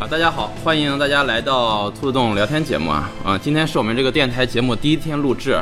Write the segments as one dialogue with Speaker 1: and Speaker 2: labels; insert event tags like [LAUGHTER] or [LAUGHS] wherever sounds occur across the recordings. Speaker 1: 啊，大家好，欢迎大家来到兔子洞聊天节目啊啊！今天是我们这个电台节目第一天录制，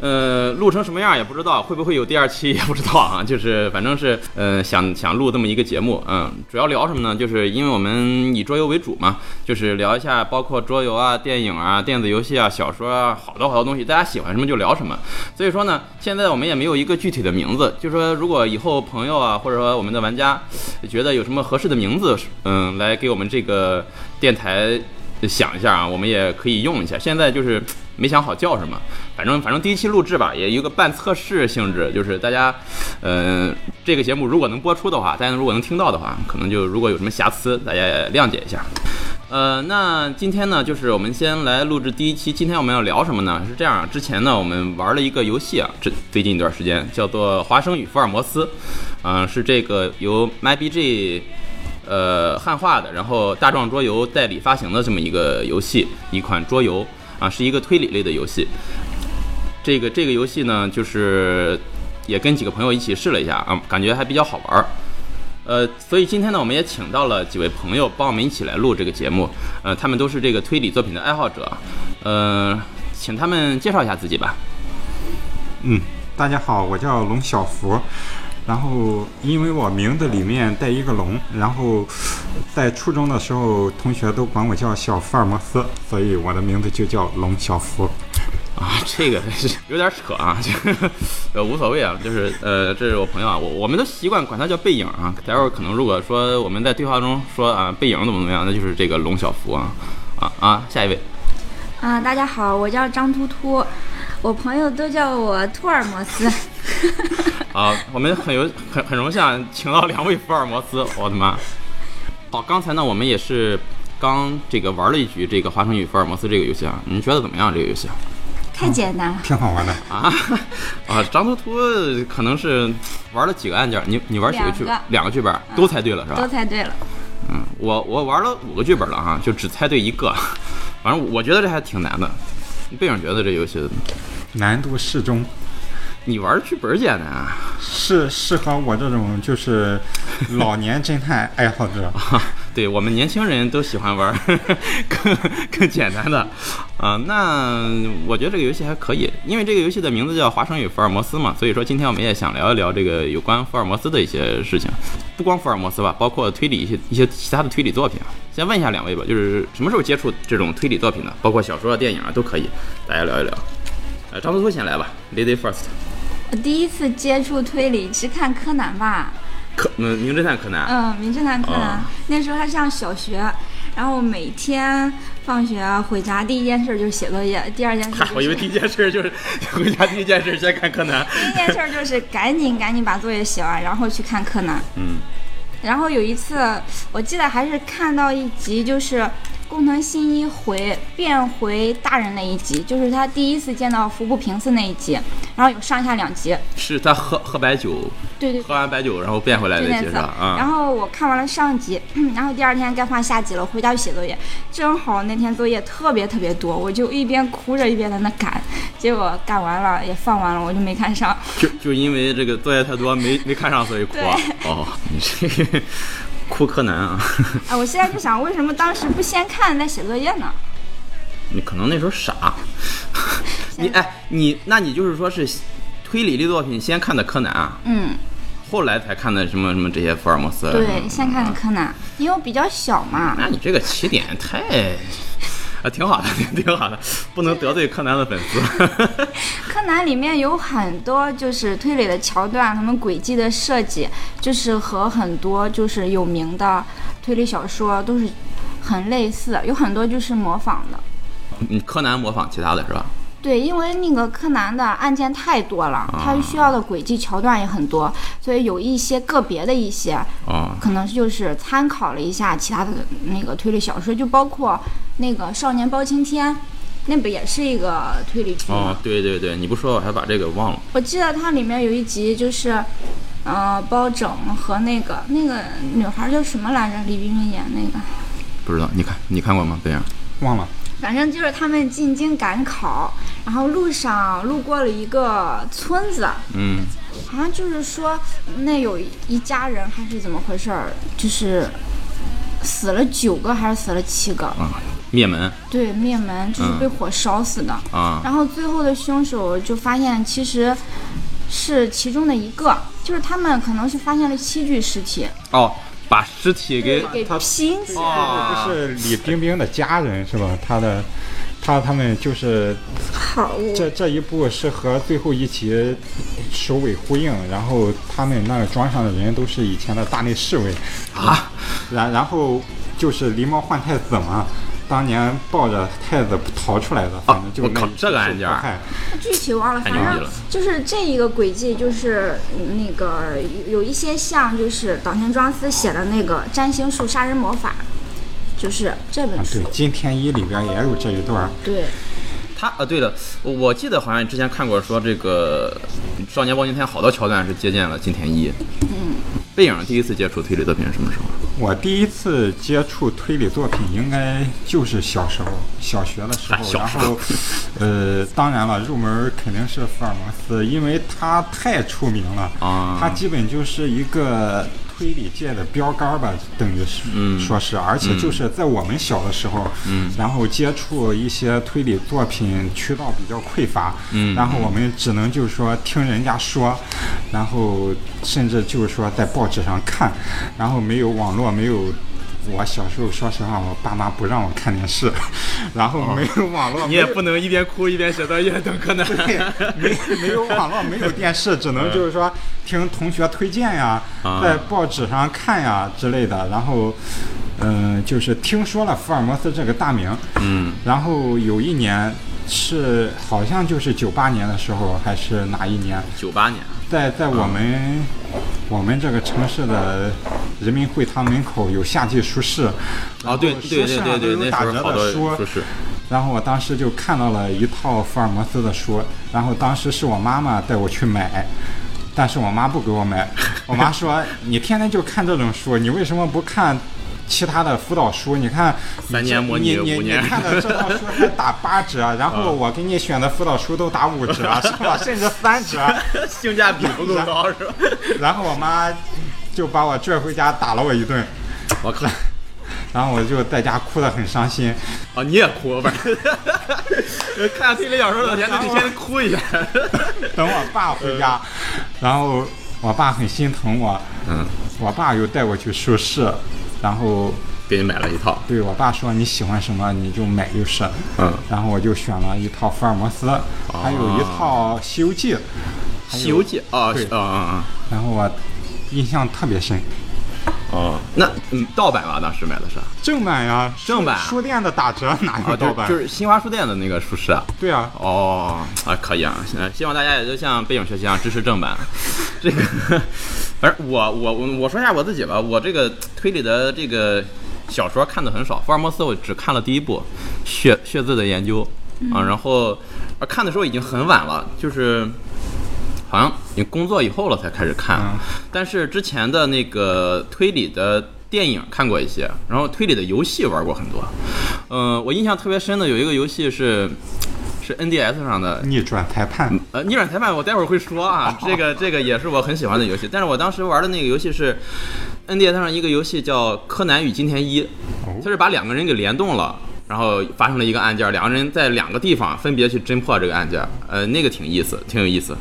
Speaker 1: 呃，录成什么样也不知道，会不会有第二期 [LAUGHS] 也不知道啊。就是反正是呃想想录这么一个节目，嗯，主要聊什么呢？就是因为我们以桌游为主嘛，就是聊一下包括桌游啊、电影啊、电子游戏啊、小说啊，好多好多东西，大家喜欢什么就聊什么。所以说呢，现在我们也没有一个具体的名字，就说如果以后朋友啊，或者说我们的玩家觉得有什么合适的名字，嗯，来给我们这个电台想一下啊，我们也可以用一下。现在就是没想好叫什么，反正反正第一期录制吧，也有一个半测试性质，就是大家，呃，这个节目如果能播出的话，大家如果能听到的话，可能就如果有什么瑕疵，大家也谅解一下。呃，那今天呢，就是我们先来录制第一期。今天我们要聊什么呢？是这样，之前呢，我们玩了一个游戏啊，这最近一段时间叫做《华生与福尔摩斯》，嗯、是这个由 MyBG 呃汉化的，然后大壮桌游代理发行的这么一个游戏，一款桌游啊，是一个推理类的游戏。这个这个游戏呢，就是也跟几个朋友一起试了一下啊，感觉还比较好玩儿。呃，所以今天呢，我们也请到了几位朋友帮我们一起来录这个节目。呃，他们都是这个推理作品的爱好者。呃，请他们介绍一下自己吧。
Speaker 2: 嗯，大家好，我叫龙小福。然后，因为我名字里面带一个龙，然后在初中的时候，同学都管我叫小福尔摩斯，所以我的名字就叫龙小福。 [LAUGHS]
Speaker 1: 啊， [LAUGHS] 这个是有点扯啊，这个呃无所谓啊，就是呃，这是我朋友啊，我我们都习惯管他叫背影啊。待会儿可能如果说我们在对话中说啊背影怎么怎么样，那就是这个龙小福啊啊啊，下一位。
Speaker 3: 啊、大家好，我叫张突突，我朋友都叫我兔尔摩斯。
Speaker 1: 啊，我们很有很很荣幸啊请到两位福尔摩斯，我的妈！好，刚才呢，我们也是刚这个玩了一局这个《华生与福尔摩斯》这个游戏啊， [LAUGHS] 你觉得怎么样？这个游戏
Speaker 3: 太简单了，
Speaker 2: 挺好玩的。
Speaker 1: 啊啊，张图图可能是玩了几个按键，你你玩几个剧本
Speaker 3: 两个？
Speaker 1: 两个剧本都猜对了是吧？
Speaker 3: 都猜对了。
Speaker 1: 嗯，我我玩了五个剧本了哈，就只猜对一个， [LAUGHS] 反正我觉得这还挺难的。背影觉得这游戏
Speaker 2: 难度适中，
Speaker 1: 你玩剧本简单啊？
Speaker 2: 适适合我这种就是老年侦探爱好者。
Speaker 1: 哈， [LAUGHS] 对我们年轻人都喜欢玩儿更更简单的啊、那我觉得这个游戏还可以，因为这个游戏的名字叫《华生与福尔摩斯》嘛，所以说今天我们也想聊一聊这个有关福尔摩斯的一些事情，不光福尔摩斯吧，包括推理一些一些其他的推理作品啊。先问一下两位吧，就是什么时候接触这种推理作品的，包括小说啊、电影啊都可以，大家聊一聊。呃，张图图先来吧，Lady First，
Speaker 3: 我第一次接触推理是看柯南吧，
Speaker 1: 柯嗯，名侦探柯南，
Speaker 3: 嗯，名侦探柯南，
Speaker 1: 哦
Speaker 3: 那时候还上小学，然后每天放学啊回家第一件事就是写作业，第二件事、就
Speaker 1: 嗨 [LAUGHS]
Speaker 3: 是，
Speaker 1: [LAUGHS] 我以为第一件事就是回家第一件事先看柯南，
Speaker 3: [LAUGHS] 第一件事就是赶紧赶紧把作业写完，然后去看柯南。
Speaker 1: 嗯。
Speaker 3: 然后有一次，我记得还是看到一集，就是工藤新一回变回大人那一集，就是他第一次见到服部平次那一集，然后有上下两集，
Speaker 1: 是他喝喝白酒，
Speaker 3: 对对，
Speaker 1: 喝完白酒然后变回来
Speaker 3: 就
Speaker 1: 的，
Speaker 3: 那
Speaker 1: 其
Speaker 3: 次。
Speaker 1: 实
Speaker 3: 然
Speaker 1: 啊，
Speaker 3: 后我看完了上集，嗯然后第二天该放下集了，回家就写作业，正好那天作业特别特别多，我就一边哭着一边在那赶，结果赶完了也放完了，我就没看上。
Speaker 1: 就就因为这个作业太多没没看上，所以哭啊。哦，你这个 [LAUGHS] 哭柯南啊，
Speaker 3: 哎，我现在就想，为什么当时不先看再写作业呢？
Speaker 1: 你可能那时候傻。 [LAUGHS] 你哎，你那你就是说是推理类作品先看的柯南啊，
Speaker 3: 嗯。
Speaker 1: 后来才看的什么什么这些福尔摩斯啊。
Speaker 3: 对，先看看柯南，因为我比较小嘛。
Speaker 1: 那你这个起点太啊，挺好的，挺
Speaker 3: [LAUGHS]
Speaker 1: 好的，不能得罪柯南的粉丝。
Speaker 3: 柯南里面有很多就是推理的桥段，他们轨迹的设计，就是和很多就是有名的推理小说都是很类似，有很多就是模仿的。
Speaker 1: 你柯南模仿其他的是吧？
Speaker 3: 对，因为那个柯南的案件太多了，它需要的轨迹桥段也很多，所以有一些个别的一些
Speaker 1: 哦，
Speaker 3: 可能就是参考了一下其他的那个推理小说，就包括那个《少年包青天》，那不也是一个推理剧吗？
Speaker 1: 哦，对对对，你不说我还把这个忘了。
Speaker 3: 我记得它里面有一集就是，呃，包拯和那个那个女孩叫什么来着？李冰冰演那个，
Speaker 1: 不知道，你看你看过吗？对呀、
Speaker 2: 忘了，
Speaker 3: 反正就是他们进京赶考，然后路上路过了一个村子，
Speaker 1: 嗯，
Speaker 3: 好像就是说那有一家人还是怎么回事儿，就是死了九个还是死了七个？
Speaker 1: 啊，灭门
Speaker 3: 对，灭门就是被
Speaker 1: 嗯
Speaker 3: 火烧死的。
Speaker 1: 啊
Speaker 3: 然后最后的凶手就发现其实是其中的一个，就是他们可能是发现了七具尸体，
Speaker 1: 哦，把尸体给
Speaker 3: 给
Speaker 2: 他
Speaker 3: 拼起来。
Speaker 1: 哦
Speaker 2: 不是李冰冰的家人是吧？他的，他他们就是
Speaker 3: 好，我
Speaker 2: 这这一部是和最后一集首尾呼应，然后他们那个庄上的人都是以前的大内侍卫，嗯
Speaker 1: 啊
Speaker 2: 然然后就是狸猫换太子嘛，当年抱着太子逃出来的，反正就
Speaker 1: 哦我
Speaker 2: 那
Speaker 1: 靠
Speaker 2: 一
Speaker 1: 这个
Speaker 2: 受
Speaker 1: 案件儿
Speaker 2: 迫害
Speaker 3: 具体忘了，
Speaker 1: 太
Speaker 3: 反
Speaker 1: 牛逼
Speaker 3: 正
Speaker 1: 了
Speaker 3: 就是这一个轨迹，就是嗯那个有有一些像就是岛田庄司写的那个《占星术杀人魔法》，就是这
Speaker 2: 啊
Speaker 3: 本书
Speaker 2: 对，。金天一里边也有这一段儿，
Speaker 3: 对，
Speaker 1: 他啊，对了，我记得好像之前看过说这个《少年包青天》好多桥段是借鉴了金田一。嗯，背影第一次接触推理作品是什么时候？
Speaker 2: 我第一次接触推理作品应该就是小时候，小学的时候，
Speaker 1: 哎小
Speaker 2: 然
Speaker 1: 时候
Speaker 2: 后，呃，当然了，入门肯定是福尔摩斯，因为他太出名了，
Speaker 1: 啊
Speaker 2: 他基本就是一个推理界的标杆儿吧，等于是、
Speaker 1: 嗯
Speaker 2: 说是，而且就是在我们小的时候，然后接触一些推理作品渠道比较匮乏，
Speaker 1: 嗯
Speaker 2: 然后我们只能就是说听人家说，然后甚至就是说在报纸上看，然后没有网络，没有。我小时候，说实话，我爸妈不让我看电视， [LAUGHS] 然后没有网络，
Speaker 1: 你也不能一边哭一边写作业等柯南。
Speaker 2: 没没有网络，
Speaker 1: [LAUGHS]
Speaker 2: 没有电视，只能就是说听同学推荐呀，
Speaker 1: 嗯啊
Speaker 2: 在报纸上看呀之类的。然后，嗯、就是听说了福尔摩斯这个大名，
Speaker 1: 嗯，
Speaker 2: 然后有一年是好像就是九八年的时候，还是哪一年，
Speaker 1: 九八年
Speaker 2: 在在我们、
Speaker 1: 啊
Speaker 2: 我们这个城市的人民会堂门口有夏季书市，
Speaker 1: 啊，对
Speaker 2: 然后
Speaker 1: 对
Speaker 2: 书
Speaker 1: 对
Speaker 2: 市
Speaker 1: 对
Speaker 2: 上都
Speaker 1: 对，
Speaker 2: 有
Speaker 1: 那
Speaker 2: 打
Speaker 1: 时候
Speaker 2: 折
Speaker 1: 好
Speaker 2: 的
Speaker 1: 多
Speaker 2: 书，
Speaker 1: 说是
Speaker 2: 然后我当时就看到了一套福尔摩斯的书，然后当时是我妈妈带我去买，但是我妈不给
Speaker 1: [LAUGHS]
Speaker 2: 我买，我妈说你天天就看这种书，你为什么不看？其他的辅导书，你看你
Speaker 1: 三年
Speaker 2: 这
Speaker 1: 模拟
Speaker 2: 你你
Speaker 1: 五
Speaker 2: 你
Speaker 1: 年
Speaker 2: 看的这套书还打八
Speaker 1: [LAUGHS]
Speaker 2: 折，然后我给你选的辅导书都打五折，是吧？甚至三折。
Speaker 1: [LAUGHS] 性价比不够高是吧？
Speaker 2: 然后我妈就把我拽回家打了我一顿，
Speaker 1: 我靠！
Speaker 2: 然后我就在家哭得很伤心。
Speaker 1: 啊，你也哭，反正 [LAUGHS] 看推理小说的前得先哭一下。
Speaker 2: [LAUGHS] 等我爸回家，然后我爸很心疼我，
Speaker 1: 嗯，
Speaker 2: 我爸又带我去书市，然后
Speaker 1: 给你买了一套。
Speaker 2: 对我爸说你喜欢什么你就买就是，
Speaker 1: 嗯，哦
Speaker 2: 然后我就选了一套福尔摩斯，还有一套《西游记》，
Speaker 1: 《西游记》啊
Speaker 2: 对
Speaker 1: 啊啊
Speaker 2: 然后我印象特别深，
Speaker 1: 啊！哦，那嗯，盗版吧，当时买的是
Speaker 2: 正版呀，书
Speaker 1: 正版啊
Speaker 2: 书店的打折哪
Speaker 1: 啊，
Speaker 2: 有盗
Speaker 1: 就
Speaker 2: 版？
Speaker 1: 就是新华书店的那个书市啊。
Speaker 2: 对啊，
Speaker 1: 哦，啊，可以啊，呃希望大家也就像背影学习一样支持正
Speaker 2: [LAUGHS]
Speaker 1: 版。这个， [LAUGHS] 反正我我我我说一下我自己吧，我这个推理的这个小说看的很少，福尔摩斯我只看了第一部《血血字的研究》
Speaker 2: 嗯
Speaker 1: 啊，然后啊看的时候已经很晚了，就是。好像你工作以后了才开始看，
Speaker 2: 嗯
Speaker 1: 但是之前的那个推理的电影看过一些，然后推理的游戏玩过很多。嗯、我印象特别深的有一个游戏是是 NDS 上的，
Speaker 2: 逆转裁判，
Speaker 1: 呃，逆转裁判我待会儿会说啊，这个这个也是我很喜欢的游戏，但是我当时玩的那个游戏是 NDS 上一个游戏叫《柯南与金田一》，它是把两个人给联动了。然后发生了一个案件，两个人在两个地方分别去侦破这个案件，呃，那个挺意思，挺有意思。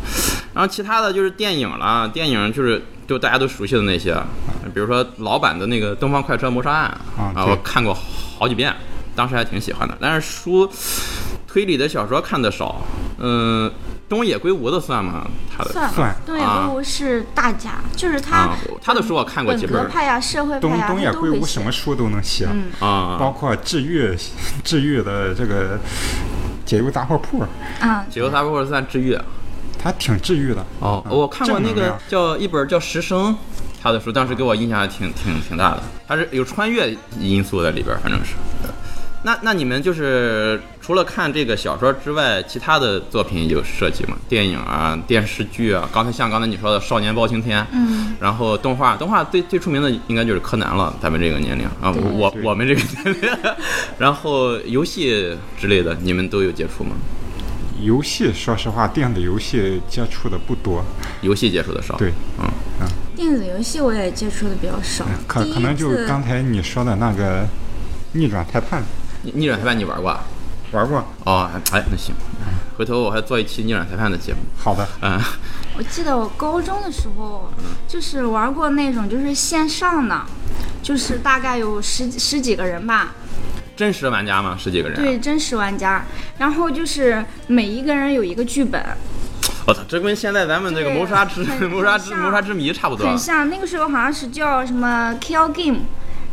Speaker 1: 然后其他的就是电影了，电影就是就大家都熟悉的那些，比如说老版的那个《东方快车谋杀案》
Speaker 2: 啊
Speaker 1: 啊，
Speaker 2: 对
Speaker 1: 我看过好几遍，当时还挺喜欢的。但是书推理的小说看的少，嗯、东野圭吾的算吗？他的
Speaker 3: 算
Speaker 2: 算
Speaker 3: 了，东野圭吾是大家，就是他、
Speaker 1: 啊，他的书我看过
Speaker 3: 本
Speaker 1: 几本
Speaker 3: 格
Speaker 1: 儿
Speaker 3: 派呀、社会派
Speaker 2: 东
Speaker 3: 呀、
Speaker 2: 东野
Speaker 3: 他都
Speaker 2: 圭
Speaker 3: 会
Speaker 2: 吾
Speaker 3: 写
Speaker 2: 什么书都能写。包
Speaker 1: 啊，
Speaker 2: 括治愈、治愈的这个解忧杂货铺，
Speaker 3: 啊，
Speaker 1: 《解忧杂货铺》算治愈。啊
Speaker 2: 它挺治愈的。
Speaker 1: 哦，
Speaker 2: 嗯
Speaker 1: 我看过那
Speaker 2: 正能
Speaker 1: 个
Speaker 2: 量
Speaker 1: 叫一本叫《石生》，他的书当时给我印象还挺挺挺大的，他是有穿越因素在里边儿，反正是。那那你们就是除了看这个小说之外，其他的作品有涉及吗？电影啊、电视剧啊，刚才像刚才你说的《少年包青天》，嗯，然后动画，动画最最出名的应该就是柯南了，咱们这个年龄啊，我我们这个年龄，然后游戏之类的，你们都有接触吗？
Speaker 2: 游戏，说实话，电子游戏接触的不多。
Speaker 1: 游戏接触的少，
Speaker 2: 对，
Speaker 1: 嗯，
Speaker 2: 嗯，
Speaker 3: 电子游戏我也接触的比较少，
Speaker 2: 可
Speaker 3: 第一
Speaker 2: 可能就
Speaker 3: 次
Speaker 2: 刚才你说的那个逆转裁判
Speaker 1: 逆逆转裁判你玩过啊？
Speaker 2: 玩过，
Speaker 1: 哦，哎，那行，回头我还做一期逆转裁判的节目。
Speaker 2: 好的，
Speaker 1: 嗯，
Speaker 3: 我记得我高中的时候，就是玩过那种就是线上的，就是大概有十几十几个人吧，
Speaker 1: 真实的玩家吗？十几个人、啊？
Speaker 3: 对，真实玩家。然后就是每一个人有一个剧本，
Speaker 1: 我操，这跟现在咱们这个
Speaker 3: 对
Speaker 1: 谋杀之 [LAUGHS]
Speaker 3: 很
Speaker 1: 谋杀之
Speaker 3: 很像
Speaker 1: 谋杀之谜差不多啊
Speaker 3: 很。像那个时候好像是叫什么 Kill Game，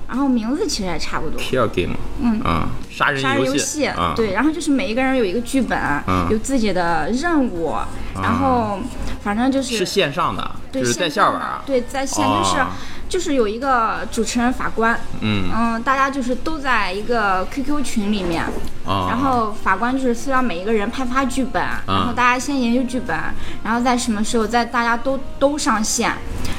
Speaker 3: 然后名字其实也差不多。
Speaker 1: Kill game，
Speaker 3: 嗯
Speaker 1: 啊，杀人
Speaker 3: 杀人游
Speaker 1: 戏
Speaker 3: 戏，
Speaker 1: 啊，
Speaker 3: 对，然后就是每一个人有一个剧本，
Speaker 1: 嗯
Speaker 3: 有自己的任务，然后反正就是
Speaker 1: 是线上的，
Speaker 3: 对
Speaker 1: 就是
Speaker 3: 线
Speaker 1: 在线
Speaker 3: 上
Speaker 1: 玩
Speaker 3: 的
Speaker 1: 啊。
Speaker 3: 对，在线
Speaker 1: 哦
Speaker 3: 就是、就是有一个主持人法官，
Speaker 1: 嗯
Speaker 3: 嗯，大家就是都在一个 QQ 群里面，
Speaker 1: 啊，
Speaker 3: 然后法官就是需要每一个人派发剧本，
Speaker 1: 嗯
Speaker 3: 然后大家先研究剧本，然后在什么时候在大家都都上线，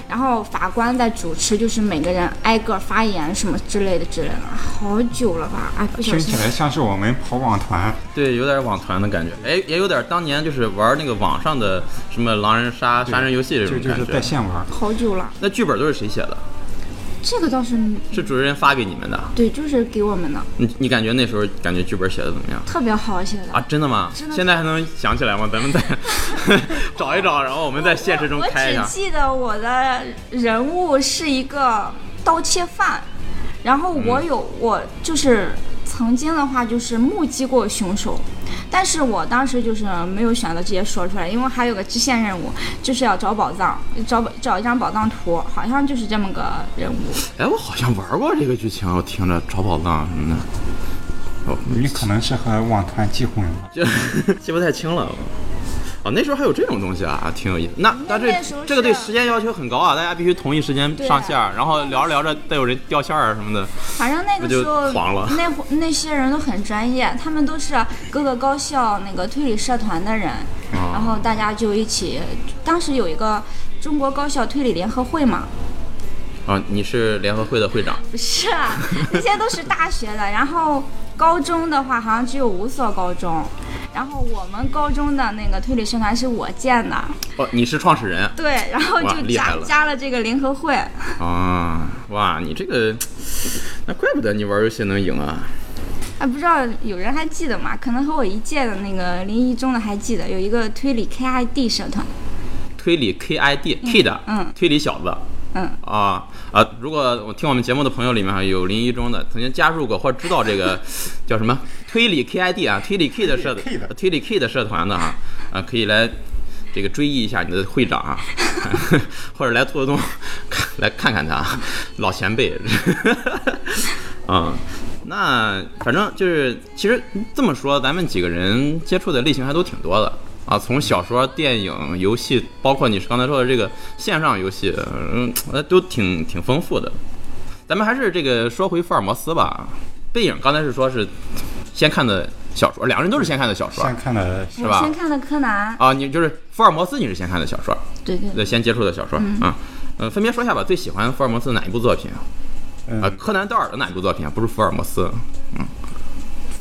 Speaker 3: 然后法官在主持，就是每个人挨个发言什么之类的之类的，好久了吧？哎，不小
Speaker 2: 听
Speaker 3: 心
Speaker 2: 起。来像是我们跑网团，
Speaker 1: 对，有点网团的感觉，哎，也有点当年就是玩那个网上的什么狼人杀、杀人游戏这
Speaker 2: 就
Speaker 1: 种
Speaker 2: 就是
Speaker 1: 感
Speaker 2: 在
Speaker 1: 觉。
Speaker 2: 线玩。
Speaker 3: 好久了，
Speaker 1: 那剧本都是谁写的？
Speaker 3: 这个倒是
Speaker 1: 是主持人发给你们的？
Speaker 3: 对，就是给我们的
Speaker 1: 你你感觉那时候感觉剧本写的怎么样？
Speaker 3: 特别好写的
Speaker 1: 啊，。真的吗？
Speaker 3: 真的
Speaker 1: 现在还能想起来吗？咱
Speaker 3: [LAUGHS]
Speaker 1: 们再找一找，然后我们在现实中
Speaker 3: 我
Speaker 1: 开一
Speaker 3: 只
Speaker 1: 下。
Speaker 3: 记得我的人物是一个盗窃犯，然后我有、我就是曾经的话就是目击过凶手，但是我当时就是没有选择直接说出来，因为还有个支线任务，就是要找宝藏，找找一张宝藏图，好像就是这么个任务。
Speaker 1: 哎，我好像玩过这个剧情，我听着找宝藏什么的，哦，
Speaker 2: 你可能是和网团记混了。
Speaker 1: 就 [LAUGHS] 记不太清了。哦，那时候还有这种东西啊，挺有意思。那那这
Speaker 3: 嗯那时候是
Speaker 1: 这个对时间要求很高啊，大家必须同一时间上线儿，然后聊着聊着再有人掉线儿啊什么的。
Speaker 3: 反正那个时
Speaker 1: 那
Speaker 3: 候
Speaker 1: 就黄了
Speaker 3: [LAUGHS] 那会那些人都很专业，他们都是各个高校那个推理社团的人，
Speaker 1: 哦
Speaker 3: 然后大家就一起，当时有一个中国高校推理联合会嘛，
Speaker 1: 啊，你是联合会的会长，
Speaker 3: 不是啊，那些都是大学的，然后高中的话好像只有五所高中，然后我们高中的那个推理社团是我建的，
Speaker 1: 哦，你是创始人
Speaker 3: 对，然后
Speaker 1: 哇
Speaker 3: 就
Speaker 1: 厉害
Speaker 3: 加
Speaker 1: 了
Speaker 3: 加了这个联合会，
Speaker 1: 啊？哇，你这个，那怪不得你玩游戏能赢啊！
Speaker 3: 哎，不知道有人还记得吗？可能和我一届的那个临沂中的还记得，有一个推理 KID 社团，
Speaker 1: 推理 KID Kid，
Speaker 3: 嗯
Speaker 1: 推理小子。
Speaker 3: 嗯，
Speaker 1: 啊啊！如果我听我们节目的朋友里面还有临沂中的，曾经加入过或者知道这
Speaker 2: [LAUGHS]
Speaker 1: 个叫什么推理 KID 啊，推理 K 的社
Speaker 2: 推理 K 的
Speaker 1: 推理 K 的社团的啊啊，可以来这个追忆一下你的会长
Speaker 2: [LAUGHS]
Speaker 1: 啊，或者来兔子洞看来看看他啊老前辈啊。那反正就是，其实这么说，咱们几个人接触的类型还都挺多的啊，从小说、电影、游戏，包括你刚才说的这个线上游戏，嗯，呃都挺挺丰富的。咱们还是这个说回福尔摩斯吧，背影刚才是说是先看的小说，两个人都是先看的小说
Speaker 2: 先看的
Speaker 1: 是吧
Speaker 3: 我先看的柯南，
Speaker 1: 啊，你就是福尔摩斯，你是先看的小说，
Speaker 3: 对对
Speaker 1: 对，先接触的小说啊。呃，分别说一下吧，最喜欢福尔摩斯哪一部作品啊？
Speaker 2: 嗯
Speaker 1: 啊，柯南道尔的哪一部作品啊？不是福尔摩斯，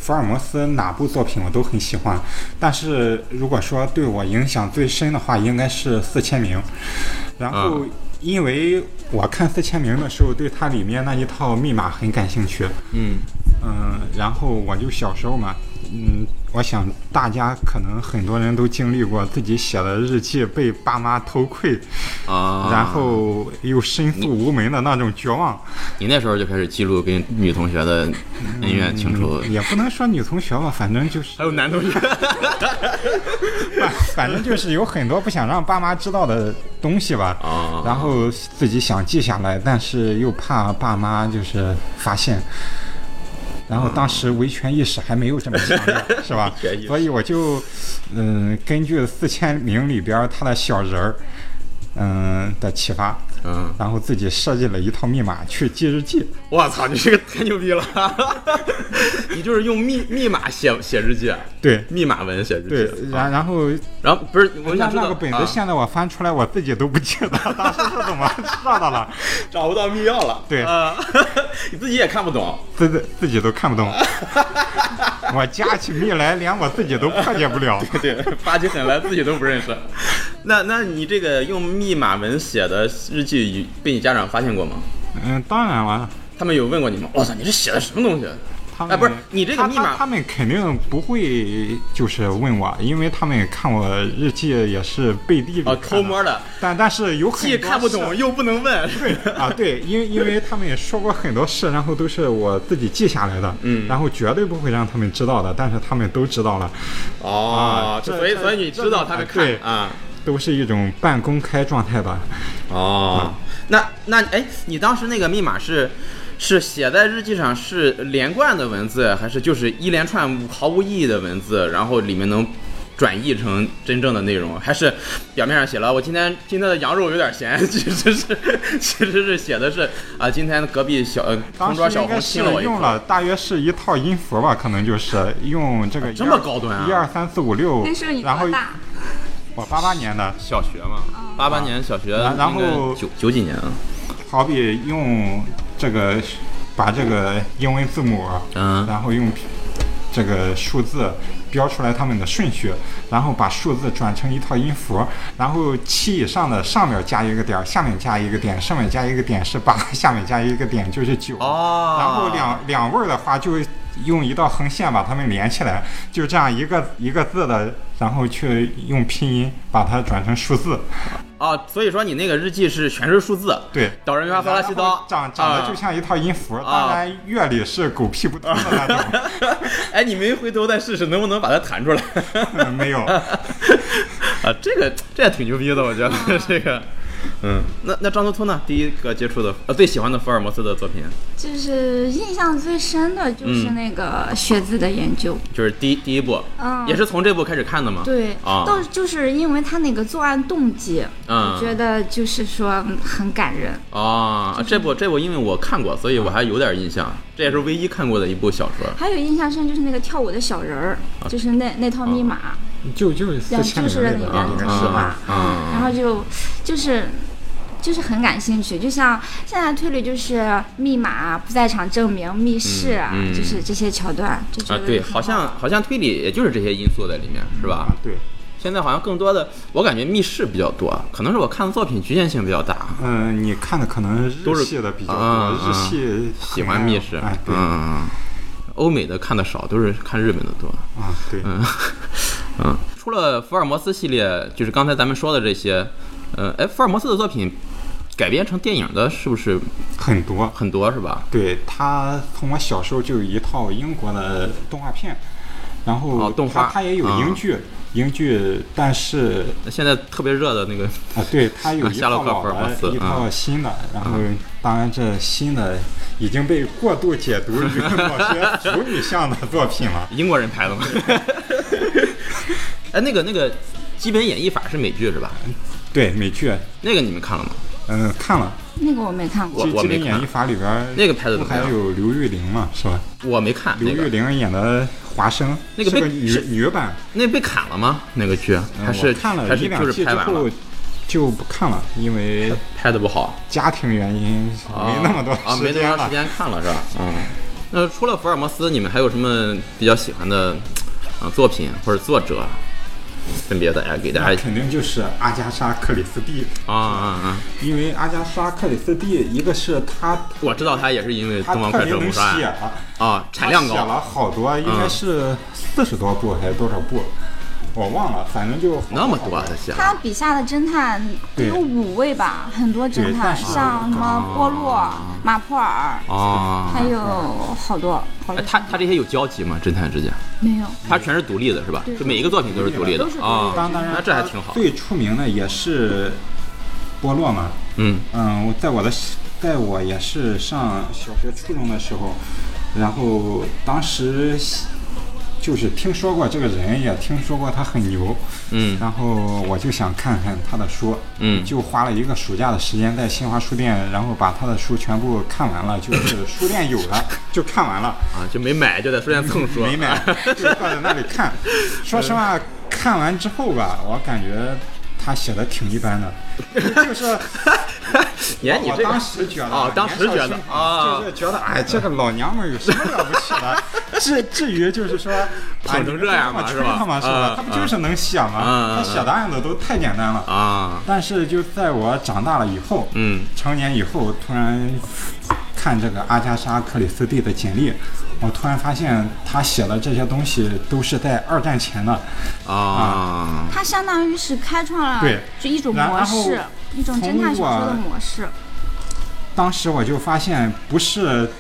Speaker 2: 福尔摩斯哪部作品我都很喜欢，但是如果说对我影响最深的话，应该是《四千名》。然后，
Speaker 1: 啊
Speaker 2: 因为我看《四千名》的时候，对它里面那一套密码很感兴趣。
Speaker 1: 嗯
Speaker 2: 嗯，然后我就小时候嘛，嗯，我想大家可能很多人都经历过自己写的日记被爸妈偷窥，
Speaker 1: 啊，
Speaker 2: 然后又申诉无门的那种绝望。
Speaker 1: 你那时候就开始记录跟女同学的恩怨情仇，
Speaker 2: 也不能说女同学吧，反正就是 [LAUGHS]
Speaker 1: 还有男同学，
Speaker 2: 反反正就是有很多不想让爸妈知道的东西吧，
Speaker 1: 啊
Speaker 2: 然后自己想记下来，但是又怕爸妈就是发现。然后当时维权意识还没有这么强
Speaker 1: [LAUGHS]
Speaker 2: 烈，是吧
Speaker 1: 维权意识？
Speaker 2: 所以我就，嗯，根据《四千名》里边儿他的小人儿，嗯的启发，
Speaker 1: 嗯，
Speaker 2: 然后自己设计了一套密码去记日记。
Speaker 1: 我操，你这个太牛逼了， [LAUGHS] 你就是用密密码写写日记，啊
Speaker 2: 对
Speaker 1: 密码文写日
Speaker 2: 对
Speaker 1: 记，，
Speaker 2: 然然后
Speaker 1: 然后不是，我
Speaker 2: 那
Speaker 1: 想知道
Speaker 2: 那个本子
Speaker 1: 啊
Speaker 2: 现在我翻出来，我自己都不记得当时是怎么设的了。
Speaker 1: 啊找不到密钥了，
Speaker 2: 对
Speaker 1: 啊， [LAUGHS] 你自己也看不懂，
Speaker 2: 自自自己都看不懂。 [LAUGHS] 我加起密来，连我自己都破解不了。
Speaker 1: 对，发起狠来自己都不认识，那那你这个用密码文写的日记被你家长发现过吗？
Speaker 2: 嗯，当然了，
Speaker 1: 他们有问过你吗？我操，你这写的什么东西？
Speaker 2: 他们、
Speaker 1: 哎，不是你这个
Speaker 2: 他
Speaker 1: 密码
Speaker 2: 他，他们肯定不会就是问我，因为他们也看我日记也是背地里
Speaker 1: 哦，
Speaker 2: 看
Speaker 1: 偷
Speaker 2: 的
Speaker 1: 摸的，
Speaker 2: 但但是有很
Speaker 1: 既
Speaker 2: 多
Speaker 1: 看不
Speaker 2: 事
Speaker 1: 懂又不能问。
Speaker 2: 啊，对，因为因为他们也说过很多事，然后都是我自己记下来的，
Speaker 1: 嗯
Speaker 2: 然后绝对不会让他们知道的，但是他们都知道了，
Speaker 1: 哦
Speaker 2: 啊，
Speaker 1: 就
Speaker 2: 这
Speaker 1: 所以
Speaker 2: 这
Speaker 1: 所以你知道他们
Speaker 2: 这
Speaker 1: 看
Speaker 2: 对
Speaker 1: 啊。
Speaker 2: 都是一种半公开状态吧。
Speaker 1: 哦，那那哎，你当时那个密码是是写在日记上是连贯的文字，还是就是一连串毫无意义的文字，然后里面能转译成真正的内容？还是表面上写了我今天今天的羊肉有点咸，其实是其实是写的是啊，今天隔壁小呃
Speaker 2: 当
Speaker 1: 同
Speaker 2: 时
Speaker 1: 桌小
Speaker 2: 应
Speaker 1: 红
Speaker 2: 该
Speaker 1: 亲
Speaker 2: 是
Speaker 1: 了我一
Speaker 2: 用
Speaker 1: 口。
Speaker 2: 了大约是一套音符吧，可能就是用这个
Speaker 1: 这么高端啊
Speaker 2: 一二三四五六
Speaker 3: 那时候你，
Speaker 2: 然后
Speaker 3: 多大？
Speaker 2: 我八八年的，
Speaker 1: 小学嘛，八八年小学，
Speaker 2: 然然后
Speaker 1: 应该九九几年啊，
Speaker 2: 好比用这个把这个英文字母，
Speaker 1: 嗯
Speaker 2: 然后用这个数字标出来它们的顺序，然后把数字转成一套音符，然后七以上的上面加一个点儿，下面加一个点，上面加一个点是八，下面加一个点就是九。
Speaker 1: 哦
Speaker 2: 然后两两位儿的话就用一道横线把它们连起来，就这样一个一个字的，然后去用拼音把它转成数字。
Speaker 1: 啊，所以说你那个日记是全是数字，
Speaker 2: 对，
Speaker 1: 导人发发拉西
Speaker 2: 然
Speaker 1: 刀
Speaker 2: 后，长长得
Speaker 1: 啊
Speaker 2: 就像一套音符，
Speaker 1: 啊
Speaker 2: 当然乐理是狗屁不通的那种 [LAUGHS]
Speaker 1: [LAUGHS] 哎，你没回头再试试，能不能把它弹出来？ [LAUGHS]
Speaker 2: 嗯，没有。
Speaker 1: 啊，这个这也挺牛逼的，我觉得这个，嗯，那那张图图呢？第一个接触的，呃，最喜欢的福尔摩斯的作品，
Speaker 3: 就是印象最深的就是
Speaker 1: 嗯
Speaker 3: 那个血字的研究，
Speaker 1: 就是第第一部，
Speaker 3: 嗯，
Speaker 1: 也是从这部开始看的吗？
Speaker 3: 对，
Speaker 1: 啊
Speaker 3: 倒是就是因为他那个作案动机，
Speaker 1: 嗯
Speaker 3: 我觉得就是说嗯很感人。
Speaker 1: 啊，这部这部因为我看过，所以我还有点印象，这也是唯一看过的一部小说。啊
Speaker 3: 还有印象深就是那个跳舞的小人儿，就是那那套密码，
Speaker 2: 就就是四
Speaker 3: 对
Speaker 2: 千
Speaker 3: 就
Speaker 2: 零
Speaker 3: 是
Speaker 2: 那
Speaker 3: 里面
Speaker 2: 个
Speaker 1: 啊
Speaker 2: 应
Speaker 3: 的
Speaker 2: 该
Speaker 3: 密
Speaker 2: 是吧？
Speaker 3: 码
Speaker 1: 啊啊，
Speaker 3: 然后就就是。就是很感兴趣，就像现在推理就是密码啊、不在场证明、密室啊，
Speaker 1: 嗯嗯
Speaker 3: 就是这些桥段，就觉
Speaker 1: 啊
Speaker 3: 得，
Speaker 1: 对，
Speaker 3: 很
Speaker 1: 好像好像推理也就是这些因素在里面，是吧？
Speaker 2: 啊，对，
Speaker 1: 现在好像更多的，我感觉密室比较多，啊可能是我看的作品局限性比较大。啊
Speaker 2: 嗯，你看的可能
Speaker 1: 都是
Speaker 2: 日系的比较
Speaker 1: 啊
Speaker 2: 多，日系
Speaker 1: 喜欢密室，
Speaker 2: 哎，对，啊
Speaker 1: 嗯，欧美的看的少，都是看日本的多。
Speaker 2: 啊对，
Speaker 1: 嗯， [LAUGHS] 嗯，除了福尔摩斯系列，就是刚才咱们说的这些，呃，哎，福尔摩斯的作品改编成电影的是不是
Speaker 2: 很多。
Speaker 1: 很多是吧？
Speaker 2: 对他从我小时候就有一套英国的动画片，然后
Speaker 1: 哦动画
Speaker 2: 他他也有英剧，英剧，但是
Speaker 1: 现在特别热的那个，
Speaker 2: 啊，对，它有一
Speaker 1: 夏洛
Speaker 2: 套
Speaker 1: 克
Speaker 2: 老
Speaker 1: 福尔摩斯啊
Speaker 2: 的，一套新的，然后当然这新的已经被过度解读于 [LAUGHS] 某些腐女向的作品了。
Speaker 1: 英国人拍的吗？ [LAUGHS] 哎，那个那个《基本演绎法》是美剧是吧？
Speaker 2: 对美剧，
Speaker 1: 那个你们看了吗？
Speaker 2: 嗯，看了
Speaker 3: 那个我没看
Speaker 2: 《
Speaker 1: 我
Speaker 3: 过，
Speaker 2: 基
Speaker 1: 我
Speaker 2: 基
Speaker 1: 没
Speaker 2: 本演
Speaker 1: 看
Speaker 2: 绎法》里边
Speaker 1: 那个拍得
Speaker 2: 不
Speaker 1: 怎么
Speaker 2: 还
Speaker 1: 样
Speaker 2: 有刘玉玲嘛，是吧？
Speaker 1: 我没看
Speaker 2: 刘
Speaker 1: 那
Speaker 2: 玉
Speaker 1: 个，
Speaker 2: 玲演的华生，
Speaker 1: 那个
Speaker 2: 是个
Speaker 1: 被
Speaker 2: 女
Speaker 1: 是
Speaker 2: 女版，
Speaker 1: 那被砍了吗？那个剧
Speaker 2: 嗯
Speaker 1: 还是
Speaker 2: 我看了
Speaker 1: 还
Speaker 2: 一
Speaker 1: 是
Speaker 2: 两
Speaker 1: 就
Speaker 2: 季
Speaker 1: 是
Speaker 2: 之
Speaker 1: 拍完了
Speaker 2: 后。就不看了，因为
Speaker 1: 拍的不好，
Speaker 2: 家庭原因没那么多
Speaker 1: 啊，没
Speaker 2: 时
Speaker 1: 那
Speaker 2: 间
Speaker 1: 么
Speaker 2: 了。
Speaker 1: 长时间看了是吧？嗯，那除了福尔摩斯，你们还有什么比较喜欢的啊作品或者作者？分别大家给大
Speaker 2: 那
Speaker 1: 家
Speaker 2: 肯定就是阿加莎·克里斯蒂，
Speaker 1: 啊啊啊！
Speaker 2: 因为阿加莎·克里斯蒂，一个是她
Speaker 1: 我知道他也是因为《
Speaker 2: 他
Speaker 1: 东方
Speaker 2: 特
Speaker 1: 快
Speaker 2: 别
Speaker 1: 车谋
Speaker 2: 能
Speaker 1: 杀
Speaker 2: 写
Speaker 1: 案
Speaker 2: 啊，》
Speaker 1: 啊，产量
Speaker 2: 他写
Speaker 1: 高，嗯
Speaker 2: 了好多，应该是四十多部还是多少部，我忘了，反正就好
Speaker 1: 那么多啊的写了
Speaker 3: 他笔下的侦探得有
Speaker 2: 对
Speaker 3: 五位吧，很多侦
Speaker 2: 对
Speaker 3: 探，
Speaker 2: 但是
Speaker 3: 像什么波洛、马普尔，
Speaker 1: 啊。
Speaker 3: 还有好多好
Speaker 1: 哎
Speaker 3: 多
Speaker 1: 他他这些有交集吗？侦探之间，
Speaker 3: 没有。
Speaker 1: 他全是独立的，是吧？
Speaker 3: 对
Speaker 1: 就每一个作品都是独立的
Speaker 3: 都是独立的
Speaker 1: 啊。
Speaker 2: 当当然，
Speaker 1: 那这还挺好。
Speaker 2: 最出名的也是波洛嘛，
Speaker 1: 嗯，
Speaker 2: 嗯，我在我的在我也是上小学初中的时候，然后当时就是听说过这个人，也听说过他很牛，
Speaker 1: 嗯
Speaker 2: 然后我就想看看他的书，
Speaker 1: 嗯
Speaker 2: 就花了一个暑假的时间在新华书店，然后把他的书全部看完了，就是书店有了就看完了，
Speaker 1: 啊，就没买，就在书店
Speaker 2: [LAUGHS]
Speaker 1: 蹭书。
Speaker 2: 没 [LAUGHS]
Speaker 1: 嗯
Speaker 2: 买，就坐在那里看。说实话，看完之后吧，我感觉。他写的挺
Speaker 1: [LAUGHS]
Speaker 2: 一般的，就是
Speaker 1: 演你
Speaker 2: 我
Speaker 1: 这个
Speaker 2: 当时觉得
Speaker 1: 哦当时觉得
Speaker 2: 年少轻
Speaker 1: 啊
Speaker 2: 就是觉得哎，这个老娘们儿有什么了不起的？至至于就是说，啊
Speaker 1: 捧成这样嘛
Speaker 2: 是
Speaker 1: 是吧
Speaker 2: 他嘛
Speaker 1: 嗯
Speaker 2: 吧？他不就是能写
Speaker 1: 嗯嗯
Speaker 2: 吗？他写的案子都太简单了。
Speaker 1: 啊，
Speaker 2: 但是就在我长大了以后，
Speaker 1: 嗯
Speaker 2: 成年以后，突然看这个阿加莎·克里斯蒂的简历，我突然发现他写的这些东西都是在二战前的。
Speaker 1: 啊，
Speaker 3: 它相当于是开创了
Speaker 2: 对
Speaker 3: 就一种
Speaker 2: 然
Speaker 3: 模式
Speaker 2: 然后，
Speaker 3: 一种侦探小说的
Speaker 2: 通过
Speaker 3: 模式。
Speaker 2: 当时我就发现，不是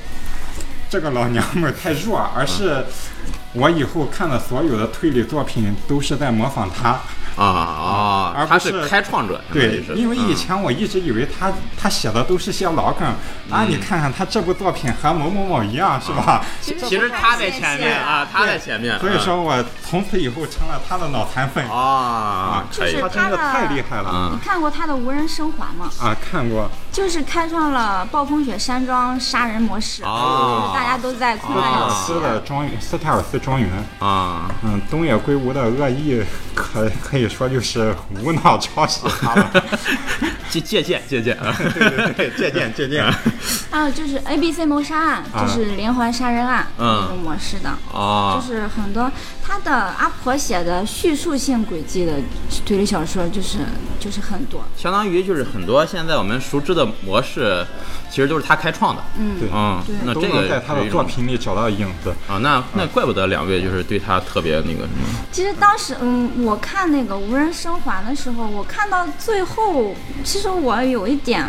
Speaker 2: 这个老娘们儿太弱，而是我以后看的所有的推理作品都是在模仿他。
Speaker 1: 啊啊，
Speaker 2: 而
Speaker 1: 他
Speaker 2: 不
Speaker 1: 是
Speaker 2: 是
Speaker 1: 开创者，相当
Speaker 2: 对
Speaker 1: 于是，
Speaker 2: 因为以
Speaker 1: 嗯
Speaker 2: 前我一直以为他他写的都是些老梗啊，
Speaker 1: 嗯
Speaker 2: 你看看他这部作品和某某某一样，是吧？
Speaker 1: 其实他在前面啊，他在前面，
Speaker 2: 所以
Speaker 1: 嗯
Speaker 2: 说我从此以后成了他的脑残粉
Speaker 1: 啊，可以
Speaker 3: 就是
Speaker 2: 他真的太厉害了
Speaker 1: 啊
Speaker 3: 你看过他的《无人生还》吗？
Speaker 2: 啊！看过，
Speaker 3: 就是开创了暴风雪山庄杀人模式，
Speaker 1: 哦
Speaker 3: 就是大家都在空
Speaker 2: 斯
Speaker 3: 难
Speaker 2: 泰
Speaker 3: 有
Speaker 2: 尔
Speaker 1: 啊
Speaker 2: 斯的庄园，斯泰尔斯庄园，
Speaker 1: [LAUGHS] 啊，
Speaker 2: 嗯，东野圭吾的恶意可可以说就是无脑抄袭他 [LAUGHS] 了。
Speaker 1: 借借鉴借
Speaker 2: [LAUGHS]
Speaker 1: 鉴，
Speaker 2: 借鉴借鉴。
Speaker 3: 还有就是 A B C 谋杀案，就是连环杀人案
Speaker 1: 嗯
Speaker 3: 这种模式的，
Speaker 1: 啊
Speaker 3: 就是很多他的阿婆写的叙述性轨迹的推理小说，就是就是很多。
Speaker 1: 相当于就是很多现在我们熟知的模式，其实都是他开创的。
Speaker 3: 嗯
Speaker 2: 对
Speaker 1: 嗯，那
Speaker 2: 都
Speaker 1: 这
Speaker 2: 能
Speaker 1: 个
Speaker 2: 在他的
Speaker 1: 是一
Speaker 2: 作
Speaker 1: 种
Speaker 2: 品里找到影子。
Speaker 1: 啊，那那怪不得两位就是对他特别那个什么
Speaker 3: 其实当时，嗯，我看那个《无人生还》的时候，我看到最后，其实我有一点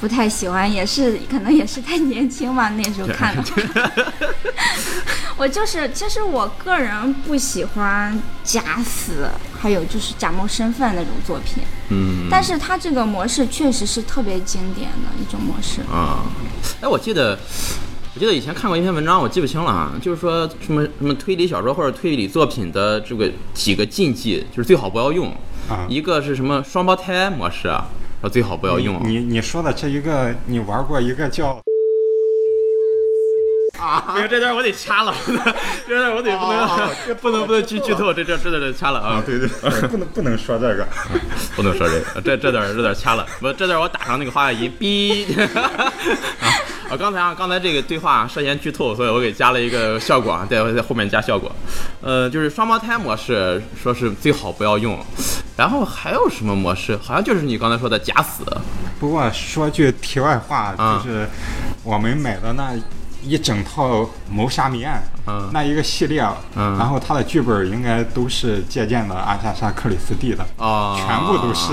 Speaker 3: 不太喜欢，也是可能也是太年轻吧，那时候看的。
Speaker 1: [LAUGHS]
Speaker 3: [LAUGHS] 我就是，其实我个人不喜欢假死，还有就是假冒身份那种作品，
Speaker 1: 嗯
Speaker 3: 但是它这个模式确实是特别经典的一种模式。
Speaker 1: 啊。哎，我记得。我记得以前看过一篇文章，我记不清了啊，就是说什么什么推理小说或者推理作品的这个几个禁忌，就是最好不要用。
Speaker 2: 啊
Speaker 1: 一个是什么双胞胎模式啊，说最好不要用。啊
Speaker 2: 你你说的这一个，你玩过一个叫
Speaker 1: 没有这段我得掐了， [LAUGHS] 这段我得不能、 [LAUGHS] 不能不能剧剧透，这这这段得掐了啊！
Speaker 2: 对对， [LAUGHS] 不能不能说这个。
Speaker 1: 不能说这个，这这段这段掐了，不，这段我打上那个话音，哔。 [LAUGHS] 啊，我刚才啊，刚才这个对话啊涉嫌剧透，所以我给加了一个效果啊，在在后面加效果。呃，就是双胞胎模式，说是最好不要用。然后还有什么模式？好像就是你刚才说的假死
Speaker 2: 不过说句题外话，
Speaker 1: 啊
Speaker 2: 就是我们买的那一整套《谋杀谜案》
Speaker 1: 嗯
Speaker 2: 那一个系列，
Speaker 1: 嗯
Speaker 2: 然后它的剧本应该都是借鉴的阿加莎·克里斯蒂的，
Speaker 1: 啊，
Speaker 2: 全部都是。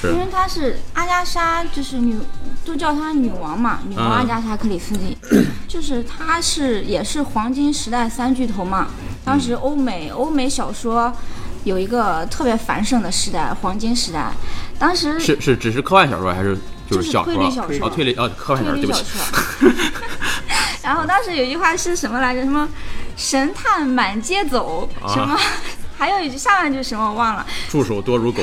Speaker 1: 是
Speaker 3: 因为她是阿加莎，就是女，都叫她女王嘛，女王
Speaker 1: 嗯
Speaker 3: 阿加莎克里
Speaker 1: [COUGHS]
Speaker 3: 斯蒂，就是她是也是黄金时代三巨头嘛。当时欧美、欧美小说有一个特别繁盛的时代，黄金时代。当时
Speaker 1: 是是，只是科幻小说还是就
Speaker 3: 就是是
Speaker 1: 小说？
Speaker 3: 推理小说
Speaker 1: 哦，推理哦，科幻小
Speaker 3: 推
Speaker 1: 说，对
Speaker 3: 理
Speaker 1: 不
Speaker 3: 小
Speaker 1: 起。 [LAUGHS]
Speaker 3: 说。然后当时有一句话是什么来着？什么神探满街走，
Speaker 1: 啊
Speaker 3: 什么？还有一句下半句什么我忘了，
Speaker 1: 助手多如狗。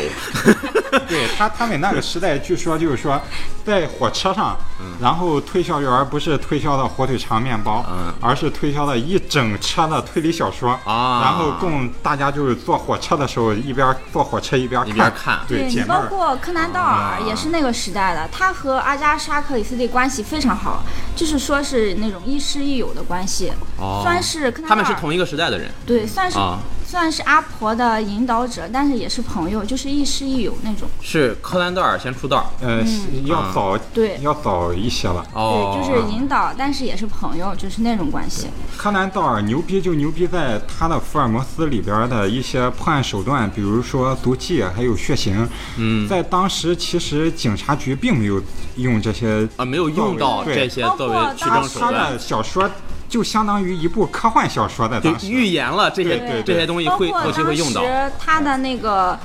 Speaker 2: 对他，他们那个时代，据说就是说，在火车上，然后推销员不是推销的火腿肠、面包，
Speaker 1: 嗯
Speaker 2: 而是推销的一整车的推理小说
Speaker 1: 啊
Speaker 2: 然后供大家就是坐火车的时候，一边坐火车一边看，
Speaker 1: 一边看
Speaker 2: 对，
Speaker 3: 你
Speaker 2: 解闷
Speaker 3: 包
Speaker 2: 儿。
Speaker 3: 括柯南道
Speaker 1: 啊
Speaker 3: 尔也是那个时代的，他和阿加莎克里斯蒂关系非常好，就是说是那种亦师亦友的关系，
Speaker 1: 哦
Speaker 3: 算是柯
Speaker 1: [LAUGHS]
Speaker 3: 南
Speaker 1: 他
Speaker 3: 道尔
Speaker 1: 们是同一个时代的人
Speaker 3: 对，算是、
Speaker 1: 啊
Speaker 3: 算是阿婆的引导者，但是也是朋友，就是亦师亦友那种。
Speaker 1: 是柯南道尔先出道。
Speaker 2: 呃，
Speaker 1: 啊
Speaker 2: 要早、
Speaker 3: 对
Speaker 2: 要早一些了。
Speaker 1: 哦，
Speaker 3: 对，就是引导，但是也是朋友，就是那种关系。
Speaker 2: 柯南道尔牛逼就牛逼在他的福尔摩斯里边的一些破案手段，比如说毒气，还有血型。嗯，在当时其实警察局并没有用这些
Speaker 1: 啊，没有用到
Speaker 2: 对
Speaker 1: 这些作为取证
Speaker 3: 当
Speaker 1: 手
Speaker 2: 他
Speaker 1: 段
Speaker 2: 的，小说就相当于一部科幻小说在
Speaker 1: 对
Speaker 2: 当，时。
Speaker 1: 预言了这些
Speaker 2: 对对对
Speaker 1: 这些东西
Speaker 3: 包
Speaker 1: 会
Speaker 3: 括
Speaker 1: 后期会
Speaker 3: 当
Speaker 1: 用到。
Speaker 3: 时他的那个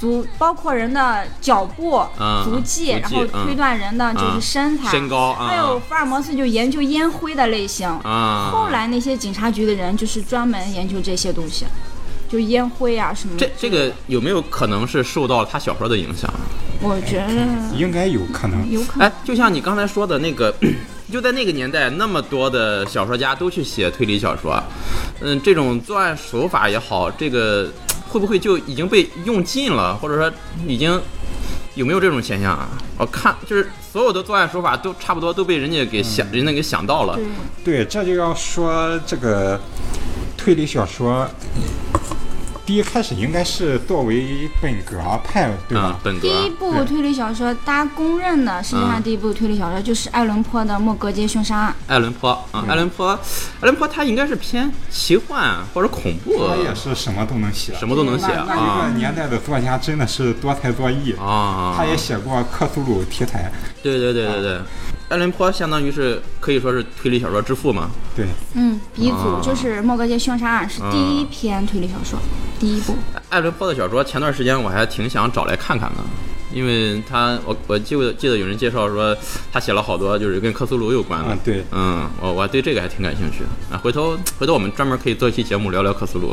Speaker 3: 足，包括人的脚步、
Speaker 1: 嗯
Speaker 3: 足迹，
Speaker 1: 足迹
Speaker 3: 然后推断人的就是
Speaker 1: 嗯
Speaker 3: 身材、
Speaker 1: 身高
Speaker 3: 还有
Speaker 1: 嗯
Speaker 3: 福尔摩斯就研究烟灰的类型。
Speaker 1: 啊，
Speaker 3: 后来那些警察局的人就是专门研究这些东西，就烟灰啊什么。
Speaker 1: 这这个有没有可能是受到他小说的影响？
Speaker 3: 我觉得
Speaker 2: 应该有可能，
Speaker 3: 有可能。
Speaker 1: 哎，就像你刚才说的那个， [CLEARS THROAT] 就在那个年代，那么多的小说家都去写推理小说，嗯，这种作案手法也好，这个会不会就已经被用尽了，或者说已经有没有这种现象啊？我看就是所有的作案手法都差不多都被人家给想、
Speaker 2: 嗯
Speaker 1: 人家给想到了
Speaker 3: 对，
Speaker 2: 对，这就要说这个推理小说，第一开始应该是作为本格派，对
Speaker 1: 啊
Speaker 2: 吧，？
Speaker 1: 本
Speaker 3: 第
Speaker 1: 格
Speaker 3: 一部推理小说，大家公认的世界上
Speaker 1: 嗯
Speaker 3: 第一部推理小说就是爱伦坡的《莫格街凶杀案
Speaker 1: 爱伦坡啊，
Speaker 2: 嗯
Speaker 1: 爱伦坡，爱伦坡他应该是偏奇幻或者恐怖，
Speaker 2: 他也是什么都能写，
Speaker 1: 什么都能写
Speaker 2: 那那一
Speaker 1: 啊
Speaker 2: 个年代的作家真的是多才多艺，
Speaker 1: 啊！
Speaker 2: 他也写过克苏鲁题材，
Speaker 1: 对对对对对，爱伦坡相当于是可以说是推理小说之父嘛。
Speaker 2: 对，》。
Speaker 3: 嗯，鼻
Speaker 1: 啊
Speaker 3: 祖就是《莫格街凶杀案》，是第一篇推理小说，第一部。
Speaker 1: 爱伦坡的小说，前段时间我还挺想找来看看的，因为他我我记得记得有人介绍说他写了好多就是跟克苏鲁有关的
Speaker 2: 嗯。对，
Speaker 1: 嗯，我我还对这个还挺感兴趣的啊。回头回头我们专门可以做一期节目聊聊克苏鲁。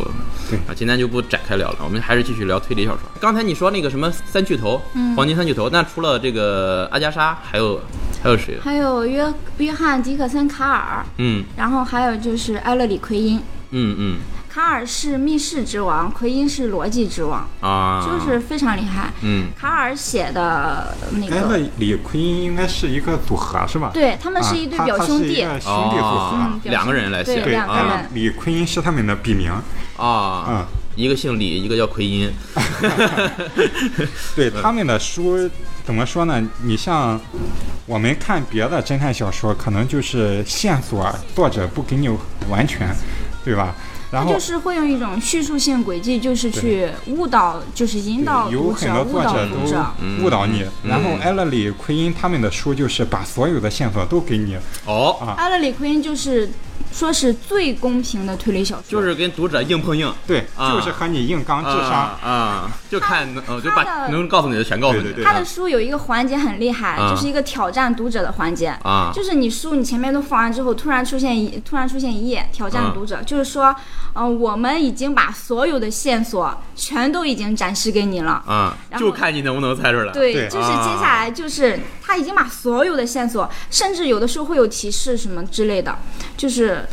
Speaker 2: 对
Speaker 1: 啊，今天就不展开聊了，我们还是继续聊推理小说。刚才你说那个什么三巨头，
Speaker 3: 嗯
Speaker 1: 黄金三巨头，那除了这个阿加莎，还有还有谁？
Speaker 3: 还有约约翰·迪克森·卡尔，
Speaker 1: 嗯
Speaker 3: 然后还有就是埃勒里·奎因。
Speaker 1: 嗯嗯
Speaker 3: 卡尔是密室之王，奎因是逻辑之王，
Speaker 1: 啊，
Speaker 3: 就是非常厉害。
Speaker 1: 嗯
Speaker 3: 卡尔写的那
Speaker 2: 埃勒
Speaker 3: 个，
Speaker 2: 里奎因应该是一个组合是吧？
Speaker 3: 对他们是一对
Speaker 2: 啊
Speaker 3: 表
Speaker 2: 他
Speaker 3: 兄弟，
Speaker 2: 他是一个兄弟组合。哎
Speaker 1: 啊
Speaker 3: 嗯表
Speaker 1: 两个人来写
Speaker 3: 对两个人
Speaker 1: 啊
Speaker 2: 埃勒里奎因是他们的笔名，
Speaker 1: 啊，
Speaker 2: 嗯，
Speaker 1: 一个姓李，一个叫奎因。
Speaker 2: 对
Speaker 1: 嗯
Speaker 2: 他们的书怎么说呢？你像我们看别的侦探小说，可能就是线索作者不给你完全，对吧？然
Speaker 3: 他
Speaker 2: 后
Speaker 3: 就是会用一种叙述性轨迹，就是去误导，就是引导
Speaker 2: 有
Speaker 3: 读
Speaker 2: 很
Speaker 3: 者，
Speaker 2: 多
Speaker 3: 误
Speaker 2: 作
Speaker 3: 导
Speaker 2: 者
Speaker 3: 读者。
Speaker 1: 嗯
Speaker 2: 都啊误导你。
Speaker 1: 嗯
Speaker 2: 然后埃勒里奎因他们的书就是把所有的线索都给你，
Speaker 1: 哦，
Speaker 3: 埃勒里奎因就是说是最公平的推理小说，
Speaker 1: 就是跟读者硬碰硬。
Speaker 2: 对，
Speaker 1: 啊
Speaker 2: 就是和你硬刚智商。
Speaker 1: 啊啊，就看能呃就
Speaker 3: 他
Speaker 1: 把
Speaker 3: 的
Speaker 1: 能告诉你的全告诉你。
Speaker 2: 对对对
Speaker 3: 他的书有一个环节很厉害，
Speaker 1: 啊
Speaker 3: 就是一个挑战读者的环节。
Speaker 1: 啊
Speaker 3: 就是你书你前面都放完之后，突然出现一突然出现一页挑
Speaker 2: 啊
Speaker 3: 战读者，就是说，嗯、我们已经把所有的线索全都已经展示给你了。
Speaker 1: 啊，
Speaker 3: 然后
Speaker 1: 就看你能不能猜出来。
Speaker 3: 对，
Speaker 2: 对
Speaker 3: 就是接下来就是他已经把所有的线索，甚至有的时候会有提示什么之类的，就是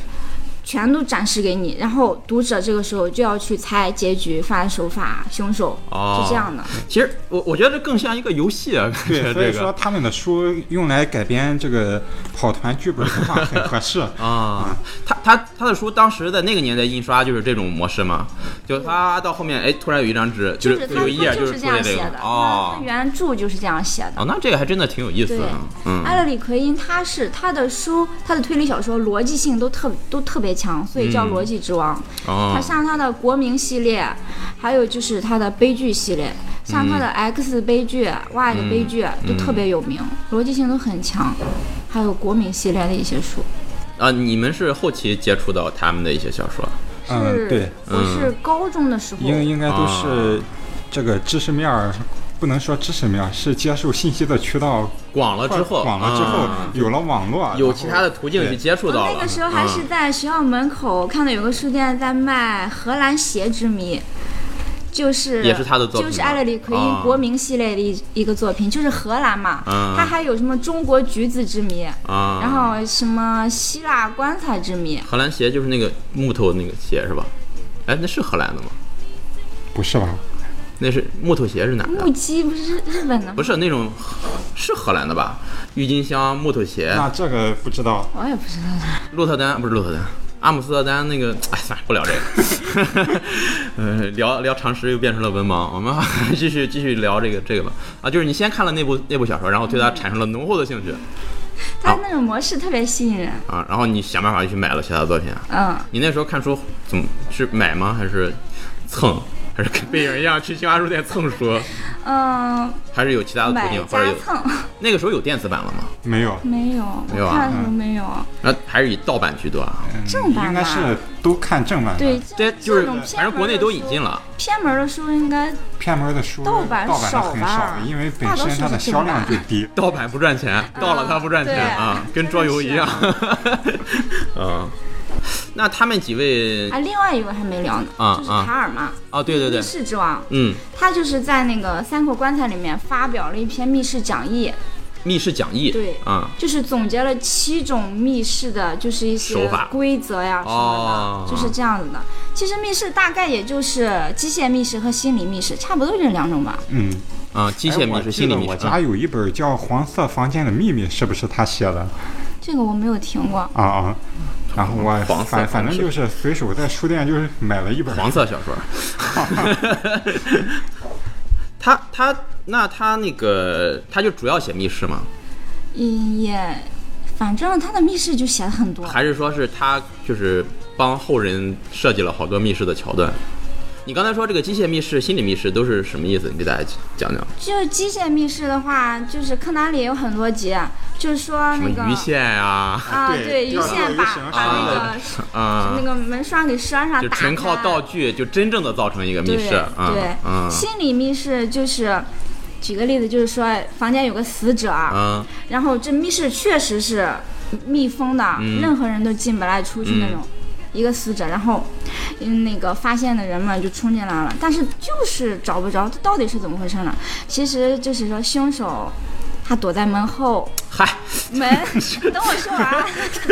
Speaker 3: 全都展示给你，然后读者这个时候就要去猜结局、犯案手法、凶手，
Speaker 1: 哦
Speaker 3: 就这样的。
Speaker 1: 其实我我觉得这更像一个游戏
Speaker 2: [LAUGHS]
Speaker 1: 啊，感觉
Speaker 2: 对，所以
Speaker 1: 这
Speaker 2: 说
Speaker 1: 个
Speaker 2: 他们的书用来改编这个跑团剧本的话很合适。
Speaker 1: [LAUGHS] 啊，他他他的书当时在那个年代印刷就是这种模式嘛，就他到后面哎突然有一张纸，
Speaker 3: 就是是他
Speaker 1: 有一页
Speaker 3: 他就是是
Speaker 1: 出
Speaker 3: 这
Speaker 1: 现
Speaker 3: 样
Speaker 1: 这
Speaker 3: 写
Speaker 1: 个
Speaker 3: 的，
Speaker 1: 哦
Speaker 3: 他原著就是这样写的。
Speaker 1: 哦，那这个还真的挺有意思的
Speaker 3: 对，啊
Speaker 1: 嗯
Speaker 3: 埃勒里奎因他是他的书，他的推理小说逻辑性都特都特别强，所以叫
Speaker 1: 嗯
Speaker 3: 逻辑之王。
Speaker 1: 哦
Speaker 3: 他像他的国民系列，还有就是他的悲剧系列，像他的
Speaker 1: 嗯
Speaker 3: X 悲剧、Y 的悲剧都特别有名，逻辑性都很强。还有国民系列的一些书，
Speaker 1: 啊，你们是后期接触到他们的一些小说
Speaker 2: 嗯，对
Speaker 3: 是，我是高中的时候，
Speaker 2: 应应该都是
Speaker 1: 啊
Speaker 2: 这个知识面儿，不能说知识面儿，是接受信息的渠道
Speaker 1: 广了之后，
Speaker 2: 广了之后
Speaker 1: 啊，
Speaker 2: 有了网络，
Speaker 1: 有其他的途径
Speaker 2: 对
Speaker 1: 去接触
Speaker 3: 我
Speaker 1: 到了。
Speaker 3: 哦
Speaker 1: 嗯
Speaker 3: 那个时候还是在学校门口看到有个书店在卖《荷兰鞋之谜》，就是
Speaker 1: 也是他的作品吗
Speaker 3: 就是艾勒里奎
Speaker 1: 啊
Speaker 3: 因国民系列的一一个作品，就是荷兰嘛。
Speaker 1: 嗯
Speaker 3: 他还有什么中国橘子之谜，
Speaker 1: 啊，
Speaker 3: 然后什么希腊棺材之谜，
Speaker 1: 荷兰鞋就是那个木头那个鞋是吧？哎，那是荷兰的吗？
Speaker 2: 不是吧？
Speaker 1: 哎那是木头鞋是哪
Speaker 3: 木
Speaker 1: 的？
Speaker 3: 屐不是日日本的
Speaker 1: 不
Speaker 3: 吗？
Speaker 1: 是那种，是荷兰的吧？郁金香、木头鞋、
Speaker 2: 那这个不知道，
Speaker 3: 我也不知道。
Speaker 1: 鹿特丹不是鹿特丹，阿姆斯特丹那个，哎，算了，不聊这个。 [LAUGHS] 呃，聊聊常识又变成了文盲，我们 [LAUGHS] 继续继续聊这个这个吧。啊，就是你先看了那部那部小说，然后对它产生了浓厚的兴趣
Speaker 3: 他那种模式特别吸引人。
Speaker 1: 啊，然后你想办法去买了其他作品。啊
Speaker 3: 嗯，
Speaker 1: 你那时候看书怎么是买吗？还是蹭？还是跟背影一样去新华书店蹭书？
Speaker 3: 嗯，
Speaker 1: 还是有其他的途
Speaker 3: 买
Speaker 1: 径，或者
Speaker 3: 家
Speaker 1: 有
Speaker 3: 蹭
Speaker 1: 那个时候有电子版了吗？
Speaker 2: 没有，
Speaker 3: 没有，
Speaker 1: 没有
Speaker 3: 我
Speaker 1: 啊
Speaker 3: 看的都没有，
Speaker 1: 那还是以盗版居多啊。
Speaker 2: 嗯
Speaker 3: 正版吧
Speaker 2: 应该是都看正版的。
Speaker 3: 对，
Speaker 1: 这嗯就是
Speaker 3: 种偏
Speaker 1: 反正国内
Speaker 3: 门的
Speaker 1: 都引
Speaker 3: 书
Speaker 1: 进了
Speaker 3: 偏门的书应该啊
Speaker 2: 偏门的书，盗
Speaker 3: 盗
Speaker 2: 版
Speaker 3: 版
Speaker 2: 的
Speaker 3: 少
Speaker 2: 很少
Speaker 3: 吧，
Speaker 2: 因为本身它的销量就低。
Speaker 1: 盗版不赚钱，盗了它不赚钱
Speaker 3: 对
Speaker 1: 啊，跟桌游一样。 [LAUGHS] 嗯，那他们几位
Speaker 3: 啊，另外一位还没聊呢，
Speaker 1: 啊
Speaker 3: 就是
Speaker 1: 啊
Speaker 3: 卡尔嘛，
Speaker 1: 哦，对对对
Speaker 3: 密，室之王，
Speaker 1: 嗯
Speaker 3: 他就是在那个三口棺材里面发表了一篇密室讲义，
Speaker 1: 密室讲义，
Speaker 3: 对
Speaker 1: 啊、
Speaker 3: 就是总结了七种密室的，就是一
Speaker 1: 手
Speaker 3: 些
Speaker 1: 法
Speaker 3: 规则呀什
Speaker 1: 哦
Speaker 3: 么的，就是这样子的。其实密室大概也就是机械密室和心理密室，差不多就这两种吧。
Speaker 2: 嗯，
Speaker 1: 啊、机械密
Speaker 2: 哎我
Speaker 1: 室、
Speaker 2: 记
Speaker 1: 心理
Speaker 2: 得
Speaker 1: 密
Speaker 2: 我
Speaker 1: 室，啊
Speaker 2: 家有一本叫《黄色房间的秘密》，是不是他写的？
Speaker 3: 这个我没有听过。
Speaker 2: 啊啊。然后我
Speaker 1: 黄色
Speaker 2: 反
Speaker 1: 房
Speaker 2: 反正
Speaker 1: 间
Speaker 2: 就是随手在书店就是买了一本，
Speaker 1: 黄色小说。 [LAUGHS] 他他那他那个他就主要写密室吗？
Speaker 3: 嗯，也，反正他的密室就写了很多。
Speaker 1: 还是说是他就是帮后人设计了好多密室的桥段？你刚才说这个机械密室、心理密室都是什么意思？你给大家讲讲。
Speaker 3: 就是机械密室的话，就是柯南里也有很多集，啊就是说
Speaker 1: 什么
Speaker 3: 那个
Speaker 1: 鱼线呀、
Speaker 3: 啊，
Speaker 2: 对
Speaker 3: 对，
Speaker 2: 钓
Speaker 3: 鱼
Speaker 2: 鱼
Speaker 3: 线
Speaker 2: 鱼
Speaker 3: 把
Speaker 2: 绳
Speaker 3: 把
Speaker 1: 什么
Speaker 3: 那
Speaker 1: 的
Speaker 3: 个
Speaker 1: 啊，
Speaker 3: 那个门栓给拴上，
Speaker 1: 就
Speaker 3: 打
Speaker 1: 纯靠
Speaker 3: 开啊
Speaker 1: 道具就真正的造成一个密室
Speaker 3: 对
Speaker 1: 啊
Speaker 3: 对，
Speaker 1: 啊
Speaker 3: 心理密室就是，举个例子，就是说房间有个死者，
Speaker 1: 啊！
Speaker 3: 然后这密室确实是密封的，
Speaker 1: 嗯
Speaker 3: 任何人都进不来出去那种。一个死者，然后，嗯，那个发现的人们就冲进来了，但是就是找不着，这到底是怎么回事呢？其实就是说凶手，他躲在门后，
Speaker 1: 嗨， [LAUGHS]
Speaker 3: 门，等我说完，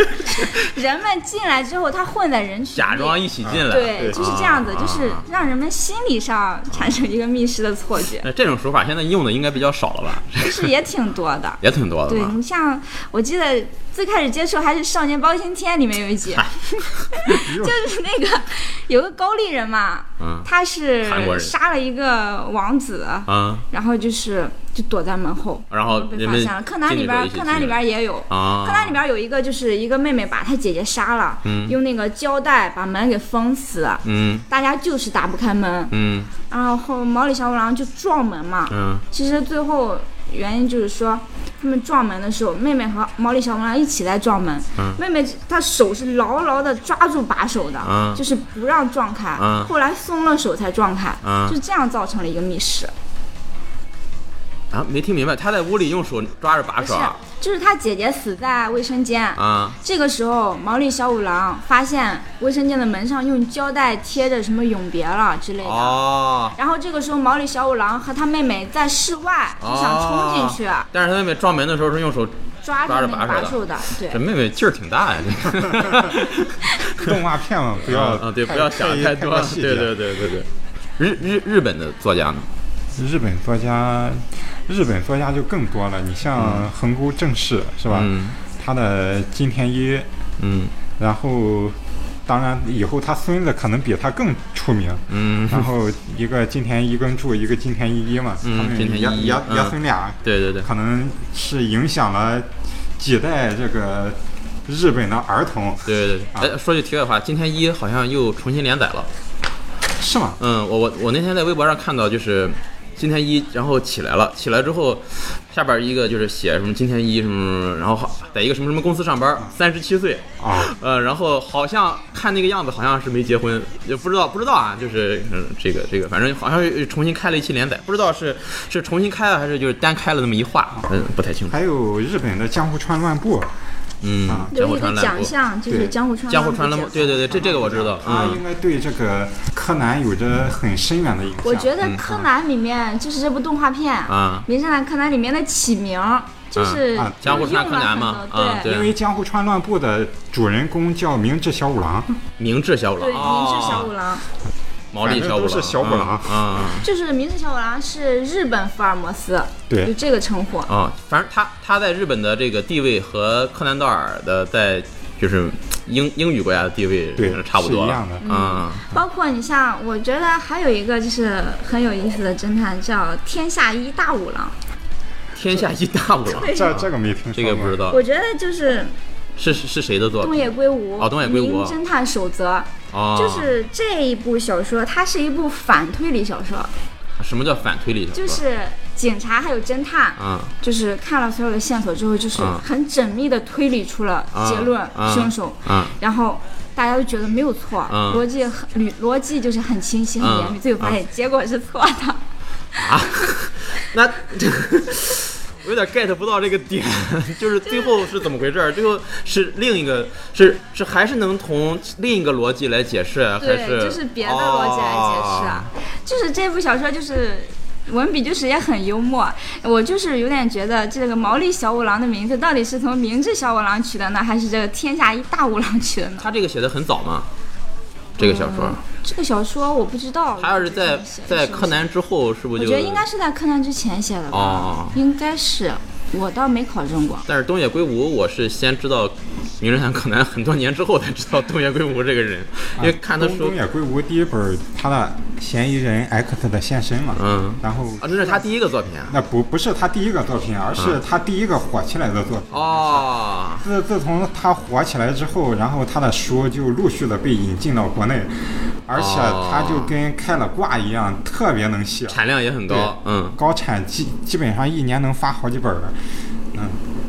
Speaker 3: [LAUGHS] 人们进来之后，他混在人群里，
Speaker 1: 假装一起进来，
Speaker 3: 对，就是这样子，
Speaker 1: 啊
Speaker 3: 就是让人们心理上产生一个密室的错
Speaker 1: [LAUGHS]
Speaker 3: 觉，
Speaker 1: 那这种手法现在用的应该比较少了吧？。
Speaker 3: 其实也挺多的
Speaker 1: 也挺多的
Speaker 3: 对
Speaker 1: 吧？
Speaker 3: 你像我记得最开始接触还是《少年包青天》里面有一集， [LAUGHS] 就是那个有个高丽人嘛，
Speaker 1: 嗯
Speaker 3: 他是
Speaker 1: 韩国人
Speaker 3: 杀了一个王子，
Speaker 1: 啊，
Speaker 3: 然后就是就躲在门后，
Speaker 1: 然后
Speaker 3: 被
Speaker 1: 人
Speaker 3: 发
Speaker 1: 们
Speaker 3: 现了。柯南
Speaker 1: 进
Speaker 3: 里
Speaker 1: 去
Speaker 3: 边
Speaker 1: 都
Speaker 3: 儿，
Speaker 1: 一起
Speaker 3: 柯南里
Speaker 1: 进
Speaker 3: 边儿也有。
Speaker 1: 啊，
Speaker 3: 柯南里边儿有一个，就是一个妹妹把她姐姐杀了，用那个胶带把门给封死，
Speaker 1: 嗯
Speaker 3: 大家就是打不开门。
Speaker 1: 嗯
Speaker 3: 然后毛利小五郎就撞门嘛。
Speaker 1: 嗯
Speaker 3: 其实最后原因就是说，他们撞门的时候，妹妹和毛利小五郎一起在撞门。
Speaker 1: 嗯
Speaker 3: 妹妹她手是牢牢的抓住把手的，
Speaker 1: 嗯
Speaker 3: 就是不让撞开。
Speaker 1: 嗯
Speaker 3: 后来松了手才撞开，
Speaker 1: 嗯
Speaker 3: 就这样造成了一个密室。
Speaker 1: 啊，没听明白，他在屋里用手抓着把
Speaker 3: 不是
Speaker 1: 手啊，
Speaker 3: 就是他姐姐死在卫生间。
Speaker 1: 啊
Speaker 3: 这个时候，毛利小五郎发现卫生间的门上用胶带贴着什么“永别了”之类的，
Speaker 1: 哦。
Speaker 3: 然后这个时候，毛利小五郎和他妹妹在室
Speaker 1: 啊
Speaker 3: 外就想冲进去、
Speaker 1: 哦但是他妹妹撞门的时候是用手，
Speaker 3: 抓
Speaker 1: 抓
Speaker 3: 着
Speaker 1: 着
Speaker 3: 那个
Speaker 1: 把手的
Speaker 3: 把手的，对
Speaker 1: 这。妹妹劲儿挺大呀。这
Speaker 2: 动画片嘛，不要
Speaker 1: 个 [LAUGHS] 啊，对，不要想太多
Speaker 2: 多
Speaker 1: 了。
Speaker 2: 细节。
Speaker 1: 对对对对对。日日日本的作家呢？
Speaker 2: 日本作家，日本作家就更多了。你像横沟正史是吧？
Speaker 1: 嗯
Speaker 2: 他的金田一，
Speaker 1: 嗯
Speaker 2: 然后当然以后他孙子可能比他更出名。
Speaker 1: 嗯，
Speaker 2: 然后一个金田一根柱，一个金田一一嘛，
Speaker 1: 嗯
Speaker 2: 他
Speaker 1: 金田
Speaker 2: 们
Speaker 1: 一
Speaker 2: 爷
Speaker 1: 一
Speaker 2: 爷
Speaker 1: 嗯
Speaker 2: 爷孙俩，
Speaker 1: 对对对。
Speaker 2: 可能是影响了几代这个日本的儿童，
Speaker 1: 对对对，
Speaker 2: 啊
Speaker 1: 哎，说句题外话，今天一好像又重新连载了。
Speaker 2: 是吗？
Speaker 1: 嗯，我我我那天在微博上看到，就是今天一，然后起来了，起来之后，下边一个就是写什么今天一什么什么，然后好在一个什么什么公司上班，三十七岁，
Speaker 2: 啊，
Speaker 1: 呃，然后好像看那个样子，好像是没结婚，也不知道不知道啊，就是、嗯、这个这个，反正好像又重新开了一期连载，不知道是是重新开了还是就是单开了那么一话，嗯，不太清
Speaker 3: 哎
Speaker 1: 楚。
Speaker 2: 还有日本的江户川乱步，
Speaker 1: 嗯，江
Speaker 3: 有
Speaker 1: 户
Speaker 3: 啊一个
Speaker 1: 川乱
Speaker 3: 奖
Speaker 1: 步，
Speaker 3: 项就是
Speaker 2: 对
Speaker 3: 江户川
Speaker 1: 江户川乱
Speaker 3: 步
Speaker 1: 步，
Speaker 3: 奖
Speaker 1: 对对对，这这个我知道，
Speaker 2: 他
Speaker 3: 啊
Speaker 1: 嗯
Speaker 2: 应该对这个柯南有着很深远的影响。
Speaker 3: 我觉得柯南里面就是这部动画片《
Speaker 1: 嗯啊。嗯
Speaker 3: 名侦探柯南》里面的起名儿就是
Speaker 2: 啊
Speaker 1: 江户川柯南嘛
Speaker 3: 用了很，多
Speaker 1: 啊，
Speaker 3: 对
Speaker 2: 因为江户川乱步的主人公叫明智小五郎，
Speaker 3: 嗯
Speaker 1: 明治小五郎，
Speaker 3: 对，明智小五
Speaker 1: 哦，
Speaker 3: 郎，
Speaker 1: 毛利小五郎，
Speaker 2: 反正都是小五郎
Speaker 1: 啊
Speaker 3: 就是明智小五郎是日本福尔摩斯，就
Speaker 2: 对，
Speaker 3: 这个称呼。
Speaker 1: 啊，啊反正他他在日本的这个地位和柯南道尔的在就是英英语国家的地位
Speaker 2: 对
Speaker 1: 是差不多
Speaker 2: 是
Speaker 1: 了
Speaker 2: 一样的
Speaker 1: 啊，
Speaker 3: 包括你像，我觉得还有一个就是很有意思的侦探叫天下一大五郎，
Speaker 1: 啊天下一大五郎，
Speaker 3: 对
Speaker 2: 这这个没听说过，
Speaker 1: 这个不知道
Speaker 3: 我觉得就是
Speaker 1: 是是是谁的作
Speaker 3: 东
Speaker 1: 品
Speaker 3: 野圭吾
Speaker 1: 哦东野圭吾
Speaker 3: 名侦探守则》
Speaker 1: 哦，
Speaker 3: 就是这一部小说，它是一部反推理小说，
Speaker 1: 什么叫反推理小说？
Speaker 3: 就是警察还有侦探，
Speaker 1: 啊
Speaker 3: 就是看了所有的线索之后，就是
Speaker 1: 嗯
Speaker 3: 很缜密的推理出了
Speaker 1: 啊
Speaker 3: 结论、
Speaker 1: 啊
Speaker 3: 凶手，
Speaker 1: 啊
Speaker 3: 然后。大家都觉得没有错，
Speaker 1: 嗯
Speaker 3: 逻辑很捋逻辑就是很清晰、很
Speaker 1: 嗯
Speaker 3: 严密，最后发现结果是错的。
Speaker 1: 啊，那 [LAUGHS] 我有点 get 不到这个点，就是最后是怎么回事儿？最后是另一个，是是还是能从另一个逻辑来解释，还
Speaker 3: 对，
Speaker 1: 是
Speaker 3: 就是别的逻辑来解释，
Speaker 1: 哦
Speaker 3: 啊。就是这部小说就是文笔就是也很幽默。我就是有点觉得这个毛利小五郎的名字到底是从明治小五郎取的呢，还是这个天下一大五郎取的呢？
Speaker 1: 他这个写的很早嘛，这个小说。
Speaker 3: 嗯这个小说我不知道，
Speaker 1: 他要是在
Speaker 3: 是不是
Speaker 1: 在柯南之后，是不
Speaker 3: 我
Speaker 1: 是就？
Speaker 3: 觉得应该是在柯南之前写的吧，
Speaker 1: 哦
Speaker 3: 应该是，我倒没考证过。
Speaker 1: 但是东野圭吾，我是先知道《名侦探柯南》很多年之后才知道东野圭吾这个人，因为看他
Speaker 2: 啊东
Speaker 1: 书
Speaker 2: 东，野圭吾第一本他的嫌疑人 X 的现身嘛，
Speaker 1: 嗯
Speaker 2: 然后
Speaker 1: 啊，那是他第一个作品啊。
Speaker 2: 那不不是他第一个作品，而是
Speaker 1: 嗯
Speaker 2: 他第一个火起来的作品。
Speaker 1: 哦，
Speaker 2: 自自从他火起来之后，然后他的书就陆续的被引进到国内，而且
Speaker 1: 哦
Speaker 2: 他就跟开了挂一样，特别能写，
Speaker 1: 产量也很高，
Speaker 2: 对
Speaker 1: 嗯，
Speaker 2: 高产基基本上一年能发好几本儿。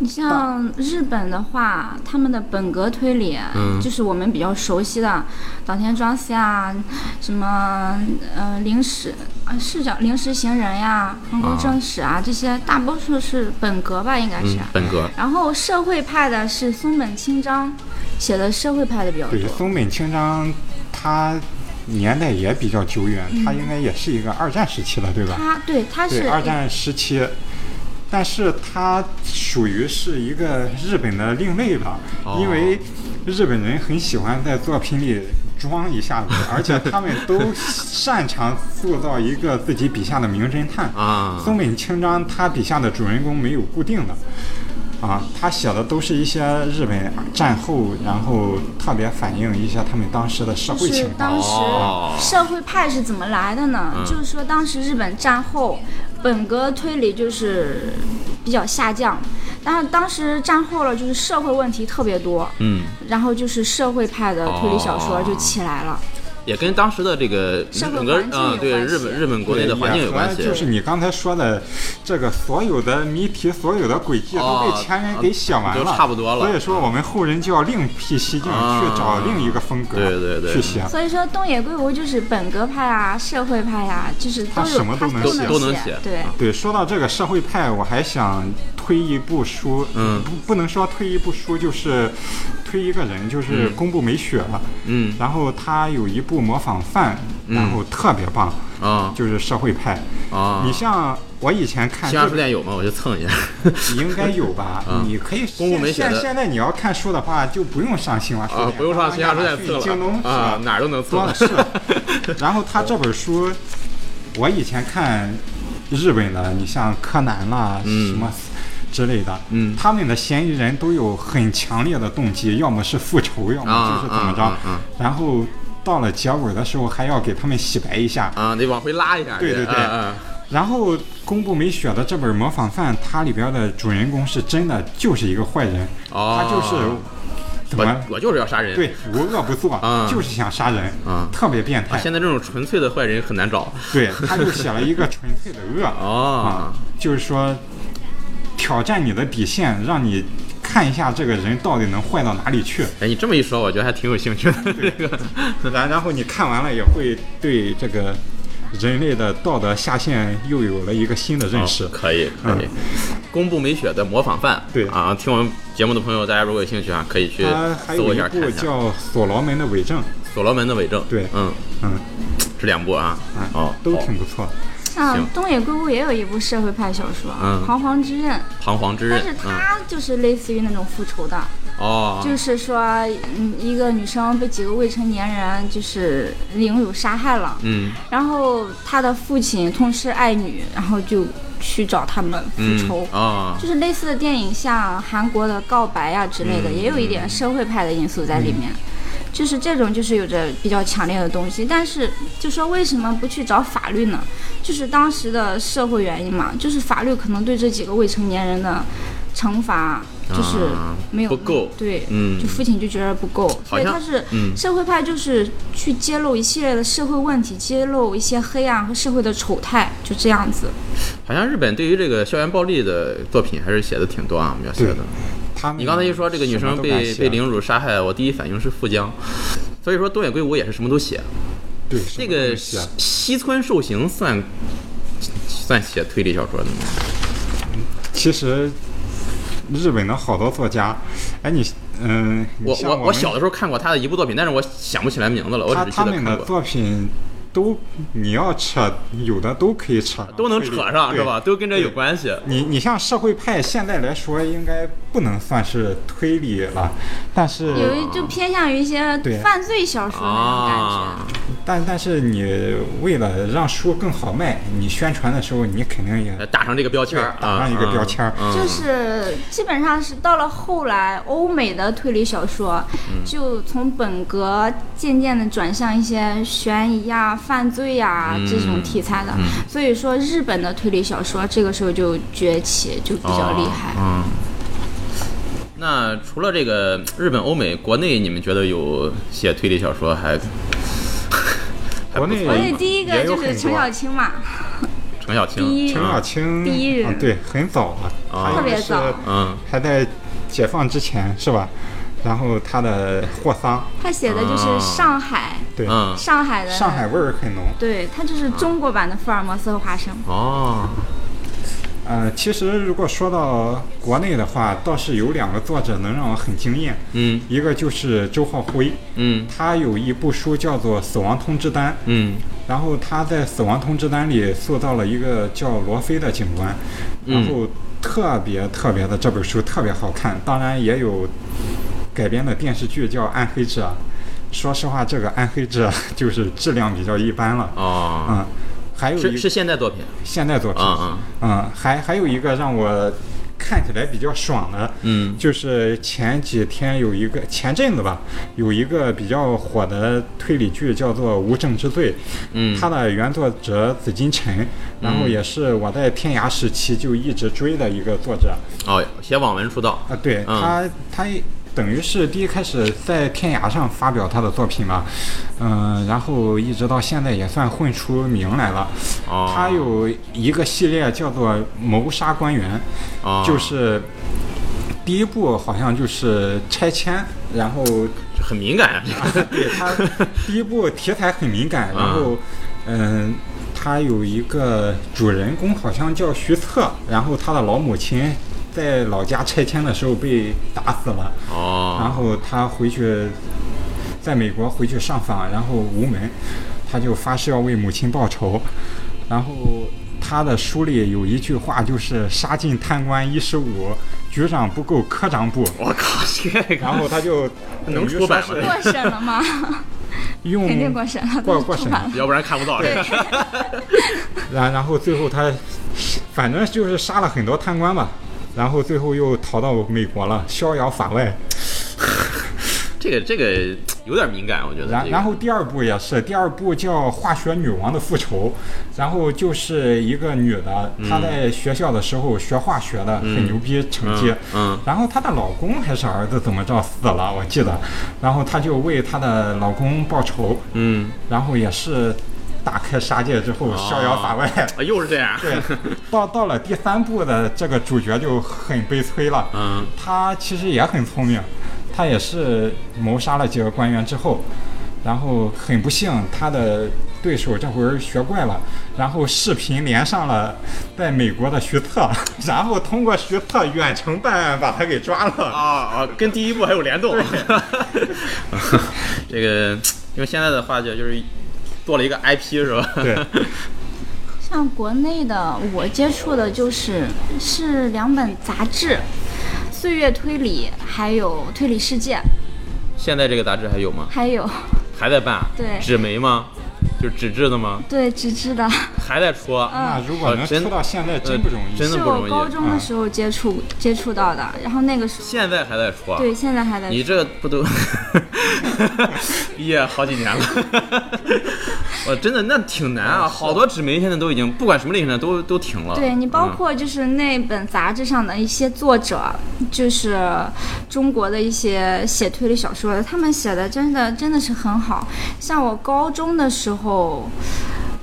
Speaker 3: 你像日本的话，他们的本格推理，
Speaker 1: 嗯
Speaker 3: 就是我们比较熟悉的岛田庄司呀，什么呃临时啊是叫临时行人呀、横
Speaker 1: 啊
Speaker 3: 沟正史啊，这些大多数是本格吧，应该是。啊
Speaker 1: 嗯，本格，
Speaker 3: 然后社会派的是松本清张写的社会派的比较多
Speaker 2: 对，，松本清张他年代也比较久远，他应该也是一个二战时期了，对吧？
Speaker 3: 他对他
Speaker 2: 对，
Speaker 3: 是
Speaker 2: 二战时期，但是它属于是一个日本的另类吧，
Speaker 1: 哦
Speaker 2: 因为日本人很喜欢在作品里装一下子，而且他们都擅长塑造一个自己笔下的名侦探。
Speaker 1: 啊
Speaker 2: 松本清张他笔下的主人公没有固定的。啊，他写的都是一些日本战后，然后特别反映一些他们当时的社
Speaker 3: 就
Speaker 2: 会
Speaker 3: 是
Speaker 2: 情况。
Speaker 3: 当时
Speaker 1: 哦
Speaker 3: 社会派是怎么来的呢？就是说，当时日本战后，本格推理就是比较下降，但是当时战后了，就是社会问题特别多，
Speaker 1: 嗯，
Speaker 3: 然后就是社会派的推理小说就起来了。
Speaker 1: 也跟当时的这个
Speaker 3: 社会
Speaker 1: 整个
Speaker 3: 环境
Speaker 1: 嗯，
Speaker 3: 有
Speaker 1: 对
Speaker 3: 关系
Speaker 1: 日本日本国内的
Speaker 2: 对
Speaker 1: 环境
Speaker 2: 也
Speaker 1: 有关
Speaker 2: 和
Speaker 1: 系，
Speaker 2: 就是你刚才说的，这个所有的谜题、所有的轨迹都
Speaker 1: 哦
Speaker 2: 被前人给写完
Speaker 1: 都
Speaker 2: 了，
Speaker 1: 差不多了
Speaker 2: 所以说我们后人就要另辟蹊径，
Speaker 1: 啊
Speaker 2: 去找另一个风格，
Speaker 1: 对对对
Speaker 2: 去写。
Speaker 3: 所以说，东野圭吾就是本格派啊、社会派啊，就是都
Speaker 2: 他
Speaker 3: 有，
Speaker 2: 什么
Speaker 3: 他
Speaker 2: 都能
Speaker 3: 都
Speaker 1: 写都能写啊
Speaker 3: 对，
Speaker 2: 对，说到这个社会派，我还想推一部书，
Speaker 1: 嗯
Speaker 2: 不不能说推一部书，就是推一个人，就是
Speaker 1: 嗯
Speaker 2: 宫部美雪了。
Speaker 1: 嗯
Speaker 2: 然后他有一部模仿犯，然后特别棒，
Speaker 1: 啊
Speaker 2: 就是社会派。
Speaker 1: 啊
Speaker 2: 你，像我以前看
Speaker 1: 新华
Speaker 2: 日
Speaker 1: 书店有吗？我就蹭
Speaker 2: [LAUGHS]
Speaker 1: 一下。
Speaker 2: 应该有吧？
Speaker 1: 嗯
Speaker 2: 你可以
Speaker 1: 公布没
Speaker 2: 现
Speaker 1: 写的
Speaker 2: 现现在你要看书的话，就不用上新华书店，
Speaker 1: 啊，不用上新华书店
Speaker 2: 哎去京
Speaker 1: 蹭
Speaker 2: 东是
Speaker 1: 了啊
Speaker 2: 吧，？
Speaker 1: 哪儿都能蹭
Speaker 2: 多的是。 [LAUGHS] 然后他这本书，我以前看日本的，你像柯南啦、
Speaker 1: 嗯
Speaker 2: 什么之类的，
Speaker 1: 嗯
Speaker 2: 他们的嫌疑人都有很强烈的动机，要么是复仇，要么就是怎么着，
Speaker 1: 啊啊啊啊
Speaker 2: 然后到了结尾的时候还要给他们洗白一下，
Speaker 1: 啊，得往回拉一下。
Speaker 2: 对对对
Speaker 1: 嗯
Speaker 2: 然后宫部美雪的这本《模仿犯》，它里边的主人公是真的就是一个坏人，
Speaker 1: 哦
Speaker 2: 他就是怎么
Speaker 1: 嗯，我我就是要杀人。
Speaker 2: 对无恶不作，
Speaker 1: 嗯
Speaker 2: 就是想杀人，
Speaker 1: 嗯
Speaker 2: 特别变态。
Speaker 1: 啊，现在这种纯粹的坏人很难找。
Speaker 2: 对，他就写了一个纯粹的
Speaker 1: [LAUGHS]
Speaker 2: 恶
Speaker 1: 哦
Speaker 2: 啊，就是说挑战你的底线，让你看一下这个人到底能坏到哪
Speaker 1: [LAUGHS]
Speaker 2: 里去。
Speaker 1: 哎，你这么一说，我觉得还挺有兴趣的。这个，
Speaker 2: 然然后你看完了也会对这个人类的道德下限又有了一个新的认识。
Speaker 1: 哦可以可以。宫部美雪的模仿犯，
Speaker 2: 嗯对
Speaker 1: 啊，听我们节目的朋友，大家如果有兴趣啊，可以去
Speaker 2: 他还
Speaker 1: 搜
Speaker 2: 有
Speaker 1: 一
Speaker 2: 一
Speaker 1: 下看
Speaker 2: 部
Speaker 1: 一下。
Speaker 2: 叫《所罗门的伪证》，
Speaker 1: 所罗门的伪证，
Speaker 2: 对
Speaker 1: 嗯，
Speaker 2: 嗯，
Speaker 1: 这两部啊，哦，
Speaker 2: 都
Speaker 1: 好
Speaker 2: 挺不错。
Speaker 3: 像
Speaker 1: 行
Speaker 3: 东野圭吾也有一部社会派小说
Speaker 1: 嗯
Speaker 3: 《彷徨之刃》，
Speaker 1: 彷徨之刃
Speaker 3: 但是，
Speaker 1: 嗯，
Speaker 3: 它就是类似于那种复仇的，
Speaker 1: 哦，
Speaker 3: 就是说，嗯，一个女生被几个未成年人就是凌辱杀害了，
Speaker 1: 嗯，
Speaker 3: 然后她的父亲痛失爱女，然后就去找他们
Speaker 1: 嗯
Speaker 3: 复仇，
Speaker 1: 啊
Speaker 3: 就是类似的电影，像韩国的《告白》啊之
Speaker 1: 嗯
Speaker 3: 类的，也有一点社会派的因素在里面。就是这种，就是有着比较强烈的东西，但是就说为什么不去找法律呢？就是当时的社会原因嘛，就是法律可能对这几个未成年人的惩罚就是
Speaker 1: 啊
Speaker 3: 没有、
Speaker 1: 不够
Speaker 3: 对，
Speaker 1: 嗯
Speaker 3: 就父亲就觉得不够，所以
Speaker 1: 像
Speaker 3: 他是
Speaker 1: 嗯
Speaker 3: 社会派，就是去揭露一系列的社会问题，揭露一些黑暗和社会的丑态，就这样子。
Speaker 1: 好像日本对于这个校园暴力的作品还是写的挺多啊，描写的
Speaker 2: 对。他们
Speaker 1: 你刚才一说这个女
Speaker 2: 什么
Speaker 1: 生
Speaker 2: 都敢
Speaker 1: 被
Speaker 2: 写啊
Speaker 1: 被凌辱杀害，我第一反应是富江，所以说东野圭吾也是什么都写。
Speaker 2: 对
Speaker 1: 这
Speaker 2: 什么都
Speaker 1: 个
Speaker 2: 敢写
Speaker 1: 西西村受刑算算写推理小说的吗？
Speaker 2: 其实日本的好多作家，哎，你嗯，你
Speaker 1: 我
Speaker 2: 像
Speaker 1: 我
Speaker 2: 我
Speaker 1: 我
Speaker 2: 们
Speaker 1: 小的时候看过他的一部作品，但是我想不起来名字了，我
Speaker 2: 他
Speaker 1: 只是记
Speaker 2: 他
Speaker 1: 得
Speaker 2: 们
Speaker 1: 看
Speaker 2: 的
Speaker 1: 过。
Speaker 2: 作品都你要扯，有的都可以扯，
Speaker 1: 都能扯上
Speaker 2: 对
Speaker 1: 是吧？？都跟这有关系。
Speaker 2: 你你像社会派现在来说，应该不能算是推理了，但是
Speaker 3: 有一就偏向于一些
Speaker 2: 嗯对
Speaker 3: 犯罪小
Speaker 2: 嗯
Speaker 3: 说那种感觉。
Speaker 1: 啊，
Speaker 2: 但但是你为了让书更好卖，你宣传的时候你肯定也
Speaker 1: 打上这个标签儿啊
Speaker 2: 对，打上一个标签儿
Speaker 1: 嗯嗯
Speaker 3: 就是基本上是到了后来，欧美的推理小说
Speaker 1: 嗯
Speaker 3: 就从本格渐渐的转向一些悬疑呀、犯罪呀
Speaker 1: 嗯
Speaker 3: 这种题材的
Speaker 1: 嗯，
Speaker 3: 所以说日本的推理小说这个时候就崛起，就比较厉害。
Speaker 1: 哦嗯。那除了这个日本、欧美，国内你们觉得有写推理小说
Speaker 2: [LAUGHS]
Speaker 1: 还还不
Speaker 2: 国内
Speaker 1: 错
Speaker 3: 而
Speaker 1: 的
Speaker 3: 且
Speaker 1: 吗
Speaker 3: 第一个
Speaker 2: 也有
Speaker 3: 就是
Speaker 2: 很
Speaker 3: 程
Speaker 2: 多
Speaker 3: 小青嘛，
Speaker 1: 程小
Speaker 3: 第
Speaker 1: 青，
Speaker 3: 一
Speaker 2: 程小青，
Speaker 3: 第一人
Speaker 2: 啊对，很早了，
Speaker 1: 啊
Speaker 2: 他应该
Speaker 3: 特别早
Speaker 2: 是
Speaker 1: 嗯，
Speaker 2: 还在解放之前是吧？然后他的霍桑，
Speaker 3: 他写的就是上海，
Speaker 2: 对，
Speaker 1: 嗯
Speaker 3: 上海的
Speaker 2: 上海味儿很浓。
Speaker 3: 对，它就是中国版的福尔摩斯和华生。
Speaker 1: 哦，
Speaker 2: 呃，其实如果说到国内的话，倒是有两个作者能让我很惊艳，
Speaker 1: 嗯
Speaker 2: 一个就是周浩辉，
Speaker 1: 嗯
Speaker 2: 他有一部书叫做《死亡通知单》，
Speaker 1: 嗯
Speaker 2: 然后他在《死亡通知单》里塑造了一个叫罗非的警官，
Speaker 1: 嗯
Speaker 2: 然后特别特别的这本书特别好看，当然也有改编的电视剧叫《暗黑者》，说实话，这个《暗黑者》就是质量比较一般了，
Speaker 1: 哦，
Speaker 2: 嗯，还有一
Speaker 1: 是是
Speaker 2: 个
Speaker 1: 现代作品
Speaker 2: 现代作品，
Speaker 1: 啊
Speaker 2: 嗯，还还有一个让我看起来比较爽的，
Speaker 1: 嗯
Speaker 2: 就是前几天有一个前阵子吧，有一个比较火的推理剧叫做《无证之罪》，
Speaker 1: 嗯
Speaker 2: 它的原作者紫金陈，然后也是我在天涯时期就一直追的一个作者
Speaker 1: 哦，写网文出道，
Speaker 2: 啊，对
Speaker 1: 嗯
Speaker 2: 他他。等于是第一开始在天涯上发表他的作品嘛，嗯、然后一直到现在也算混出名来了。
Speaker 1: 哦，
Speaker 2: 他有一个系列叫做《谋杀官员》，
Speaker 1: 哦
Speaker 2: 就是第一部好像就是拆迁，然后
Speaker 1: 很敏感啊，这个
Speaker 2: [LAUGHS] 对他第一部题材很敏感，然
Speaker 1: 啊
Speaker 2: 后嗯。他有一个主人公，好像叫徐策，然后他的老母亲在老家拆迁的时候被打死了，然
Speaker 1: 哦，
Speaker 2: 后他回去，在美国回去上访，然后无门，他就发誓要为母亲报仇。然后他的书里有一句话，就是“杀尽贪官一十五，局长不够科长部
Speaker 1: [LAUGHS] 我靠，这”。个
Speaker 2: 然后他就
Speaker 1: [LAUGHS] 能出版吗
Speaker 2: 等于说
Speaker 3: 过审了吗？
Speaker 2: 是用
Speaker 3: 肯定过审了，
Speaker 2: 过
Speaker 3: 都是
Speaker 2: 过
Speaker 3: 出
Speaker 2: 审
Speaker 3: 版了。
Speaker 1: 要不然看不到这个，
Speaker 2: 然然后最后他，反正就是杀了很多贪官吧，然后最后又逃到美国了，逍遥法外。
Speaker 1: 这个这个有点敏感，我觉得。
Speaker 2: 然
Speaker 1: 这个
Speaker 2: 然后第二部也是，第二部叫《化学女王的复仇》，然后就是一个女的，她
Speaker 1: 嗯
Speaker 2: 在学校的时候学化学的，很牛逼成绩。
Speaker 1: 嗯嗯
Speaker 2: 然后她的老公还是儿子怎么着死了，我记得。然后她就为她的老公报仇，
Speaker 1: 嗯，
Speaker 2: 然后也是大开杀戒之
Speaker 1: 哦
Speaker 2: 后逍遥法外。
Speaker 1: 啊，又是这样， [LAUGHS]
Speaker 2: 对，到到了第三部的这个主角就很悲催了。
Speaker 1: 嗯
Speaker 2: 他其实也很聪明，他也是谋杀了几个官员之后，然后很不幸，他的对手这会儿学怪了，然后视频连上了在美国的徐策，然后通过徐策远程办案把他给抓
Speaker 1: 啊 [LAUGHS]
Speaker 2: 了。
Speaker 1: 啊，跟第一部还有联动， [LAUGHS] 这个因为现在的话就就是做了一个 IP 是吧？
Speaker 2: 对，
Speaker 3: 像国内的，我接触的就是是两本杂志，《岁月推理》还有《推理世界》，
Speaker 1: 现在这个杂志还有吗？
Speaker 3: 还有 [LAUGHS]
Speaker 1: 还在办？啊
Speaker 3: 对
Speaker 1: 纸媒吗？就是纸质的吗？
Speaker 3: 对纸质的，
Speaker 1: 还在出？
Speaker 3: 嗯
Speaker 2: 那如果能
Speaker 1: 啊真
Speaker 2: 出到现在，真不容易。
Speaker 1: 呃真
Speaker 3: 是
Speaker 1: 的不容易嗯
Speaker 3: 我高中的时候接触、接触到的，然后那个时候
Speaker 1: 现在还在出啊？
Speaker 3: 对，现在还在
Speaker 1: 你这不都 [LAUGHS] 毕业好几年了？我真的那挺难啊，好多纸媒现在都已经不管什么类型的都都停了。
Speaker 3: 对你包
Speaker 1: 嗯
Speaker 3: 括就是那本杂志上的一些作者，就是中国的一些写推理小说的，他们写的真的真的是很好。像我高中的时候，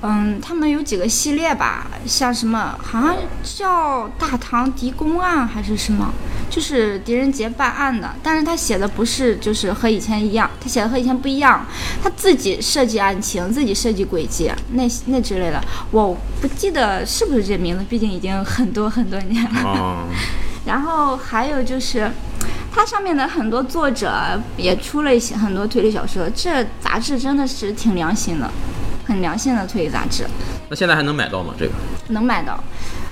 Speaker 3: 嗯，他们有几个系列吧，像什么好像叫《大唐狄公案》还是什么，就是狄仁杰办案的，但是他写的不是就是和以前一样，他写的和以前不一样，他自己设计案情，自己设计轨迹，那那之类的，我不记得是不是这名字，毕竟已经很多很多年了。
Speaker 1: 哦，
Speaker 3: 然后还有就是，它上面的很多作者也出了一些很多推理小说，这杂志真的是挺良心的，很良心的推理杂志，
Speaker 1: 那现在还能买到吗？这个
Speaker 3: 能买到。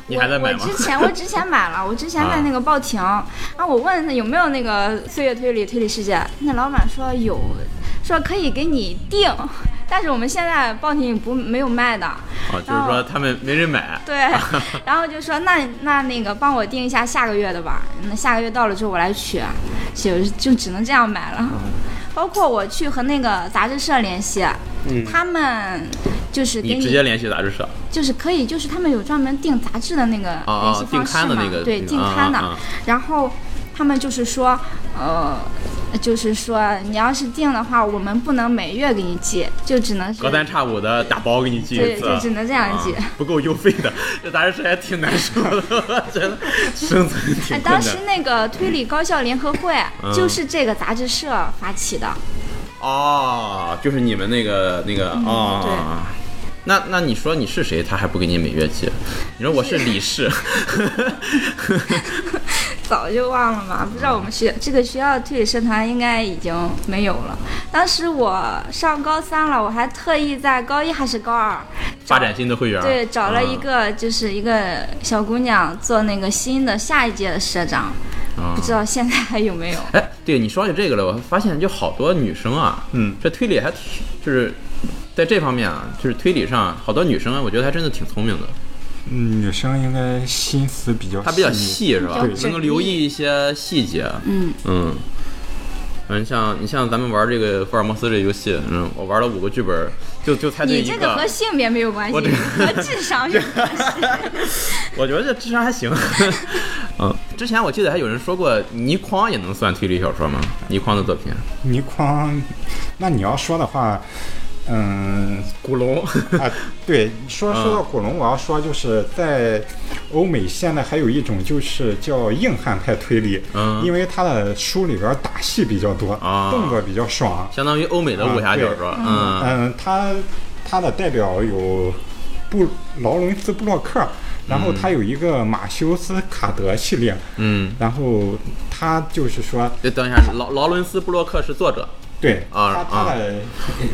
Speaker 1: 你还在买吗
Speaker 3: 我？我之前我之前买了，我之前在那个报亭啊我问他有没有那个《岁月推理推理世界》，那老板说有，说可以给你订，但是我们现在报亭不没有卖的。
Speaker 1: 啊，就是
Speaker 3: 哦
Speaker 1: 说他们没人买。 [LAUGHS]
Speaker 3: 对，然后就说那那那个帮我订一下下个月的吧，那下个月到了之后我来取，就就只能这样买了。
Speaker 1: 嗯
Speaker 3: 包括我去和那个杂志社联系，他们就是
Speaker 1: 嗯
Speaker 3: 给
Speaker 1: 你
Speaker 3: 你
Speaker 1: 直接联系杂志社，
Speaker 3: 就是可以，就是他们有专门订杂志的那个
Speaker 1: 啊
Speaker 3: 联系
Speaker 1: 订
Speaker 3: 方式嘛，
Speaker 1: 刊的那个
Speaker 3: 对，
Speaker 1: 那个
Speaker 3: 订刊的。
Speaker 1: 啊啊啊
Speaker 3: 然后他们就是说，呃，就是说你要是订的话，我们不能每月给你寄，就只能是
Speaker 1: 隔三差五的打包给你寄一
Speaker 3: 对，
Speaker 1: 次，啊
Speaker 3: 就只能这样寄。哎
Speaker 1: 啊不够邮费的，这杂志社还挺难受的，我觉得生存
Speaker 3: 哎，
Speaker 1: 挺困
Speaker 3: 当时
Speaker 1: 难。
Speaker 3: 那个推理高校联合会
Speaker 1: 嗯
Speaker 3: 就是这个杂志社发起的，
Speaker 1: 哦，就是你们那个那
Speaker 3: 嗯
Speaker 1: 个哦。那那你说你是谁，他还不给你每月寄？你说我是李
Speaker 3: [LAUGHS]
Speaker 1: 氏，
Speaker 3: 早就忘了嘛，不知道我们学这个学校的推理社团应该已经没有了。当时我上高三了，我还特意在高一还是高二
Speaker 1: 发展新的会员。
Speaker 3: 对，找了一
Speaker 1: 啊
Speaker 3: 个、就是一个小姑娘做那个新的下一届的社长，
Speaker 1: 啊
Speaker 3: 不知道现在还有没有。
Speaker 1: 哎，对你说起这个来，我发现就好多女生啊，
Speaker 2: 嗯
Speaker 1: 这推理还挺，就是在这方面啊，就是推理上，好多女生啊，我觉得还真的挺聪明的，
Speaker 2: 嗯，女生应该心思比较
Speaker 1: 她比较
Speaker 2: 腻
Speaker 1: 细是吧
Speaker 3: 比较？缜
Speaker 1: 能够留
Speaker 3: 密
Speaker 1: 意一些细节，
Speaker 3: 嗯，
Speaker 1: 嗯。嗯，像你像咱们玩这个福尔摩斯这游戏，嗯，我玩了五个剧本，就就猜对
Speaker 3: 你
Speaker 1: 一
Speaker 3: 这个和性别没有关系，
Speaker 1: 我这
Speaker 3: 和智商有关
Speaker 1: [LAUGHS]
Speaker 3: 系。
Speaker 1: 我觉得这智商还行。 [LAUGHS] 嗯，之前我记得还有人说过倪匡也能算推理小说吗？倪匡的作品，
Speaker 2: 倪匡，那你要说的话，嗯
Speaker 1: 古龙， [LAUGHS]
Speaker 2: 啊，对，说
Speaker 1: 嗯
Speaker 2: 说到古龙，我要说就是在欧美现在还有一种就是叫硬汉派推理，
Speaker 1: 嗯
Speaker 2: 因为他的书里边打戏比较多，
Speaker 1: 啊
Speaker 2: 动作比较爽，
Speaker 1: 相当于欧美的武侠小说，嗯，
Speaker 2: 嗯，他他的代表有布劳伦斯布洛克，然后他有一个马修斯卡德系列，
Speaker 1: 嗯，
Speaker 2: 然后他就是说
Speaker 1: 对，等一下，劳劳伦斯·布洛克是作者，
Speaker 2: 对，
Speaker 1: 啊
Speaker 2: 他他的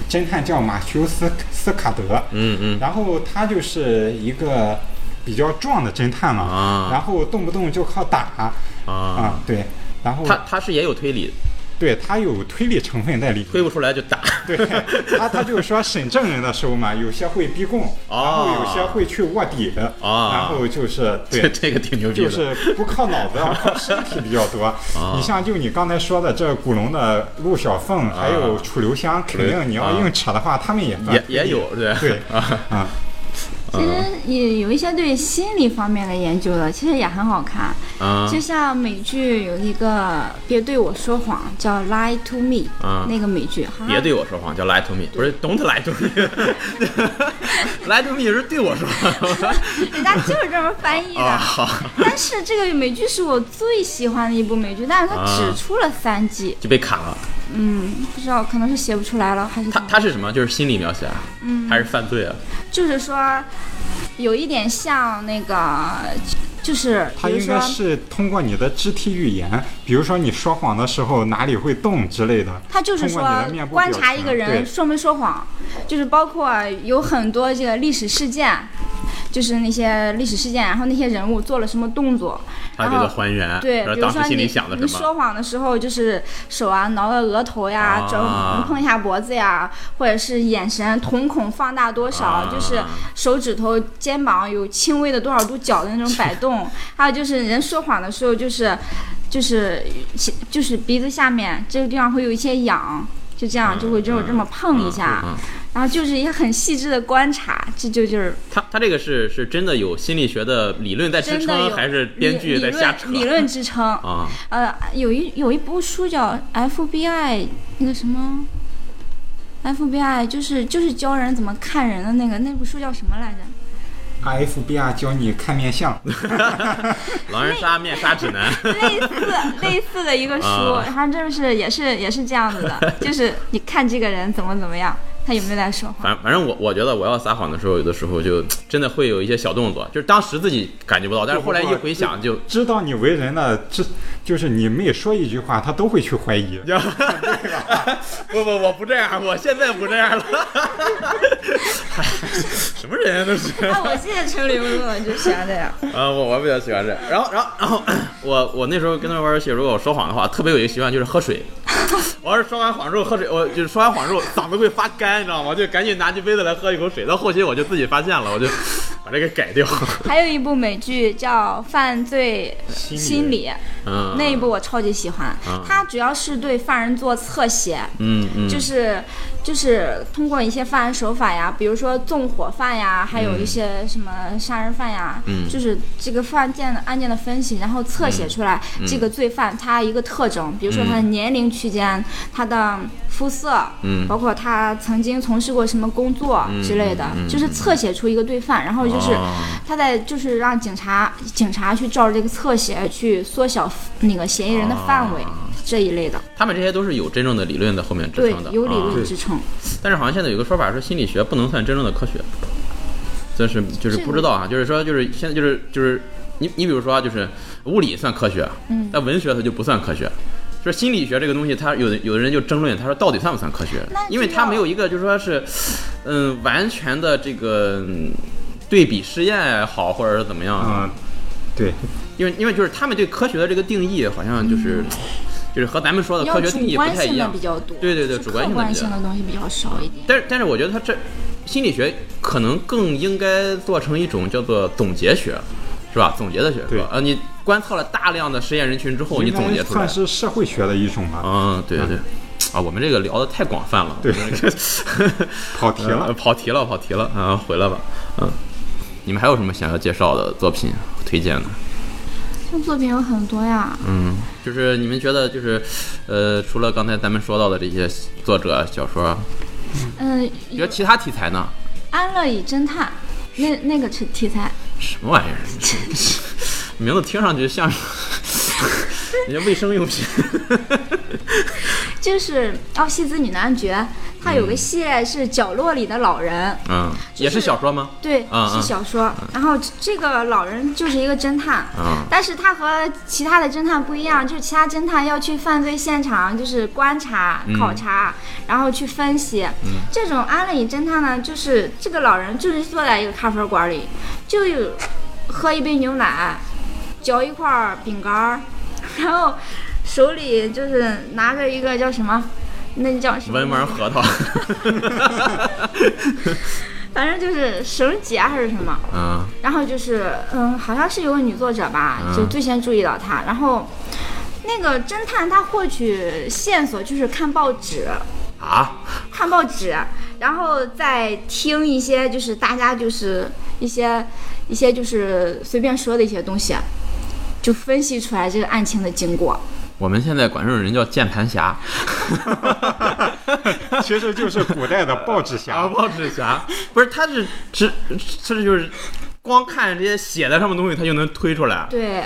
Speaker 2: 侦探叫马修斯斯卡德，
Speaker 1: 嗯嗯，
Speaker 2: 然后他就是一个比较壮的侦探嘛，
Speaker 1: 啊
Speaker 2: 然后动不动就靠打啊、
Speaker 1: 啊，
Speaker 2: 对，然后
Speaker 1: 他他是也有推理，
Speaker 2: 对他有推理成分在里
Speaker 1: 推
Speaker 2: 面。
Speaker 1: 不出来就打，
Speaker 2: 对 [LAUGHS] 他，他就是说审证人的时候嘛，有些会逼供，
Speaker 1: 哦
Speaker 2: 然后有些会去卧底的，
Speaker 1: 啊
Speaker 2: 然后就是
Speaker 1: 这
Speaker 2: 对，
Speaker 1: [LAUGHS] 这个挺牛逼
Speaker 2: 就
Speaker 1: 的，
Speaker 2: 是不靠脑子，而靠身体比较
Speaker 1: [LAUGHS]
Speaker 2: 多。
Speaker 1: 啊
Speaker 2: 你像就你刚才说的这古龙的陆小凤，
Speaker 1: 啊
Speaker 2: 还有楚留香，肯定你要硬扯的话，他们也算
Speaker 1: 也也有对
Speaker 2: 对
Speaker 1: 啊，
Speaker 2: 啊，
Speaker 1: 嗯
Speaker 3: 其实也有一些对心理方面的研究的，其实也很好看。
Speaker 1: 啊
Speaker 3: 就像美剧有一个《别对我说谎》，叫《Lie to Me》，
Speaker 1: 啊
Speaker 3: 那个美剧好像
Speaker 1: 别对我说谎，叫 lie to me，不是 don't lie to
Speaker 3: [LAUGHS]
Speaker 1: me，lie to me 是对我说谎
Speaker 3: 人家 [LAUGHS] 就是这么翻
Speaker 1: [LAUGHS]
Speaker 3: 译的。
Speaker 1: 啊，好，
Speaker 3: 但是这个美剧是我最喜欢的一部美剧，但是它
Speaker 1: 啊
Speaker 3: 只出了三季，
Speaker 1: 就被砍了。
Speaker 3: 嗯，不知道可能是写不出来了，还是
Speaker 1: 他
Speaker 3: 怎么
Speaker 1: 他是什么？就是心理描写啊，
Speaker 3: 嗯
Speaker 1: 还是犯罪啊？
Speaker 3: 就是说有一点像那个，就是
Speaker 2: 他
Speaker 3: 比如
Speaker 2: 应该
Speaker 3: 说。
Speaker 2: 是通过你的肢体语言，比如说你说谎的时候哪里会动之类的。
Speaker 3: 他就是
Speaker 2: 通
Speaker 3: 说
Speaker 2: 过你的面部表
Speaker 3: 观
Speaker 2: 情
Speaker 3: 察一个人
Speaker 2: 对
Speaker 3: 说没说谎，就是包括有很多这个历史事件，就是那些历史事件，然后那些人物做了什么动作，
Speaker 1: 他
Speaker 3: 然
Speaker 1: 给他
Speaker 3: 后
Speaker 1: 还原，
Speaker 3: 对，
Speaker 1: 然
Speaker 3: 比
Speaker 1: 后
Speaker 3: 如
Speaker 1: 当
Speaker 3: 说
Speaker 1: 时
Speaker 3: 你
Speaker 1: 心里想的
Speaker 3: 你
Speaker 1: 什么？
Speaker 3: 说谎的时候，就是手啊挠到额头呀，肘、
Speaker 1: 啊
Speaker 3: 碰一下脖子呀，或者是眼神瞳孔放大多少，
Speaker 1: 啊
Speaker 3: 就是手指头、肩膀有轻微的多少度角的那种摆动，还有就是人说谎的时候，就是就是就是鼻子下面这个地方会有一些痒。就这样，就会这种
Speaker 1: 嗯
Speaker 3: 这么碰一下，
Speaker 1: 嗯嗯嗯
Speaker 3: 然后就是一个很细致的观察，这就就是
Speaker 1: 他他这个是是真的有心理学的理论在支
Speaker 3: 真的有
Speaker 1: 撑，还是编剧在瞎扯
Speaker 3: 理理论理论支
Speaker 1: [LAUGHS]
Speaker 3: 撑。
Speaker 1: 啊？
Speaker 3: 呃，有一有一部书叫 FBI 那个什么 FBI，就是就是教人怎么看人的那个那部书叫什么来着？
Speaker 2: ，FBI 啊教你看
Speaker 1: [LAUGHS]
Speaker 2: 面相，
Speaker 1: 狼人杀面杀指
Speaker 3: [LAUGHS]
Speaker 1: 南，
Speaker 3: 类似类似的一个书，
Speaker 1: 啊
Speaker 3: [LAUGHS] 然后这是也是也是这样子的，就是你看这个人怎么怎么样，他有没有在说 [LAUGHS] 谎？
Speaker 1: 反反正我我觉得我要撒谎的时候，有的时候就真的会有一些小动作，就是当时自己感觉不到，但是后来一回想就
Speaker 2: 知道你为人了，这就是你每说一句话，他都会去
Speaker 1: [LAUGHS]
Speaker 2: 怀疑。
Speaker 1: 不不，我不这样，我现在不这样了。 [LAUGHS] 哎什么人啊都是。
Speaker 3: 啊，我现在成流氓了，就喜欢这样。
Speaker 1: 啊，我我比较喜欢这。然后，然后，然后，我我那时候跟他们玩游戏，如果我说谎的话，特别有一个习惯就是喝水。 [LAUGHS] 我要是说完谎之后喝水，我就是说完谎之后嗓子会发干，你知道吗？就赶紧拿起杯子来喝一口水。到后期我就自己发现了，我就把这个改掉。
Speaker 3: 还有一部美剧叫《犯罪
Speaker 2: 心理
Speaker 3: 心理》，啊
Speaker 1: 嗯，
Speaker 3: [LAUGHS] 那一部我超级喜欢
Speaker 1: 嗯，
Speaker 3: 它主要是对犯人做侧写，
Speaker 1: 嗯嗯，
Speaker 3: 就是就是通过一些犯案手法呀，比如说纵火犯呀，还有一些什么杀人犯呀，
Speaker 1: 嗯
Speaker 3: 就是这个犯件的案件的分析，然后侧写出来
Speaker 1: 嗯
Speaker 3: 这个罪犯他一个特征，比如说他的年龄区间、他的肤色，
Speaker 1: 嗯
Speaker 3: 包括他曾经从事过什么工作之类的，
Speaker 1: 嗯嗯
Speaker 3: 就是侧写出一个罪犯，然后就是
Speaker 1: 哦
Speaker 3: 他在就是让警察警察去照着这个侧写去缩小那个嫌疑人的范围、这一类的，
Speaker 1: 他们这些都是有真哦正的理论在后面支
Speaker 3: 对
Speaker 1: 撑的，，
Speaker 3: 有理
Speaker 1: 啊
Speaker 3: 论支撑。
Speaker 1: 但是好像现在有个说法是心理学不能算真正的科学，但是就是不知道啊，就是说就是现在就是就是你你比如说啊就是物理算科学，啊
Speaker 3: 嗯
Speaker 1: 但文学它就不算科学。就是心理学这个东西，他有的有的人就争论，他说到底算不算科学
Speaker 3: 那就？要
Speaker 1: 因为他没有一个就是说是，嗯，完全的这个嗯对比试验也好，或者是怎么样啊，
Speaker 2: 嗯，对，
Speaker 1: 因为因为就是他们对科学的这个定义，好像就是、
Speaker 3: 嗯
Speaker 1: 就是和咱们说的
Speaker 3: 要
Speaker 1: 呃科学
Speaker 3: 主
Speaker 1: 定义不
Speaker 3: 观
Speaker 1: 太
Speaker 3: 性
Speaker 1: 一
Speaker 3: 的
Speaker 1: 样
Speaker 3: 比。较多，
Speaker 1: 对对对
Speaker 3: 就
Speaker 1: 主观
Speaker 3: 客
Speaker 1: 性的
Speaker 3: 观
Speaker 1: 比较
Speaker 3: 性的东西比较少一点。
Speaker 1: 但是但是我觉得他这心理学可能更应该做成一种叫做总结学，是吧？总结的学
Speaker 2: 对
Speaker 1: 说，呃，你观测了大量的实验人群之后，哦你
Speaker 2: 应
Speaker 1: 总
Speaker 2: 该
Speaker 1: 结出来
Speaker 2: 算，是社会学的一种吧，
Speaker 1: 嗯，对对对，啊，我们这个聊的太广泛了，
Speaker 2: 对
Speaker 1: [LAUGHS] 我们这个
Speaker 2: 跑题了
Speaker 1: 呃。跑题了，跑题了，啊，回来吧，嗯，你们还有什么想要介绍的作品推荐的？
Speaker 3: 这作品有很多呀，
Speaker 1: 嗯，就是你们觉得就是，呃，除了刚才咱们说到的这些作者小说，啊
Speaker 3: 嗯，
Speaker 1: 你觉得其他题材呢？
Speaker 3: 安乐椅侦探》那那个题题材，
Speaker 1: 什么玩意儿？名字听上去
Speaker 3: [LAUGHS]
Speaker 1: 像是人家卫生用品。
Speaker 3: 就是《奥西兹女男爵》，它有个系列是《角落里的老人》，
Speaker 1: 嗯，也是小说吗？
Speaker 3: 对，
Speaker 1: 嗯嗯
Speaker 3: 是小说。然后这个老人就是一个侦探，
Speaker 1: 嗯
Speaker 3: 但是他和其他的侦探不一样，就是其他侦探要去犯罪现场，就是观察、
Speaker 1: 嗯
Speaker 3: 考察，然后去分析。这种安乐椅侦探呢，就是这个老人就是坐在一个咖啡馆里，就有喝一杯牛奶，嚼一块饼干儿，然后手里就是拿着一个叫什么，那叫什么？
Speaker 1: 文玩
Speaker 3: [LAUGHS]
Speaker 1: 核桃。
Speaker 3: 反正就是绳结还是什么。
Speaker 1: 嗯
Speaker 3: 然后就是，嗯，好像是有个女作者吧，
Speaker 1: 嗯
Speaker 3: 就最先注意到她。然后，那个侦探他获取线索就是看报纸，
Speaker 1: 啊，
Speaker 3: 看报纸，然后再听一些就是大家就是一些一些就是随便说的一些东西，就分析出来这个案情的经过。
Speaker 1: 我们现在管这种人叫键盘
Speaker 3: [LAUGHS]
Speaker 1: 侠
Speaker 2: [LAUGHS] 其实就是古代的报纸侠。
Speaker 1: 报纸侠， [LAUGHS] 不是，他是只这就是。光看这些写在上面的东西，他就能推出来，
Speaker 3: 对，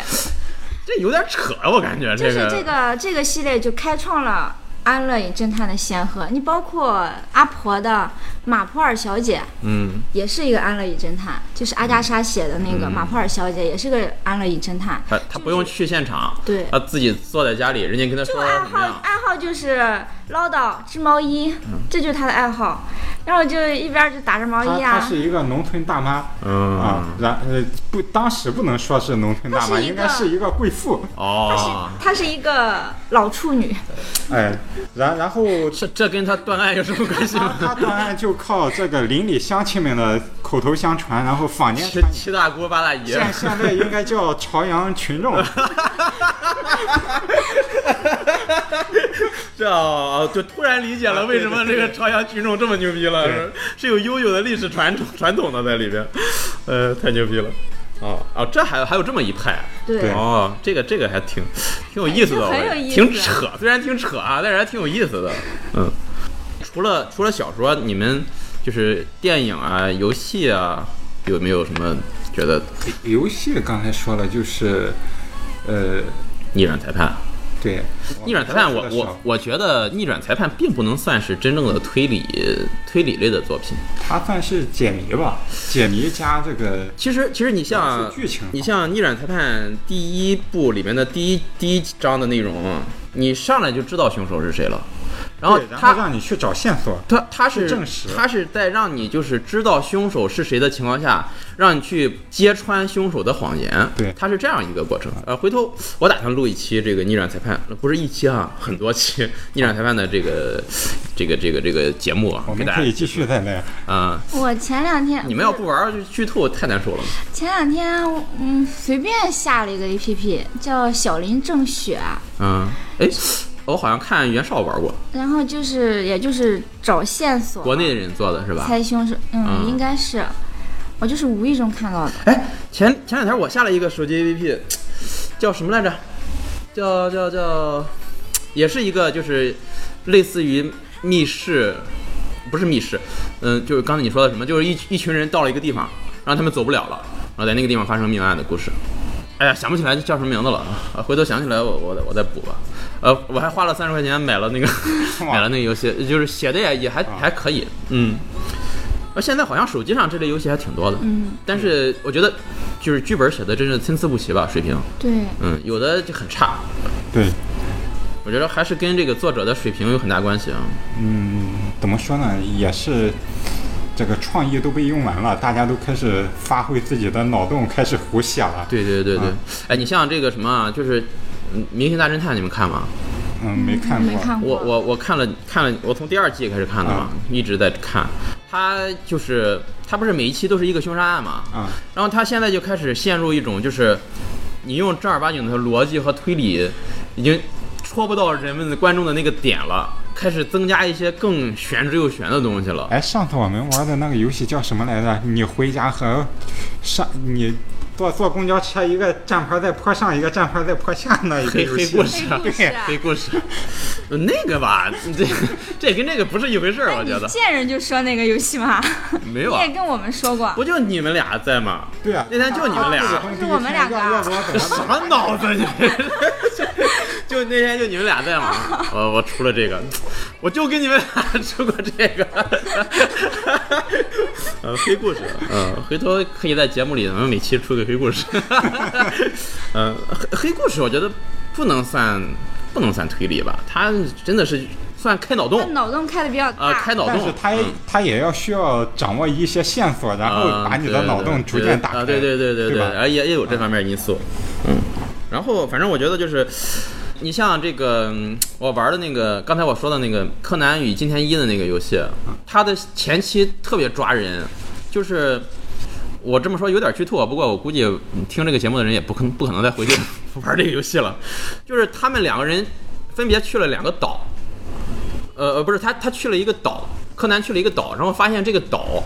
Speaker 1: 这有点扯，啊我感觉
Speaker 3: 就
Speaker 1: 这
Speaker 3: 是
Speaker 1: 个。
Speaker 3: 这个这个系列就开创了安乐椅侦探的先河。你包括阿婆的马普尔小姐，
Speaker 1: 嗯，
Speaker 3: 也是一个安乐椅侦探，就是阿加莎写的那个马普尔小姐，也是个安乐椅侦探。
Speaker 1: 他他不用去现场，
Speaker 3: 对
Speaker 1: 他自己坐在家里，人家跟他
Speaker 3: 就
Speaker 1: 说
Speaker 3: 爱
Speaker 1: 怎
Speaker 3: 好
Speaker 1: 么样，嗯
Speaker 3: 爱好就是唠叨织毛衣，这就是他的爱好。然后就一边就打着毛
Speaker 2: 她
Speaker 3: 衣
Speaker 2: 她
Speaker 3: 啊，
Speaker 2: 是一个农村大妈
Speaker 1: 嗯
Speaker 2: 啊，然呃不，当时不能说是农村大
Speaker 3: 她
Speaker 2: 妈，
Speaker 3: 是一个
Speaker 2: 应该是一个贵妇。
Speaker 1: 哦，
Speaker 3: 她是一个老处女，
Speaker 2: 哎，然然后
Speaker 1: 这这跟他断案有什么关系
Speaker 3: 啊
Speaker 1: 吗？
Speaker 2: 她当然就靠这个邻里乡亲们的口头相传，然后坊间
Speaker 1: [LAUGHS] 七
Speaker 2: 传言。
Speaker 1: 七大姑八大姨，
Speaker 3: 啊
Speaker 2: 现现在应该叫朝阳群众，
Speaker 1: [LAUGHS] 这哦就突然理解了为什么这个朝阳群众这么牛逼了，是是有悠久的历史传统传统的在里边，呃，太牛逼了。哦哦，这还有还有这么一派
Speaker 3: 对
Speaker 2: 对
Speaker 1: 哦，这个这个还挺挺有意思的，
Speaker 3: 哎
Speaker 1: 我觉
Speaker 3: 这很
Speaker 1: 得
Speaker 3: 有意思
Speaker 1: 挺扯，虽然挺扯啊，但是还挺有意思的。嗯，除了除了小说，你们就是电影啊、游戏啊，有没有什么觉得
Speaker 2: 游戏刚才说了，就是，呃，
Speaker 1: 逆转裁判？
Speaker 2: 对，
Speaker 1: 逆转裁判我，
Speaker 2: 我
Speaker 1: 我我觉得逆转裁判并不能算是真正的推理推理类的作品。
Speaker 2: 它算是解谜吧，解谜加这个
Speaker 1: 其实其实你像
Speaker 2: 是剧情
Speaker 1: 你像逆转裁判第一部里面的第一第一章的内容，啊你上来就知道凶手是谁了，然
Speaker 3: 哦
Speaker 1: 后
Speaker 2: 对然
Speaker 1: 他
Speaker 2: 后让你去找线索，
Speaker 1: 他他是
Speaker 2: 去证实
Speaker 1: 他是在让你就是知道凶手是谁的情况下，让你去揭穿凶手的谎言。
Speaker 2: 对
Speaker 1: 他是这样一个过程。呃，回头我打算录一期这个逆转裁判，呃不是一期啊，很多期 [LAUGHS] 逆转裁判的这个这个这个这个节目啊
Speaker 2: 我，
Speaker 1: 给
Speaker 2: 们
Speaker 1: 大
Speaker 2: 可以
Speaker 1: 家
Speaker 2: 继续再来。
Speaker 1: 啊、
Speaker 3: 我前两天
Speaker 1: 你们要不玩儿就剧透太难受了。
Speaker 3: 前两天嗯随便下了一个 A P P 叫小林正雪，
Speaker 1: 嗯，哎，我好像看袁绍玩过，
Speaker 3: 然后就是也就是找线索，
Speaker 1: 国内人做的是吧？
Speaker 3: 猜凶手，嗯，
Speaker 1: 嗯
Speaker 3: 应该是。我就是无意中看到的，
Speaker 1: 哎，前前两天我下了一个手机 APP，叫什么来着？叫叫叫，也是一个就是类似于密室，不是密室，嗯，就是刚才你说的什么，就是一一群人到了一个地方，然后他们走不了了，然后在那个地方发生命案的故事。哎呀，想不起来叫什么名字了啊！回头想起来我我再我再补吧。呃，我还花了三十块钱买了那个 [LAUGHS] 买了那个游戏，就是写的也也还还可以，嗯。而现在好像手机上这类游戏还挺多的，嗯，但是我觉得就是剧本写的真是参差不齐吧，水平，
Speaker 3: 对，
Speaker 1: 嗯，有的就很差，
Speaker 2: 对，
Speaker 1: 我觉得还是跟这个作者的水平有很大关系啊。
Speaker 2: 嗯，怎么说呢，也是这个创意都被用完了，大家都开始发挥自己的脑洞，开始胡写了。
Speaker 1: 对对对对，哎，你像这个什么啊，就是《嗯明星大侦探》，你们看吗？
Speaker 2: 嗯，没看过。
Speaker 3: 没看过。
Speaker 1: 我我我看了看了，我从第二季开始看的嘛，一直在看。他就是他不是每一期都是一个凶杀案嘛，
Speaker 2: 啊，
Speaker 1: 然后他现在就开始陷入一种就是，你用正儿八经的逻辑和推理，已经戳不到人们的观众的那个点了，开始增加一些更玄之又玄的东西了。
Speaker 2: 哎，上次我们玩的那个游戏叫什么来着？你回家和上你坐坐公交车，一个站牌在坡上，一个站牌在坡下那一个
Speaker 1: 黑
Speaker 2: 游
Speaker 1: 黑
Speaker 2: 戏。
Speaker 1: 故事啊， [LAUGHS]
Speaker 3: 黑故事啊
Speaker 1: 黑故事，那个吧，这这跟那个不是一回事儿，我
Speaker 3: 哎你
Speaker 1: 觉得
Speaker 3: 见人就说那个游戏嘛，
Speaker 1: 没
Speaker 3: 你
Speaker 1: 有啊
Speaker 3: 也，跟我们说过，
Speaker 1: 不就你们俩在吗？
Speaker 2: 对啊，
Speaker 1: 那天就你们俩
Speaker 2: 啊
Speaker 3: 是我们两个啊
Speaker 2: 要不我怎么
Speaker 1: 什么脑子你们？ [LAUGHS] 就那天就你们俩在嘛，我我出了这个，我就跟你们俩出过这个，呃，黑故事，嗯、回头可以在节目里咱们每期出个黑故事， [LAUGHS] 嗯、黑黑故事我觉得不能算不能算推理吧，它真的是算开脑
Speaker 3: 他
Speaker 1: 洞，
Speaker 3: 脑洞开的比较大。
Speaker 1: 啊，开脑
Speaker 2: 但
Speaker 1: 洞
Speaker 2: 是，他也他也要需要掌握一些线索，然后把你的脑洞逐渐打开。
Speaker 1: 啊，嗯对对对
Speaker 2: 对
Speaker 1: 对对，
Speaker 2: 吧？
Speaker 1: 啊，也也有这方面因素。嗯，然后反正我觉得就是，你像这个嗯我玩的那个，刚才我说的那个《柯南与金田一》的那个游戏，
Speaker 2: 嗯
Speaker 1: 它的前期特别抓人，就是。我这么说有点剧透啊，不过我估计嗯听这个节目的人也不可能不可能再回去 [LAUGHS] 玩这个游戏了。就是他们两个人分别去了两个岛，呃呃，不是他他去了一个岛，柯南去了一个岛，然后发现这个岛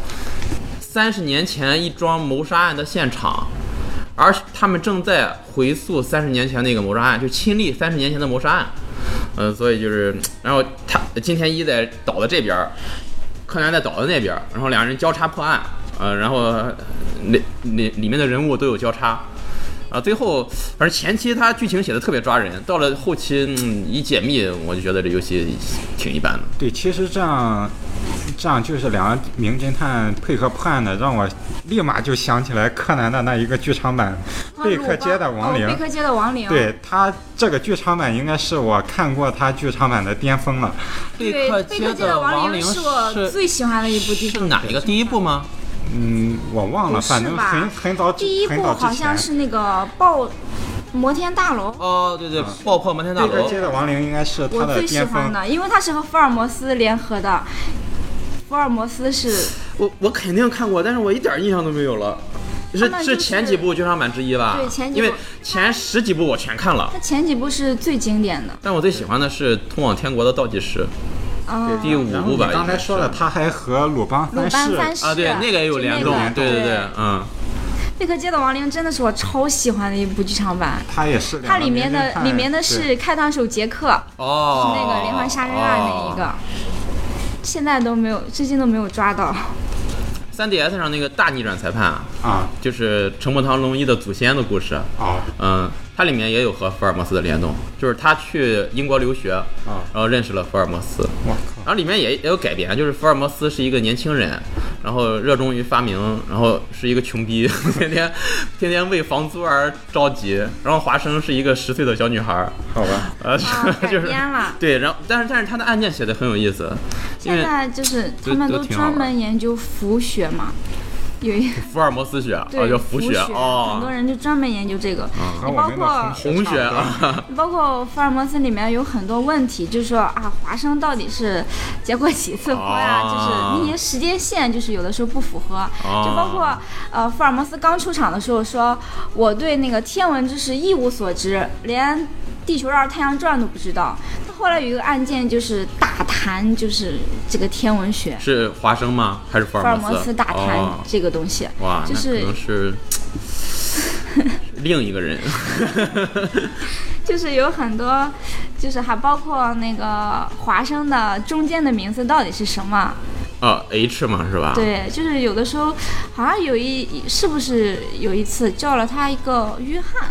Speaker 1: 三十年前一桩谋杀案的现场，而他们正在回溯三十年前那个谋杀案，就亲历三十年前的谋杀案。呃，所以就是，然后他金田一在岛的这边儿，柯南在岛的那边儿，然后两人交叉破案。呃，然后呃里里里面的人物都有交叉。啊，最后反正前期它剧情写的特别抓人，到了后期、嗯、一解密，我就觉得这游戏挺一般的。
Speaker 2: 对，其实这样，这样就是两个名侦探配合破案的，让我立马就想起来柯南的那一个剧场版《
Speaker 3: 啊
Speaker 2: 贝
Speaker 3: 鲁
Speaker 2: 克
Speaker 3: 邦
Speaker 2: 街的亡灵
Speaker 3: 哦贝》克街的亡灵，，
Speaker 2: 对他这个剧场版应该是我看过他剧场版的巅峰了。
Speaker 3: 对，贝克街的亡灵
Speaker 1: 是
Speaker 3: 是我最喜欢的一部
Speaker 1: 是
Speaker 3: 剧。
Speaker 1: 哪一个？第一部吗？
Speaker 2: 嗯，我忘了，
Speaker 3: 不是
Speaker 2: 反正
Speaker 3: 吧
Speaker 2: 很很早之，
Speaker 3: 第一
Speaker 2: 很
Speaker 3: 部
Speaker 2: 早之
Speaker 3: 好像
Speaker 2: 前。
Speaker 3: 是那个爆摩天大楼，
Speaker 1: 哦，对对，爆破摩天大
Speaker 2: 贝克
Speaker 1: 楼。
Speaker 2: 街的亡灵应该是他
Speaker 3: 我
Speaker 2: 的
Speaker 3: 最喜
Speaker 2: 巅
Speaker 3: 欢
Speaker 2: 峰。
Speaker 3: 的，因为它是和福尔摩斯联合的。福尔摩斯是
Speaker 1: 我我肯定看过，但是我一点印象都没有了。是
Speaker 3: 他们就是是
Speaker 1: 前几部剧场版之一吧？
Speaker 3: 对前几
Speaker 1: 因
Speaker 3: 部
Speaker 1: 为前十几部我全看了，
Speaker 3: 它前几部是最经典的，
Speaker 1: 但我最喜欢的是《通往天国的倒计时》
Speaker 3: 嗯，
Speaker 1: 第五
Speaker 2: 然后
Speaker 1: 部
Speaker 2: 你
Speaker 1: 吧。
Speaker 2: 刚才
Speaker 1: 应该是
Speaker 2: 说了，他还和鲁邦
Speaker 3: 鲁
Speaker 2: 三
Speaker 3: 班
Speaker 2: 世
Speaker 3: 三世
Speaker 1: 啊，对，那个也有
Speaker 3: 就那
Speaker 1: 联动
Speaker 3: 个，
Speaker 1: 对对对，嗯。
Speaker 3: 贝克街的亡灵真的是我超喜欢的一部剧场版，
Speaker 2: 它也是
Speaker 1: 啊
Speaker 2: 两
Speaker 3: 它
Speaker 2: 个
Speaker 3: 里面
Speaker 2: 名侦
Speaker 3: 的
Speaker 2: 探
Speaker 3: 里面的
Speaker 2: 对
Speaker 3: 是开膛手杰克，是
Speaker 1: 哦，
Speaker 3: 那个连环杀人案那一个，现在都没有，至今都没有抓到。
Speaker 1: 三 DS 上那个大逆转裁判，
Speaker 2: 啊
Speaker 1: 就是成步堂龙一的祖先的故事。
Speaker 2: 哦，
Speaker 1: 嗯，它里面也有和福尔摩斯的联动，就是他去英国留学，
Speaker 2: 啊，
Speaker 1: 然后认识了福尔摩斯。
Speaker 2: 我靠，
Speaker 1: 然后里面也也有改编，就是福尔摩斯是一个年轻人，然后热衷于发明，然后是一个穷逼， [LAUGHS] 天天天天为房租而着急。然后华生是一个十岁的小女孩儿，
Speaker 2: 好吧，
Speaker 1: 呃，
Speaker 3: 啊，改
Speaker 1: [LAUGHS] 就是
Speaker 3: 编了。
Speaker 1: 对，然后但是但是他的案件写的很有意思，因
Speaker 3: 现
Speaker 1: 为
Speaker 3: 在就是
Speaker 1: 都
Speaker 3: 他们
Speaker 1: 都
Speaker 3: 都
Speaker 1: 挺好玩
Speaker 3: 专门研究浮学嘛，有一
Speaker 1: 福尔摩斯学啊
Speaker 3: 对
Speaker 1: 叫
Speaker 3: 浮
Speaker 1: 浮学
Speaker 3: 很多
Speaker 1: 哦，嗯
Speaker 3: 人就专门研究这个。
Speaker 2: 和我
Speaker 3: 你包
Speaker 2: 们的
Speaker 3: 括
Speaker 1: 红学
Speaker 2: 差不多
Speaker 1: 啊， [LAUGHS]
Speaker 3: 包括福尔摩斯里面有很多问题，就是说啊，华生到底是结过几次婚啊？
Speaker 1: 啊
Speaker 3: 就是那些时间线，就是有的时候不符合。就包括呃，福尔摩斯刚出场的时候说，我对那个天文知识一无所知，连地球绕太阳转都不知道。他后来有一个案件，就是大谈就是这个天文学，
Speaker 1: 是华生吗？还是福
Speaker 3: 福尔
Speaker 1: 尔
Speaker 3: 摩
Speaker 1: 摩
Speaker 3: 斯大谈
Speaker 1: 哦
Speaker 3: 这个东西。
Speaker 1: 哇，
Speaker 3: 就
Speaker 1: 那
Speaker 3: 是
Speaker 1: 可能
Speaker 3: [LAUGHS]
Speaker 1: 是另一个人。 [LAUGHS]
Speaker 3: 就是有很多，就是还包括那个华生的中间的名字到底是什么？
Speaker 1: 啊，H 嘛是吧？，
Speaker 3: 对，就是有的时候好像有一是不是有一次叫了他一个约翰，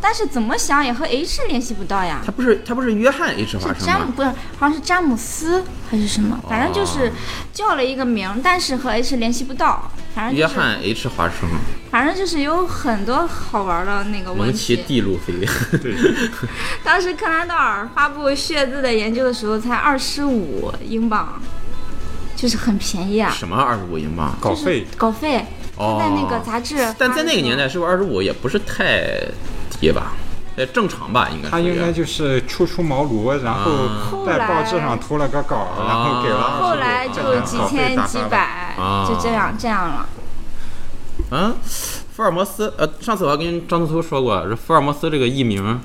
Speaker 3: 但是怎么想也和 H 联系不到呀
Speaker 1: 他。不是他不是约翰 H 华生哦
Speaker 3: 是詹姆
Speaker 1: 吗？
Speaker 3: 不是，好像是詹姆斯还是什么，反正就是叫了一个名儿，但是和 H 联系不到，反正
Speaker 1: 约
Speaker 3: 就是
Speaker 1: 翰 H 华生，
Speaker 3: 反正就是有很多好玩儿的那个问
Speaker 1: 蒙
Speaker 3: 题
Speaker 1: 奇。D 路飞。
Speaker 3: 当时柯南道尔发布血字的研究的时候才二十五英镑，就是很便宜
Speaker 1: [LAUGHS]
Speaker 3: 啊，
Speaker 1: 什么二十五英镑？
Speaker 2: 稿费
Speaker 3: 稿费。
Speaker 1: 哦，
Speaker 3: 在那个杂志发的时候，
Speaker 1: 但在那个年代，是不是二十五也不是太低吧？呃，正常吧，应该是。
Speaker 2: 他应该就是初出茅庐，然
Speaker 1: 啊
Speaker 2: 后在报纸上投了个稿，然后给了二十五
Speaker 3: 后来就几千几。百
Speaker 1: 啊，
Speaker 3: 就这样这样了。
Speaker 1: 嗯，福尔摩斯，呃，上次我还跟张图图说过，说福尔摩斯这个译名，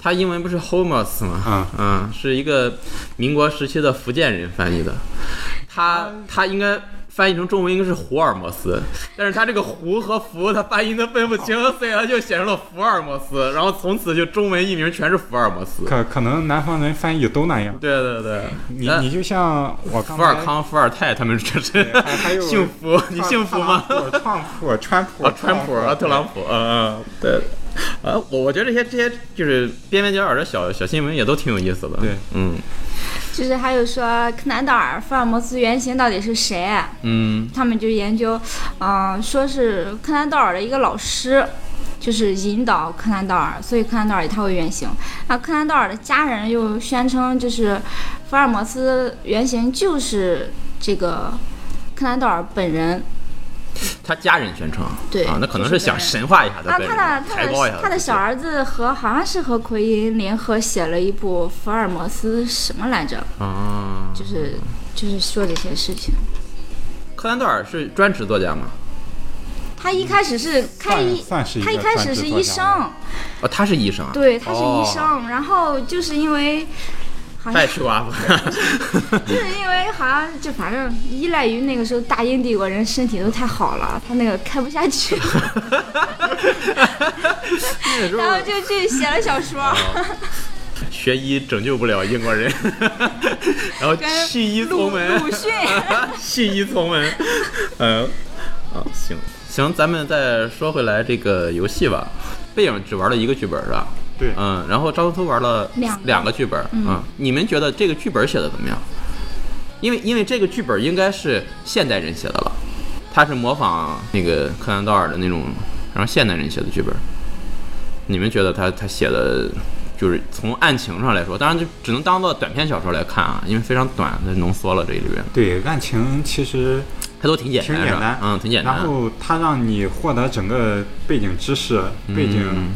Speaker 1: 他英文不是 Holmes 吗？
Speaker 2: 嗯
Speaker 1: 嗯，是一个民国时期的福建人翻译的，他他应该。翻译成中文应该是胡尔摩斯，但是他这个胡和福他发音都分不清，所以他就写成了福尔摩斯，然后从此就中文译名全是福尔摩斯。
Speaker 2: 可可能南方人翻译都那样，
Speaker 1: 对对对，
Speaker 2: 你
Speaker 1: 呃
Speaker 2: 你就像我刚
Speaker 1: 伏尔
Speaker 2: 才
Speaker 1: 康、伏尔泰他们这是
Speaker 2: 对还还有
Speaker 1: [LAUGHS] 幸福，你幸福吗？
Speaker 2: 特朗普特朗普、川普、
Speaker 1: 啊，川普啊，特朗普，嗯嗯，对，啊，我我觉得这些这些就是边边角角的小小新闻也都挺有意思的。
Speaker 2: 对，
Speaker 1: 嗯
Speaker 3: 就是还有说柯南道尔福尔摩斯原型到底是谁？啊
Speaker 1: 嗯，
Speaker 3: 他们就研究，嗯、说是柯南道尔的一个老师，就是引导柯南道尔，所以柯南道尔以他为原型。那柯南道尔的家人又宣称，就是福尔摩斯原型就是这个柯南道尔本人。
Speaker 1: 他家人宣称，
Speaker 3: 对
Speaker 1: 啊，那可能
Speaker 3: 就是是
Speaker 1: 想
Speaker 3: 本人
Speaker 1: 神化一下他
Speaker 3: 啊，
Speaker 1: 本
Speaker 3: 他
Speaker 1: 人，
Speaker 3: 的他
Speaker 1: 抬高一
Speaker 3: 的
Speaker 1: 下
Speaker 3: 他的小儿子和好像是和奎因联合写了一部《福尔摩斯》什么来着？
Speaker 1: 啊，
Speaker 3: 就是就是说这些事情。
Speaker 1: 柯南道尔是专职作家吗？
Speaker 3: 他一开始是开
Speaker 2: 算
Speaker 3: 一，
Speaker 2: 算是一个
Speaker 3: 他一开始是医生，
Speaker 1: 哦，他是医生啊，
Speaker 3: 对，他是
Speaker 1: 哦
Speaker 3: 医生，然后就是因为
Speaker 1: 他
Speaker 3: 好像
Speaker 1: 也去过阿富汗，
Speaker 3: 就是因为好像就反正依赖于那个时候大英帝国人身体都太好了，他那个开不下
Speaker 1: [LAUGHS]
Speaker 3: 去，
Speaker 1: 那个时候
Speaker 3: 然后就去写了小
Speaker 1: 哦
Speaker 3: 说。
Speaker 1: [LAUGHS] 学医拯救不了英国人， [LAUGHS] 然后
Speaker 3: 跟
Speaker 1: 弃医
Speaker 3: 鲁
Speaker 1: 从 [LAUGHS] 文，
Speaker 3: 鲁迅，
Speaker 1: 信义从
Speaker 2: [LAUGHS]
Speaker 1: 文。嗯，啊，行行，咱们再说回来这个游戏吧。背影只玩了一个剧本是吧？
Speaker 2: 对
Speaker 1: 嗯，然后张图图玩了
Speaker 3: 两个
Speaker 1: 个剧本，嗯，你们觉得这个剧本写的怎么样？因为因为这个剧本应该是现代人写的了，他是模仿那个柯南道尔的那种，然后现代人写的剧本。你们觉得他他写的，就是从案情上来说，当然就只能当做短篇小说来看啊，因为非常短，它浓缩了这里边。
Speaker 2: 对案情其实
Speaker 1: 它都挺简单，
Speaker 2: 挺简
Speaker 1: 是吧
Speaker 2: 单，
Speaker 1: 嗯，挺简单。
Speaker 2: 然后它让你获得整个背景知识，背
Speaker 1: 嗯
Speaker 2: 景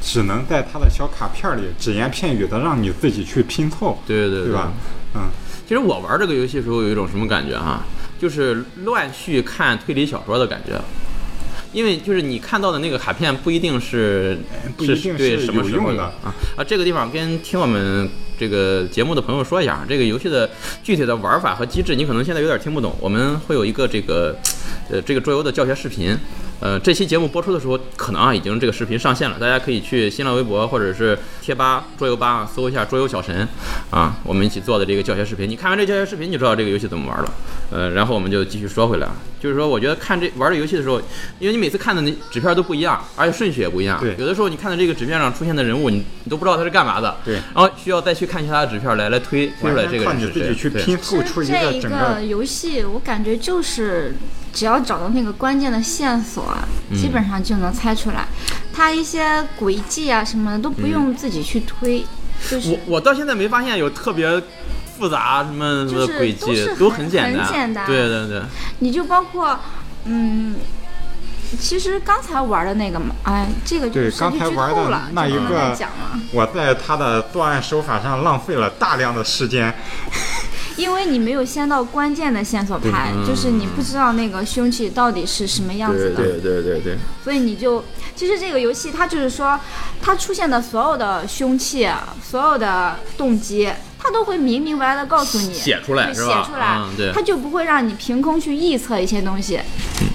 Speaker 2: 只能在它的小卡片里只言片语的让你自己去拼凑，
Speaker 1: 对对
Speaker 2: 对吧？嗯，
Speaker 1: 其实我玩这个游戏的时候有一种什么感觉哈、就是乱序看推理小说的感觉。因为就是你看到的那个卡片不一定是
Speaker 2: 不一定
Speaker 1: 对
Speaker 2: 是
Speaker 1: 什么
Speaker 2: 有
Speaker 1: 时候
Speaker 2: 用
Speaker 1: 的
Speaker 2: 的
Speaker 1: 啊啊！这个地方跟听我们这个节目的朋友说一下，这个游戏的具体的玩法和机制，你可能现在有点听不懂。我们会有一个这个呃这个桌游的教学视频，呃，这期节目播出的时候，可能啊已经这个视频上线了，大家可以去新浪微博或者是贴吧、桌游吧啊搜一下“桌游小神”，啊，我们一起做的这个教学视频。你看完这教学视频，你就知道这个游戏怎么玩了。呃，然后我们就继续说回来，就是说，我觉得看这玩这游戏的时候，因为你每次看的那纸片都不一样，而且顺序也不一样。
Speaker 2: 对
Speaker 1: 有的时候你看到这个纸片上出现的人物，你你都不知道他是干嘛的。
Speaker 2: 对
Speaker 1: 然后需要再去看其他的纸片来来推推出来这个
Speaker 2: 靠
Speaker 1: 人
Speaker 2: 你
Speaker 1: 是
Speaker 2: 自己
Speaker 1: 谁。
Speaker 2: 去
Speaker 1: 对
Speaker 2: 拼凑出一
Speaker 3: 这
Speaker 2: 个
Speaker 3: 一
Speaker 2: 整个
Speaker 3: 个游戏，我感觉就是只要找到那个关键的线索，
Speaker 2: 嗯
Speaker 3: 基本上就能猜出来。它一些轨迹啊什么的都
Speaker 2: 嗯
Speaker 3: 不用自己去推，就是
Speaker 1: 我我到现在没发现有特别复杂什么什么
Speaker 3: 就是
Speaker 1: 轨
Speaker 3: 都
Speaker 1: 迹
Speaker 3: 是，很
Speaker 1: 都很简单。
Speaker 3: 很简单
Speaker 1: 对对对，
Speaker 3: 你就包括嗯。其实刚才玩的那个嘛，哎，这个就
Speaker 2: 对
Speaker 3: 是
Speaker 2: 刚
Speaker 3: 剧
Speaker 2: 才
Speaker 3: 透
Speaker 2: 玩的
Speaker 3: 了，
Speaker 2: 那
Speaker 3: 就
Speaker 2: 一
Speaker 3: 不能再
Speaker 2: 个
Speaker 3: 讲了，
Speaker 2: 我在他的作案手法上浪费了大量的时间，
Speaker 3: 因为你没有先到关键的线索牌，就是你不知道那个凶器到底是什么样子的。
Speaker 1: 对对对。
Speaker 3: 所以你就，其实这个游戏它就是说，它出现的所有的凶器、所有的动机，它都会明明白白的告诉你，
Speaker 1: 写出来
Speaker 3: 对
Speaker 1: 是吧
Speaker 3: 写出来，
Speaker 1: 嗯对嗯
Speaker 3: 它就不会让你凭空去臆测一些东西。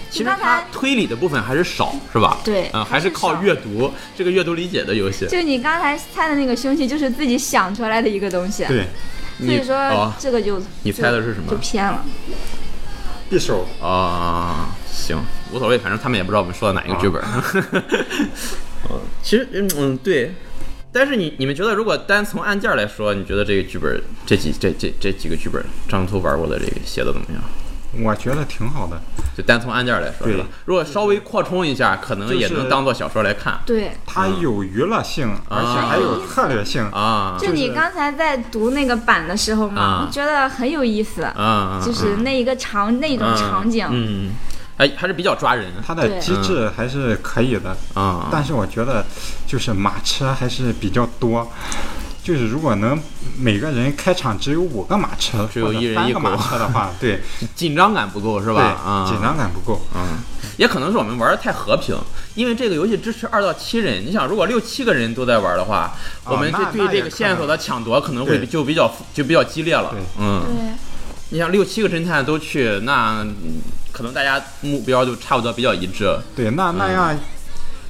Speaker 1: 其实
Speaker 3: 刚
Speaker 1: 它
Speaker 3: 才
Speaker 1: 推理的部分还是少，是吧？
Speaker 3: 对
Speaker 1: 嗯，还
Speaker 3: 还
Speaker 1: 是
Speaker 3: 是
Speaker 1: 靠
Speaker 3: 少
Speaker 1: 阅读这个阅读理解的游戏。
Speaker 3: 就你刚才猜的那个凶器，就是自己想出来的一个东西。
Speaker 2: 对，
Speaker 3: 所以
Speaker 1: 你
Speaker 3: 说、
Speaker 1: 哦
Speaker 3: 这个就
Speaker 1: 你
Speaker 3: 就
Speaker 1: 猜的是什么
Speaker 3: 就偏了。
Speaker 2: 匕首
Speaker 1: 啊，行，无所谓，反正他们也不知道我们说的哪一个剧本。
Speaker 3: 啊
Speaker 1: [LAUGHS] 嗯，其实嗯嗯对，但是你你们觉得，如果单从按件来说，你觉得这个剧本这几这这这几个剧本，张图玩过的这个写的怎么样？
Speaker 2: 我觉得挺好的。
Speaker 1: 就单从按件来说，
Speaker 2: 对
Speaker 1: 是吧？如果稍微扩充一下，可能也
Speaker 2: 就
Speaker 1: 能
Speaker 2: 是
Speaker 1: 当做小说来看
Speaker 3: 对，
Speaker 2: 它
Speaker 1: 嗯
Speaker 2: 有娱乐性，而且还有策略性。
Speaker 1: 啊
Speaker 3: 就你刚才在读那个版的时候嘛，
Speaker 1: 啊
Speaker 3: 觉得很有意思，
Speaker 1: 啊，
Speaker 3: 就是那一个场、那种
Speaker 1: 嗯
Speaker 3: 场景，
Speaker 1: 嗯，哎，还是比较抓人
Speaker 2: 它的
Speaker 3: 对
Speaker 2: 机制还是可以的，
Speaker 1: 嗯啊。
Speaker 2: 但是我觉得就是马车还是比较多。就是如果能每个人开场只有五个马车，
Speaker 1: 只有
Speaker 2: 或者
Speaker 1: 一人
Speaker 2: 三
Speaker 1: 一
Speaker 2: 个马
Speaker 1: 狗
Speaker 2: 车的话，对
Speaker 1: 紧张感不够是
Speaker 2: 对
Speaker 1: 吧？啊，，
Speaker 2: 紧张感不够。
Speaker 1: 嗯，也可能是我们玩的太和平，因为这个游戏支持二到七人。你想，如果六七个人都在玩的话，
Speaker 2: 哦
Speaker 1: 我们这
Speaker 2: 那
Speaker 1: 对
Speaker 2: 那
Speaker 1: 这
Speaker 2: 也
Speaker 1: 个
Speaker 2: 可
Speaker 1: 线索的抢夺可能会
Speaker 2: 对
Speaker 1: 就比较就比较激烈了
Speaker 2: 对。
Speaker 1: 嗯，
Speaker 3: 对。
Speaker 1: 你想六七个侦探都去，那嗯可能大家目标就差不多比较一致。
Speaker 2: 对，那
Speaker 1: 嗯
Speaker 2: 那样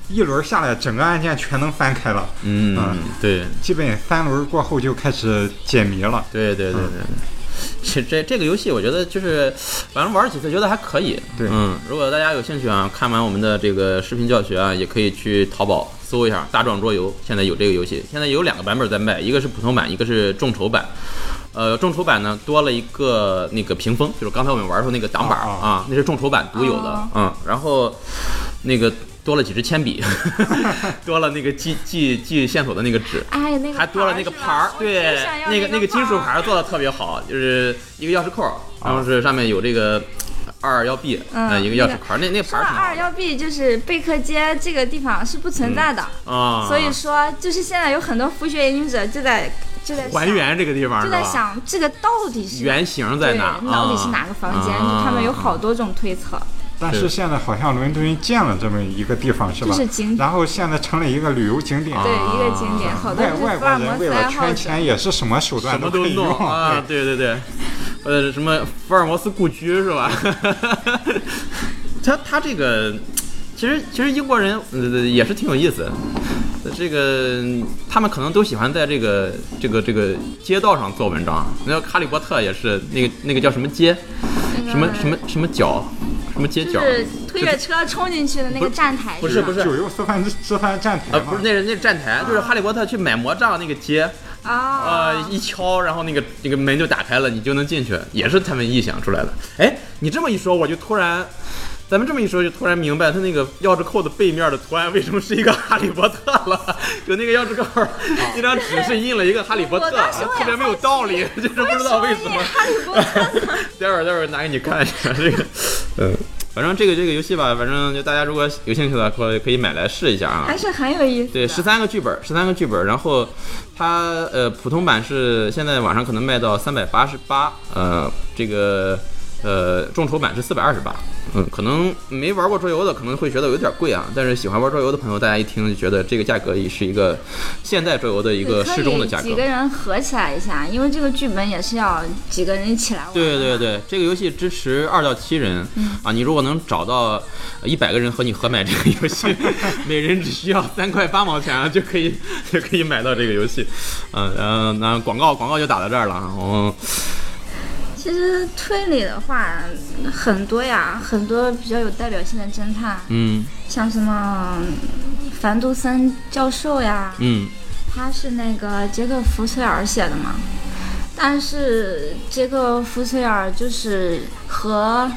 Speaker 2: 一轮下来，整个案件全能翻开了，
Speaker 1: 嗯，
Speaker 2: 嗯
Speaker 1: 对
Speaker 2: 基本三轮过后就开始解谜了。
Speaker 1: 对对对对对。这这这个游戏，我觉得就是，反正玩了几次觉得还可以。
Speaker 2: 对
Speaker 1: 嗯，如果大家有兴趣啊，看完我们的这个视频教学啊，也可以去淘宝搜一下《大壮桌游》，现在有这个游戏，现在有两个版本在卖，一个是普通版，一个是众筹版。呃，众筹版呢多了一个那个屏风，就是刚才我们玩的时候那个挡板儿
Speaker 2: 哦哦
Speaker 1: 啊，那是众筹版独有的。
Speaker 3: 哦
Speaker 1: 嗯，然后那个多了几支铅笔， [LAUGHS] 多了那个记记记线索的那个纸。
Speaker 3: 哎呀，那个
Speaker 1: 还多了那
Speaker 3: 个
Speaker 1: 个牌儿，对，那个那个金属牌儿做的特别好，就是一个钥匙扣儿，然后是上面有这个呃二二幺 B，
Speaker 3: 嗯
Speaker 1: 呃一个钥匙扣，儿，那那牌
Speaker 3: 说
Speaker 1: 儿
Speaker 3: 到
Speaker 1: 挺好嗯啊
Speaker 3: 二幺 B，就是贝克街这个地方是不存在的，
Speaker 1: 的啊，
Speaker 3: 所以说就是现在有很多佛学研究者就在就在
Speaker 1: 还
Speaker 3: 想
Speaker 1: 原这个地方
Speaker 3: 就是在
Speaker 1: 吧？
Speaker 3: 想这个到底是
Speaker 1: 原型在
Speaker 3: 对
Speaker 1: 哪？
Speaker 3: 到底是哪个房间？就他们有
Speaker 1: 啊
Speaker 3: 好多种推测，
Speaker 2: 但
Speaker 1: 是
Speaker 2: 是现在好像伦敦建了这么一个地方，是吧？
Speaker 3: 就是景点
Speaker 2: 然后现在成了一个旅游景点。
Speaker 3: 对一个景点，好多
Speaker 2: 外
Speaker 3: 就是
Speaker 2: 外
Speaker 3: 福
Speaker 2: 国
Speaker 3: 尔摩
Speaker 2: 人为
Speaker 3: 斯
Speaker 2: 了
Speaker 3: 爱好
Speaker 2: 圈
Speaker 3: 者。
Speaker 2: 钱也是什么手
Speaker 1: 什
Speaker 2: 段
Speaker 1: 么
Speaker 2: 可
Speaker 1: 都
Speaker 2: 以用
Speaker 1: 弄啊，对对对，呃，什么福尔摩斯故居是吧？他他这个，其实其实英国人呃也是挺有意思。这个他们可能都喜欢在这个这个这个街道上做文章。你像《哈利波特》也是那个那个叫什么街，
Speaker 3: 那
Speaker 1: 什么
Speaker 3: 个
Speaker 1: 什么什么角，什么街
Speaker 3: 啊就
Speaker 1: 角，
Speaker 3: 是推着车冲进去的那个站台
Speaker 1: 不是
Speaker 3: 上
Speaker 1: 不是
Speaker 2: 九又四番之番站台
Speaker 1: 呃，
Speaker 2: 嘛
Speaker 1: 不是那是那是站台，就是哈利波特去买魔杖那个街，
Speaker 3: 啊
Speaker 1: 呃，，一敲，然后那个那个门就打开了，你就能进去，也是他们臆想出来的。哎，你这么一说，我就突然，咱们这么一说，就突然明白他那个钥匙扣的背面的图案为什么是一个哈利波特了， [LAUGHS] 就那个钥匙扣，那张纸是印了一个哈利波特，
Speaker 3: 我当时我也
Speaker 1: 特别没有道理， [LAUGHS] 就是不知道为什么。
Speaker 3: 哈利波
Speaker 1: [LAUGHS]
Speaker 3: 特呢
Speaker 1: 待会儿待会儿拿给你看一下这个， [LAUGHS] 嗯。反正这个这个游戏吧，反正就大家如果有兴趣的，可以可以买来试一下啊。
Speaker 3: 还是很有意思的。
Speaker 1: 对，十三个剧本，十三个剧本，然后它呃普通版是现在网上可能卖到三百八十八，呃这个呃，众筹版是四百二十八。嗯，可能没玩过桌游的可能会觉得有点贵啊，但是喜欢玩桌游的朋友，大家一听就觉得这个价格也是一个现代桌游的一个适中的价格。
Speaker 3: 几个人合起来一下，因为这个剧本也是要几个人一起来玩。
Speaker 1: 对对对，这个游戏支持二到七人、嗯、啊，你如果能找到呃一百个人和你合买这个游戏， [LAUGHS] 每人只需要三块八毛钱啊，就可以就可以买到这个游戏。嗯、呃、嗯，那、呃、广告广告就打到这儿了啊，我。
Speaker 3: 其实推理的话很多呀，很多比较有代表性的侦探，
Speaker 1: 嗯，
Speaker 3: 像什么凡杜森教授呀，
Speaker 1: 嗯，
Speaker 3: 他是那个杰克·福崔尔写的嘛，但是杰克·福崔尔就是和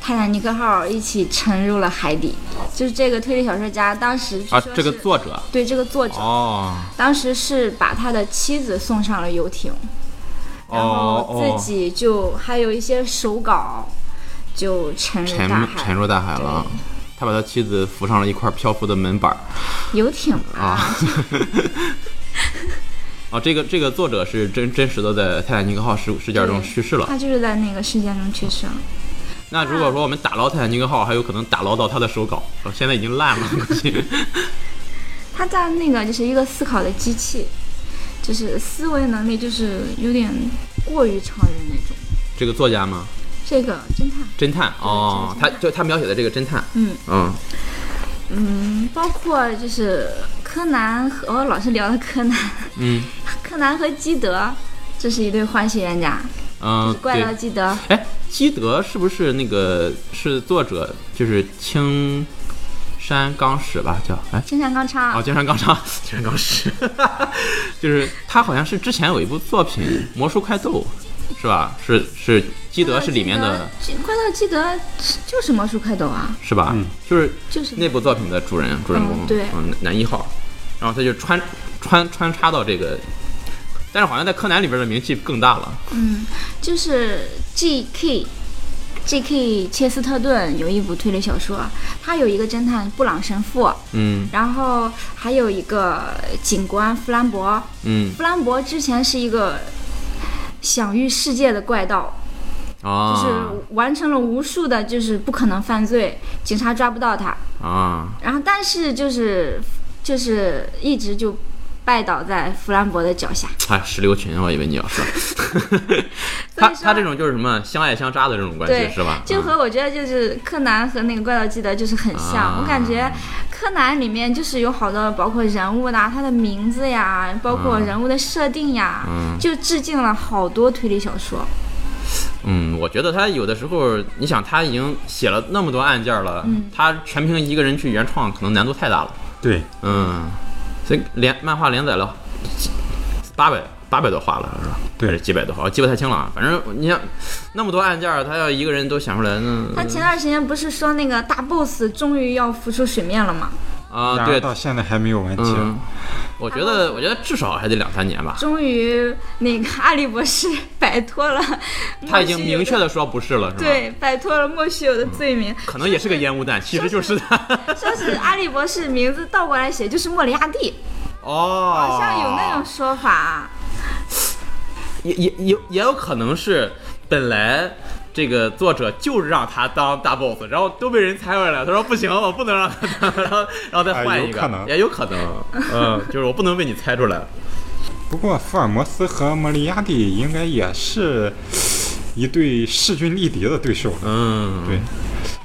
Speaker 3: 泰坦尼克号一起沉入了海底，就是这个推理小说家当时
Speaker 1: 啊，这个作者
Speaker 3: 对这个作者
Speaker 1: 哦，
Speaker 3: 当时是把他的妻子送上了游艇。
Speaker 1: 哦
Speaker 3: 然后自己就还有一些手稿，就沉入大海，
Speaker 1: 沉入大海了。啊他把他妻子扶上了一块漂浮的门板，
Speaker 3: 游艇啊。
Speaker 1: 哦，这个这个作者是真真实的在泰坦尼克号事事件中去世了。
Speaker 3: [LAUGHS] 他就是在那个事件中去世了。
Speaker 1: 那如果说我们打捞泰坦尼克号，还有可能打捞到他的手稿，哦、现在已经烂了。
Speaker 3: [LAUGHS] 他在那个就是一个思考的机器。就是思维能力，就是有点过于常人那种。
Speaker 1: 这个作家吗？
Speaker 3: 这个侦探。
Speaker 1: 侦探哦，他就他描写的这个侦探。
Speaker 3: 嗯
Speaker 1: 嗯
Speaker 3: 嗯，包括就是柯南和我老是聊的柯南。
Speaker 1: 嗯。
Speaker 3: [LAUGHS] 柯南和基德，这是一对欢喜冤家。
Speaker 1: 嗯。
Speaker 3: 就是怪盗基德。
Speaker 1: 哎，基德是不是那个是作者？就是青。山刚史吧，叫哎，
Speaker 3: 金山刚昌
Speaker 1: 哦，金山刚
Speaker 3: [LAUGHS]
Speaker 1: 昌，金山刚史， [LAUGHS] 就是他好像是之前有一部作品《魔术快斗》，是吧？是是，基德是里面的，
Speaker 3: 怪盗基德就是魔术快斗啊，
Speaker 1: 是吧？
Speaker 2: 嗯，
Speaker 1: 就是
Speaker 3: 就是
Speaker 1: 那部作品的主人主人公，
Speaker 3: 嗯、对，
Speaker 1: 嗯，男一号，然后他就穿穿穿插到这个，但是好像在柯南里边的名气更大了，
Speaker 3: 嗯，就是 G K。J.K. 切斯特顿有一部推理小说，他有一个侦探布朗神父，
Speaker 1: 嗯，
Speaker 3: 然后还有一个警官弗兰博，
Speaker 1: 嗯，
Speaker 3: 弗兰博之前是一个享誉世界的怪盗，
Speaker 1: 啊，
Speaker 3: 就是完成了无数的就是不可能犯罪，警察抓不到他，
Speaker 1: 啊，
Speaker 3: 然后但是就是就是一直就。拜倒在弗兰博的脚下。
Speaker 1: 哎，石榴裙，我以为你要说，他他这种就是什么相爱相杀的这种关系是吧？
Speaker 3: 就和我觉得就是柯南和那个怪盗基德就是很像，
Speaker 1: 啊、
Speaker 3: 我感觉柯南里面就是有好多包括人物啦、他的名字呀，包
Speaker 1: 啊
Speaker 3: 括人物的设定呀，
Speaker 1: 嗯、
Speaker 3: 就致敬了好多推理小说。
Speaker 1: 嗯，我觉得他有的时候，你想他已经写了那么多案件了，
Speaker 3: 嗯、
Speaker 1: 他全凭一个人去原创，可能难度太大了。
Speaker 2: 对，
Speaker 1: 嗯。所以连漫画连载了八百八百多话了，是吧？
Speaker 2: 对，
Speaker 1: 是几百多话，我记不太清了。反正你想那么多案件，他要一个人都想出来，那
Speaker 3: 他前段时间不是说那个大 boss 终于要浮出水面了吗？
Speaker 1: 啊，对，
Speaker 2: 到现在还没有完结、
Speaker 1: 嗯。我觉得，我觉得至少还得两三年吧。
Speaker 3: 终于，那个阿笠博士摆脱了，
Speaker 1: [LAUGHS] 他已经明确的说不是了，是吧？
Speaker 3: 对，摆脱了莫须有的罪名，嗯、
Speaker 1: 可能也是个烟雾弹，其实就是他。 [LAUGHS]
Speaker 3: 说是阿笠博士名字倒过来写就是莫里亚蒂，
Speaker 1: 哦，
Speaker 3: 好像有那种说法。
Speaker 1: 也也也也有可能是本来。这个作者就是让他当大 boss，然后都被人踩回来了。他说不行，我不能让他 [LAUGHS] 当，然后然后再换一个，
Speaker 2: 哎、有
Speaker 1: 也有可能，嗯，就是我不能被你猜出来。
Speaker 2: 不过福尔摩斯和莫里亚蒂应该也是一对势均力敌的对手。
Speaker 1: 嗯，
Speaker 2: 对，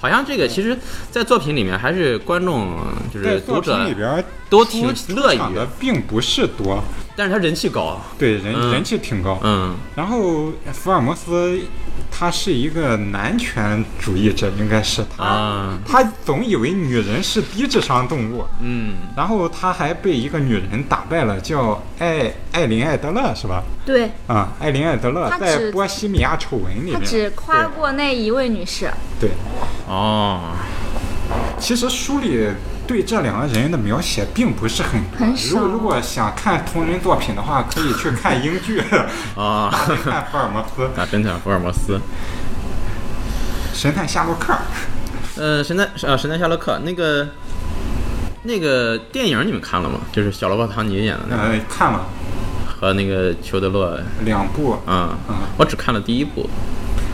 Speaker 1: 好像这个其实，在作品里面还是观众就是读者
Speaker 2: 里边
Speaker 1: 都挺乐意
Speaker 2: 的，并不是多，
Speaker 1: 但是他人气高，
Speaker 2: 对人、
Speaker 1: 嗯、
Speaker 2: 人气挺高。
Speaker 1: 嗯，
Speaker 2: 然后福尔摩斯。他是一个男权主义者，应该是他。
Speaker 1: 啊、
Speaker 2: 他总以为女人是低智商动物。
Speaker 1: 嗯。
Speaker 2: 然后他还被一个女人打败了，叫艾艾琳·艾德勒，是吧？
Speaker 3: 对。
Speaker 2: 啊、嗯，艾琳·艾德勒在《波西米亚丑闻》里面，
Speaker 1: 啊
Speaker 3: 他只夸过那一位女士。
Speaker 2: 对。
Speaker 1: 哦。
Speaker 2: 其实书里对这两个人的描写并不是很
Speaker 3: 很少。
Speaker 2: 如果想看同人作品的话，可以去看英
Speaker 1: [LAUGHS]
Speaker 2: 剧
Speaker 1: 啊，
Speaker 2: 看福尔摩斯
Speaker 1: 啊，神探福尔摩斯，
Speaker 2: 神探夏洛克。
Speaker 1: 呃，神探啊，神探夏洛克那个那个电影你们看了吗？就是小罗伯·唐尼演的那个。
Speaker 2: 呃，看了。
Speaker 1: 和那个裘德洛
Speaker 2: 两部。
Speaker 1: 嗯，
Speaker 2: 嗯
Speaker 1: 我只看了第一部。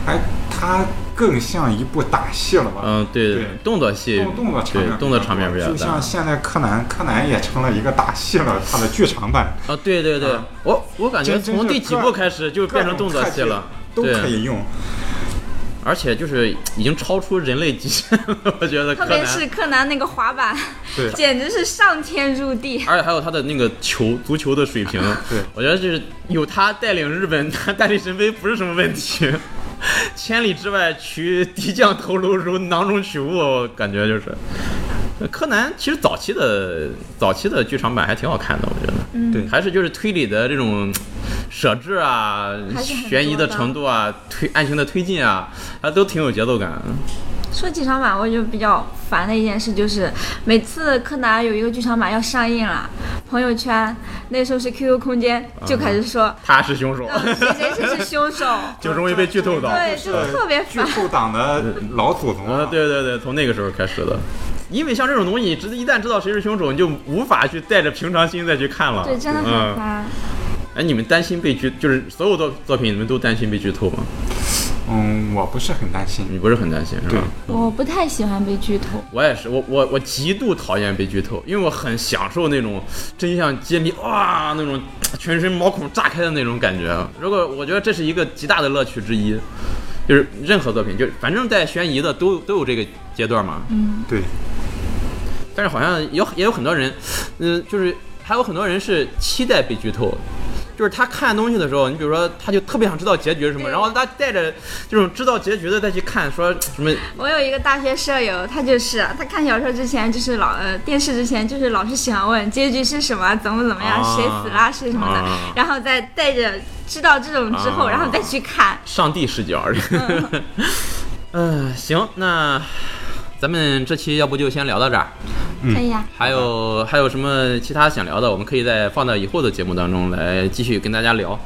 Speaker 2: 还它更像一部打戏了吧？
Speaker 1: 嗯，对
Speaker 2: 对
Speaker 1: 动作戏，
Speaker 2: 动动作场面
Speaker 1: 对，动作场面比较
Speaker 2: 就
Speaker 1: 大
Speaker 2: 像。现在柯南，柯南也成了一个打戏了，它的剧场版
Speaker 1: 啊，对对对
Speaker 2: 啊，
Speaker 1: 我我感觉
Speaker 2: 真真是
Speaker 1: 从第几
Speaker 2: 各
Speaker 1: 部开始 [LAUGHS] 就变成动作戏了，
Speaker 2: 各种菜系都可
Speaker 1: 对，
Speaker 2: 以用。
Speaker 1: 而且就是已经超出人类极限了，我觉得柯
Speaker 3: 特别
Speaker 1: 南。
Speaker 3: 是柯南那个滑板，
Speaker 2: 对
Speaker 3: [LAUGHS] 简直是上天入地。
Speaker 1: 而且还有他的那个球足球的水平，
Speaker 2: [LAUGHS] 对
Speaker 1: 我觉得就是有他带领日本， [LAUGHS] 他带领神杯不是什么问题。 [LAUGHS] 千里之外取敌将头颅如囊中取物，我感觉就是。柯南其实早期的早期的剧场版还挺好看的，我觉得。
Speaker 3: 嗯
Speaker 2: 对
Speaker 1: 还是就是推理的这种设置啊
Speaker 3: 还，是很
Speaker 1: 悬疑的
Speaker 3: 多的
Speaker 1: 程度啊，推案情的推进啊，它都挺有节奏感。
Speaker 3: 说剧场版，我就比较烦的一件事就是，每次柯南有一个剧场版要上映了，朋友圈那时候是 QQ 空间就开始说，
Speaker 1: 他是凶手，
Speaker 3: [LAUGHS] 呃谁谁谁是
Speaker 1: [LAUGHS]
Speaker 3: 凶手，
Speaker 1: 就容易被剧透到。
Speaker 3: 对
Speaker 2: 是
Speaker 3: 就特别
Speaker 2: 呃剧
Speaker 3: 烦
Speaker 2: 透党
Speaker 1: [LAUGHS]
Speaker 2: 的老祖宗
Speaker 1: 啊，
Speaker 2: 了。
Speaker 1: 对对对，从那个时候开始的。因为像这种东西，你知一旦知道谁是凶手，你就无法去带着平常心再去看了。
Speaker 3: 对，真的很
Speaker 1: 嗯，
Speaker 3: 烦。
Speaker 1: 哎，你们担心被剧，就是所有作作品，你们都担心被剧透吗？
Speaker 2: 嗯，我不是很担心。
Speaker 1: 你不是很担心是吧？
Speaker 3: 我不太喜欢被剧透，
Speaker 1: 我也是，我我我极度讨厌被剧透，因为我很享受那种真相揭秘，哇，那种全身毛孔炸开的那种感觉。啊如果我觉得这是一个极大的乐趣之一，就是任何作品，就是反正带悬疑的都都有这个阶段嘛。
Speaker 2: 对，
Speaker 1: 但是好像有也有很多人，嗯、就是还有很多人是期待被剧透。就是他看东西的时候，你比如说，他就特别想知道结局是什么，
Speaker 3: 对
Speaker 1: 然后他带着这种知道结局的再去看，说什么
Speaker 3: 我有一个大学舍友，他就是他看小说之前就是老呃电视之前就是老是喜欢问结局是什么，怎么怎么样，
Speaker 1: 啊
Speaker 3: 谁死啦，谁什么的，
Speaker 1: 啊
Speaker 3: 然后再带着知道这种之后，
Speaker 1: 啊
Speaker 3: 然后再去看。
Speaker 1: 上帝视 [LAUGHS] 角。嗯，行，那咱们这期要不就先聊到这儿。
Speaker 2: 嗯
Speaker 3: 可以啊呀，
Speaker 1: 还有还有什么其他想聊的，我们可以再放到以后的节目当中来继续跟大家聊。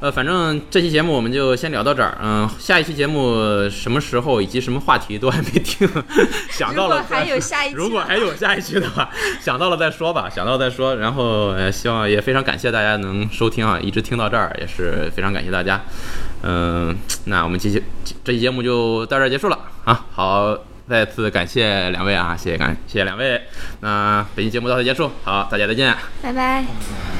Speaker 1: 呃，反正这期节目我们就先聊到这儿。嗯、下一期节目什么时候以及什么话题都还没定， [LAUGHS] 想
Speaker 3: 如
Speaker 1: 到
Speaker 3: 果
Speaker 1: 了再
Speaker 3: 还有下一期，
Speaker 1: 如果还有下一期的话， [LAUGHS] 想到了再说吧，想到再说。然后呃，希望也非常感谢大家能收听啊，一直听到这儿也是非常感谢大家。嗯、那我们继续这期节目就到这儿结束了啊。好，再次感谢两位啊，谢谢感谢两位。那本期节目到此结束，好，大家再见。
Speaker 3: 拜拜。
Speaker 2: 拜